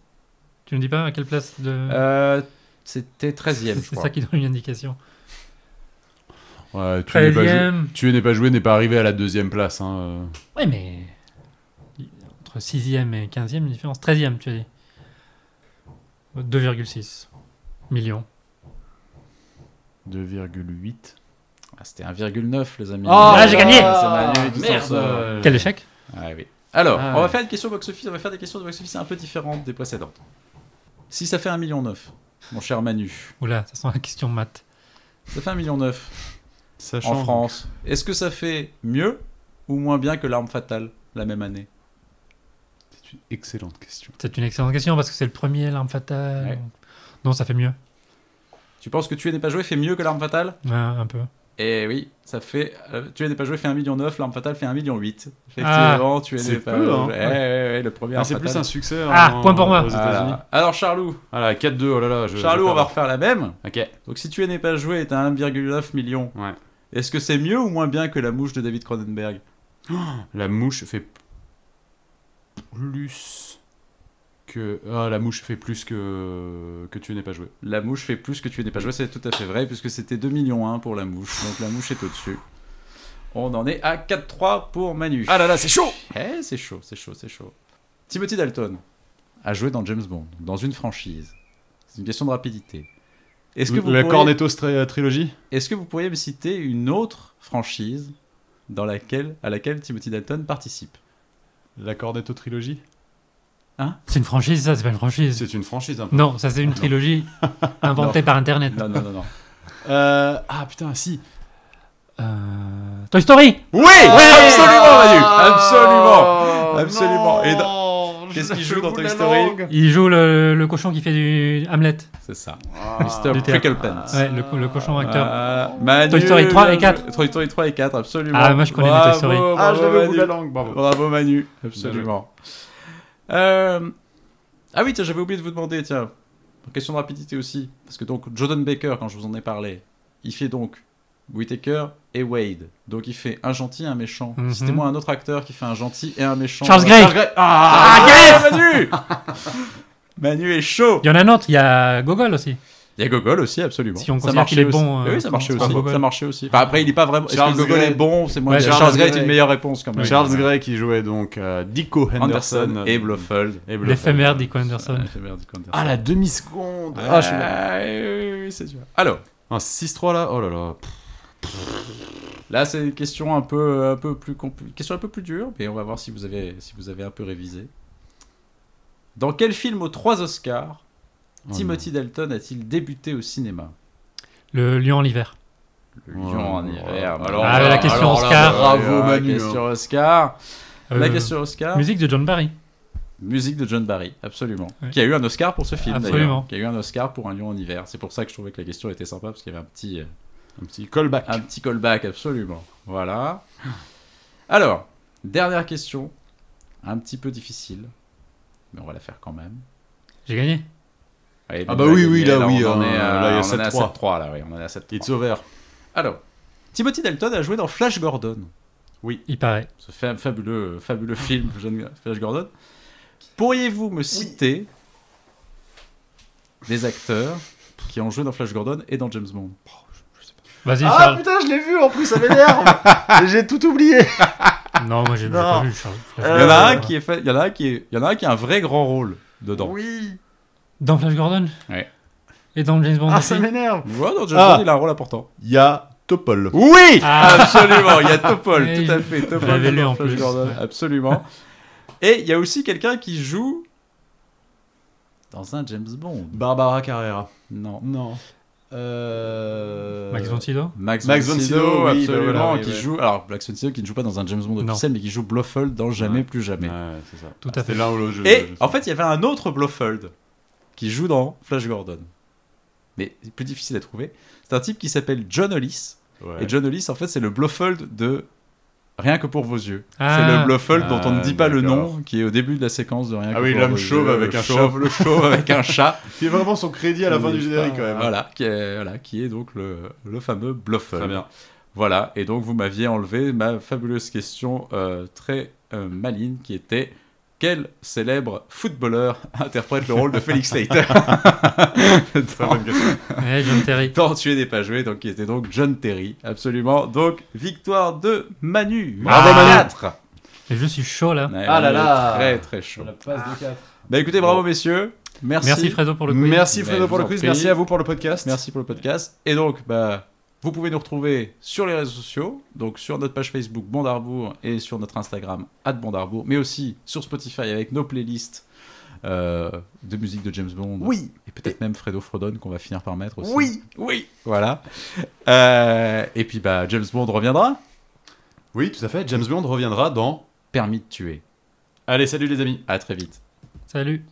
D: Tu me dis pas à quelle place de.
E: Euh, C'était 13e, je
D: C'est
E: crois.
D: ça qui donne une indication.
C: Ouais, tu n'es pas joué.
D: 13ème.
C: Tu n'es pas joué, n'est pas arrivé à la deuxième place. hein, euh.
D: Ouais, mais. Entre 6ème et 15ème, une différence. 13ème, tu as dit. 2,6 millions.
C: 2,8.
E: Ah, C'était 1,9 les amis. Euh,
C: Ah,
D: Ah, j'ai gagné Ah,
E: C'est Manu qui
C: Merde.
E: s'en sort.
D: Euh, Quel échec
E: Ah oui. Alors,
C: Ah
E: on va
C: ouais.
E: faire une question box-office, on va faire des questions de box-office un peu différentes des précédentes. Si ça fait 1,9 million, mon cher Manu,
D: Oula, ça sent la question mat.
E: ça fait 1,9 million
F: Sachant
E: en France, est-ce que ça fait mieux ou moins bien que L'Arme Fatale la même année
F: C'est une excellente question.
D: C'est une excellente question parce que c'est le premier, l'arme fatale.
E: Ouais.
D: Non, ça fait mieux.
E: Tu penses que Tuer n'est pas joué fait mieux que L'Arme Fatale
D: Ouais, un peu.
E: Eh oui, ça fait. euh, Tuer n'est pas joué fait 1,9 million, L'Arme Fatale fait 1,8 million. Effectivement, Tuer
F: c'est
E: n'est pas
F: peu,
E: joué.
F: hein.
E: Eh, ouais, ouais, le premier
F: Ah,
E: Arme
F: c'est
E: Fatale.
F: plus un succès.
D: Ah,
E: euh,
F: en-
D: point pour moi.
F: Aux États-Unis.
E: Voilà. Alors, Charlou,
F: Voilà, 4-2, oh là là. Je,
E: Charlou,
F: je
E: on va
F: perds.
E: refaire la même.
F: Ok.
E: Donc si tu es n'est pas joué est à 1,9 million.
F: Ouais.
E: Est-ce que c'est mieux ou moins bien que la mouche de David Cronenberg
F: La mouche fait plus que. Ah, la mouche fait plus que. Que tu n'es pas joué.
E: La mouche fait plus que tu es n'est pas joué, c'est tout à fait vrai, puisque c'était 2 millions 1 pour la mouche. Donc la mouche est au-dessus. On en est à 4-3 pour Manu.
F: Ah là là, c'est chaud
E: Eh, c'est chaud, c'est chaud, c'est chaud. Timothy Dalton a joué dans James Bond, dans une franchise. C'est une question de rapidité. Est-ce que, vous
F: La
E: pourriez-
F: Cornetto stri- trilogie
E: est-ce que vous pourriez me citer une autre franchise dans laquelle, à laquelle Timothy Dalton participe
F: La Cornetto trilogie
D: C'est une franchise, ça, c'est pas une franchise.
F: C'est une franchise hein. un peu.
D: Non, ça, c'est une trilogie inventée par Internet.
E: Non, non, non, non.
F: Euh, ah putain, si.
D: Euh, Toy Story
E: Oui, Ah, absolument, Manu, absolument,
F: Ah,
E: absolument. Et dans- qu'est-ce qu'il joue dans Toy Story
D: Il joue le, le cochon qui fait du Hamlet.
E: C'est ça,
D: Du
F: Ah.
E: Mr.
D: théâtre.
E: Pricklepants.
D: Ouais, le, co- le cochon acteur.
E: Euh, Manu,
D: Toy Story 3 et
E: bien joué.
D: 4.
E: Toy Story 3 et 4, absolument.
D: Ah, moi, je connais mes Toy
E: Bravo,
D: Story.
F: Ah, je
E: bravo,
F: l'avais au bout de la
E: Manu.
F: langue, bravo.
E: Bravo, Manu, absolument. Euh, Ah oui, tiens, j'avais oublié de vous demander, tiens, question de rapidité aussi, parce que donc, Jordan Baker, quand je vous en ai parlé, il fait donc Whitaker et Wade. Donc, il fait un gentil et un méchant.
D: Mhm.
E: Citez-moi un autre acteur qui fait un gentil et un méchant.
D: Charles
E: Grey
D: Gray
E: Ah, yes Manu Manu est chaud
D: Il y en a un autre, il y a Gogol aussi.
E: Il y a Gogol aussi, absolument.
D: Si on considère qu'il est bon, euh,
E: Eh oui, ça marchait
D: par
E: aussi.
D: Gogol.
E: Ça marchait aussi. Enfin, Bah, après, il est pas vraiment. Est-ce
F: Charles
E: que Gogol
F: Gray.
E: est bon C'est moi.
D: Ouais,
E: Charles,
F: Charles
E: Gray est
F: Gray.
E: une meilleure réponse quand même.
F: Charles Gray qui jouait donc euh, Dico Henderson,
E: Anderson et Blofeld.
F: et Bluff.
D: L'éphémère d'Ico Anderson.
E: Ah,
F: Ah la demi seconde.
E: ah, je suis oui, oui, c'est dur. Alors,
F: Un 6-3 là. Oh là là. Pff,
E: là, c'est une question un peu, un peu plus compli- question un peu plus dure, mais on va voir si vous avez, si vous avez un peu révisé. Dans quel film aux trois Oscars
F: Oh
E: Timothy Dalton a-t-il débuté au cinéma
D: Le lion en l'hiver.
E: Le
F: Ouais,
E: Lion en
F: ouais.
E: hiver.
F: Alors
D: Ah,
E: là,
D: la question
E: alors là,
D: Oscar.
E: Bravo,
F: Ouais,
E: Manu.
F: hein.
E: oh, Question Oscar. La
D: Euh,
E: question Oscar.
D: Musique de John Barry.
E: Musique de John Barry, absolument.
D: Ouais.
E: Qui a eu un Oscar pour ce film,
D: Absolument.
E: d'ailleurs. Qui a eu un Oscar pour Un lion en hiver. C'est pour ça que je trouvais que la question était sympa, parce qu'il y avait un petit, euh,
F: Un petit callback.
E: un petit callback, absolument. Voilà. Alors, dernière question. Un petit peu difficile, mais on va la faire quand même.
D: J'ai gagné.
E: Allez,
F: Ah
E: Manu
F: bah
E: a
F: oui,
E: gagné.
F: oui, là, oui,
E: On en
F: euh,
E: est à,
F: là, il
E: on en est
F: y a
E: à
F: 7-3.
E: 7-3, là, oui, on en est à 7-3.
F: It's over.
E: Alors, Timothy Dalton a joué dans Flash Gordon.
D: Il paraît.
E: ce fa- fabuleux, fabuleux film John Flash Gordon. Pourriez-vous me citer des acteurs qui ont joué dans Flash Gordon et dans James Bond
D: Vas-y,
F: Ah
D: Charles.
F: putain, je l'ai vu en plus, ça m'énerve. J'ai tout oublié.
D: Non, moi, j'ai j'ai pas vu Charles.
E: Euh, Il y en a un qui est fait, il y en a un qui est, il y en a un qui a un vrai grand rôle dedans.
F: Euh. Oui.
D: Dans Flash Gordon
E: Ouais.
D: Et dans James Bond
F: Ah,
D: aussi
F: ça m'énerve.
E: Ouais, dans James
F: Ah.
E: Bond, il a un rôle important.
F: Il y a Topol.
E: Oui,
D: Ah.
E: absolument. Il y a Topol,
D: Oui,
E: tout à fait. Topol
D: l'avais
E: dans
D: lu en
E: Flash
D: plus,
E: Gordon,
D: ouais.
E: absolument. Et il y a aussi quelqu'un qui joue dans un James Bond.
F: Barbara Carrera.
E: Non.
F: Non. Euh...
D: Max von Sydow
E: Max,
F: Max
E: von
F: von
E: Sydow,
F: Sydow, oui,
E: absolument,
F: bah voilà, oui,
E: qui
F: ouais.
E: joue. Alors, Max von Sydow qui ne joue pas dans un James Bond
D: Non.
E: officiel, mais qui joue Blofeld dans Jamais
F: Ouais.
E: plus jamais.
F: Ouais, c'est ça.
D: Tout à
F: C'est
D: fait.
F: l'un ou l'autre. je-
E: Et
F: je- je-
E: en fait, il y avait un autre Blofeld qui joue dans Flash Gordon. Mais c'est plus difficile à trouver. C'est un type qui s'appelle John Hollis.
F: Ouais.
E: Et John Hollis, en fait, c'est le Blofeld de Rien que pour vos yeux. c'est
D: Ah.
E: le Blofeld dont on ne dit pas le
F: d'accord.
E: nom, qui est au début de la séquence de Rien que
F: oui,
E: pour
F: l'homme
E: vos
F: chauve
E: yeux,
F: avec
E: le
F: un
E: Ah chauve, le chauve avec un chat.
F: Il y a vraiment son crédit à la fin du générique quand même.
E: Voilà, qui est, voilà, qui est donc le, le fameux Bluffel.
F: Très bien.
E: Voilà, et donc vous m'aviez enlevé ma fabuleuse question euh, très euh, maligne qui était quel célèbre footballeur interprète le rôle de Félix Leiter
F: Très bonne question.
D: Ouais, John Terry.
E: Tant tué n'est pas joué, donc qui était donc John Terry, absolument. Donc victoire de Manu.
D: Bravo, Manu.
E: 4.
D: Et je suis chaud là.
E: Ouais,
F: Ah là
E: on est
F: là.
E: Très très chaud.
F: passe de 4.
E: Bah écoutez, bravo messieurs. Merci.
D: Merci Fredo pour le quiz.
F: Merci
E: Ben,
F: Fredo pour
E: je
F: le
E: vous en
F: quiz,
E: prie.
F: merci à vous pour le podcast.
E: Merci pour le podcast. Et donc, bah, Vous pouvez nous retrouver sur les réseaux sociaux, donc sur notre page Facebook Bondarbourg et sur notre Instagram @bondarbourg, mais aussi sur Spotify avec nos playlists euh, de musique de James Bond. Oui. Et peut-être même Fredo Frodon qu'on va finir par mettre aussi. Oui, oui. Voilà. Euh, et puis bah James Bond reviendra.
F: Oui, tout à fait. James Bond reviendra dans.
E: Permis de tuer.
F: Allez, salut les amis.
E: À très vite.
D: Salut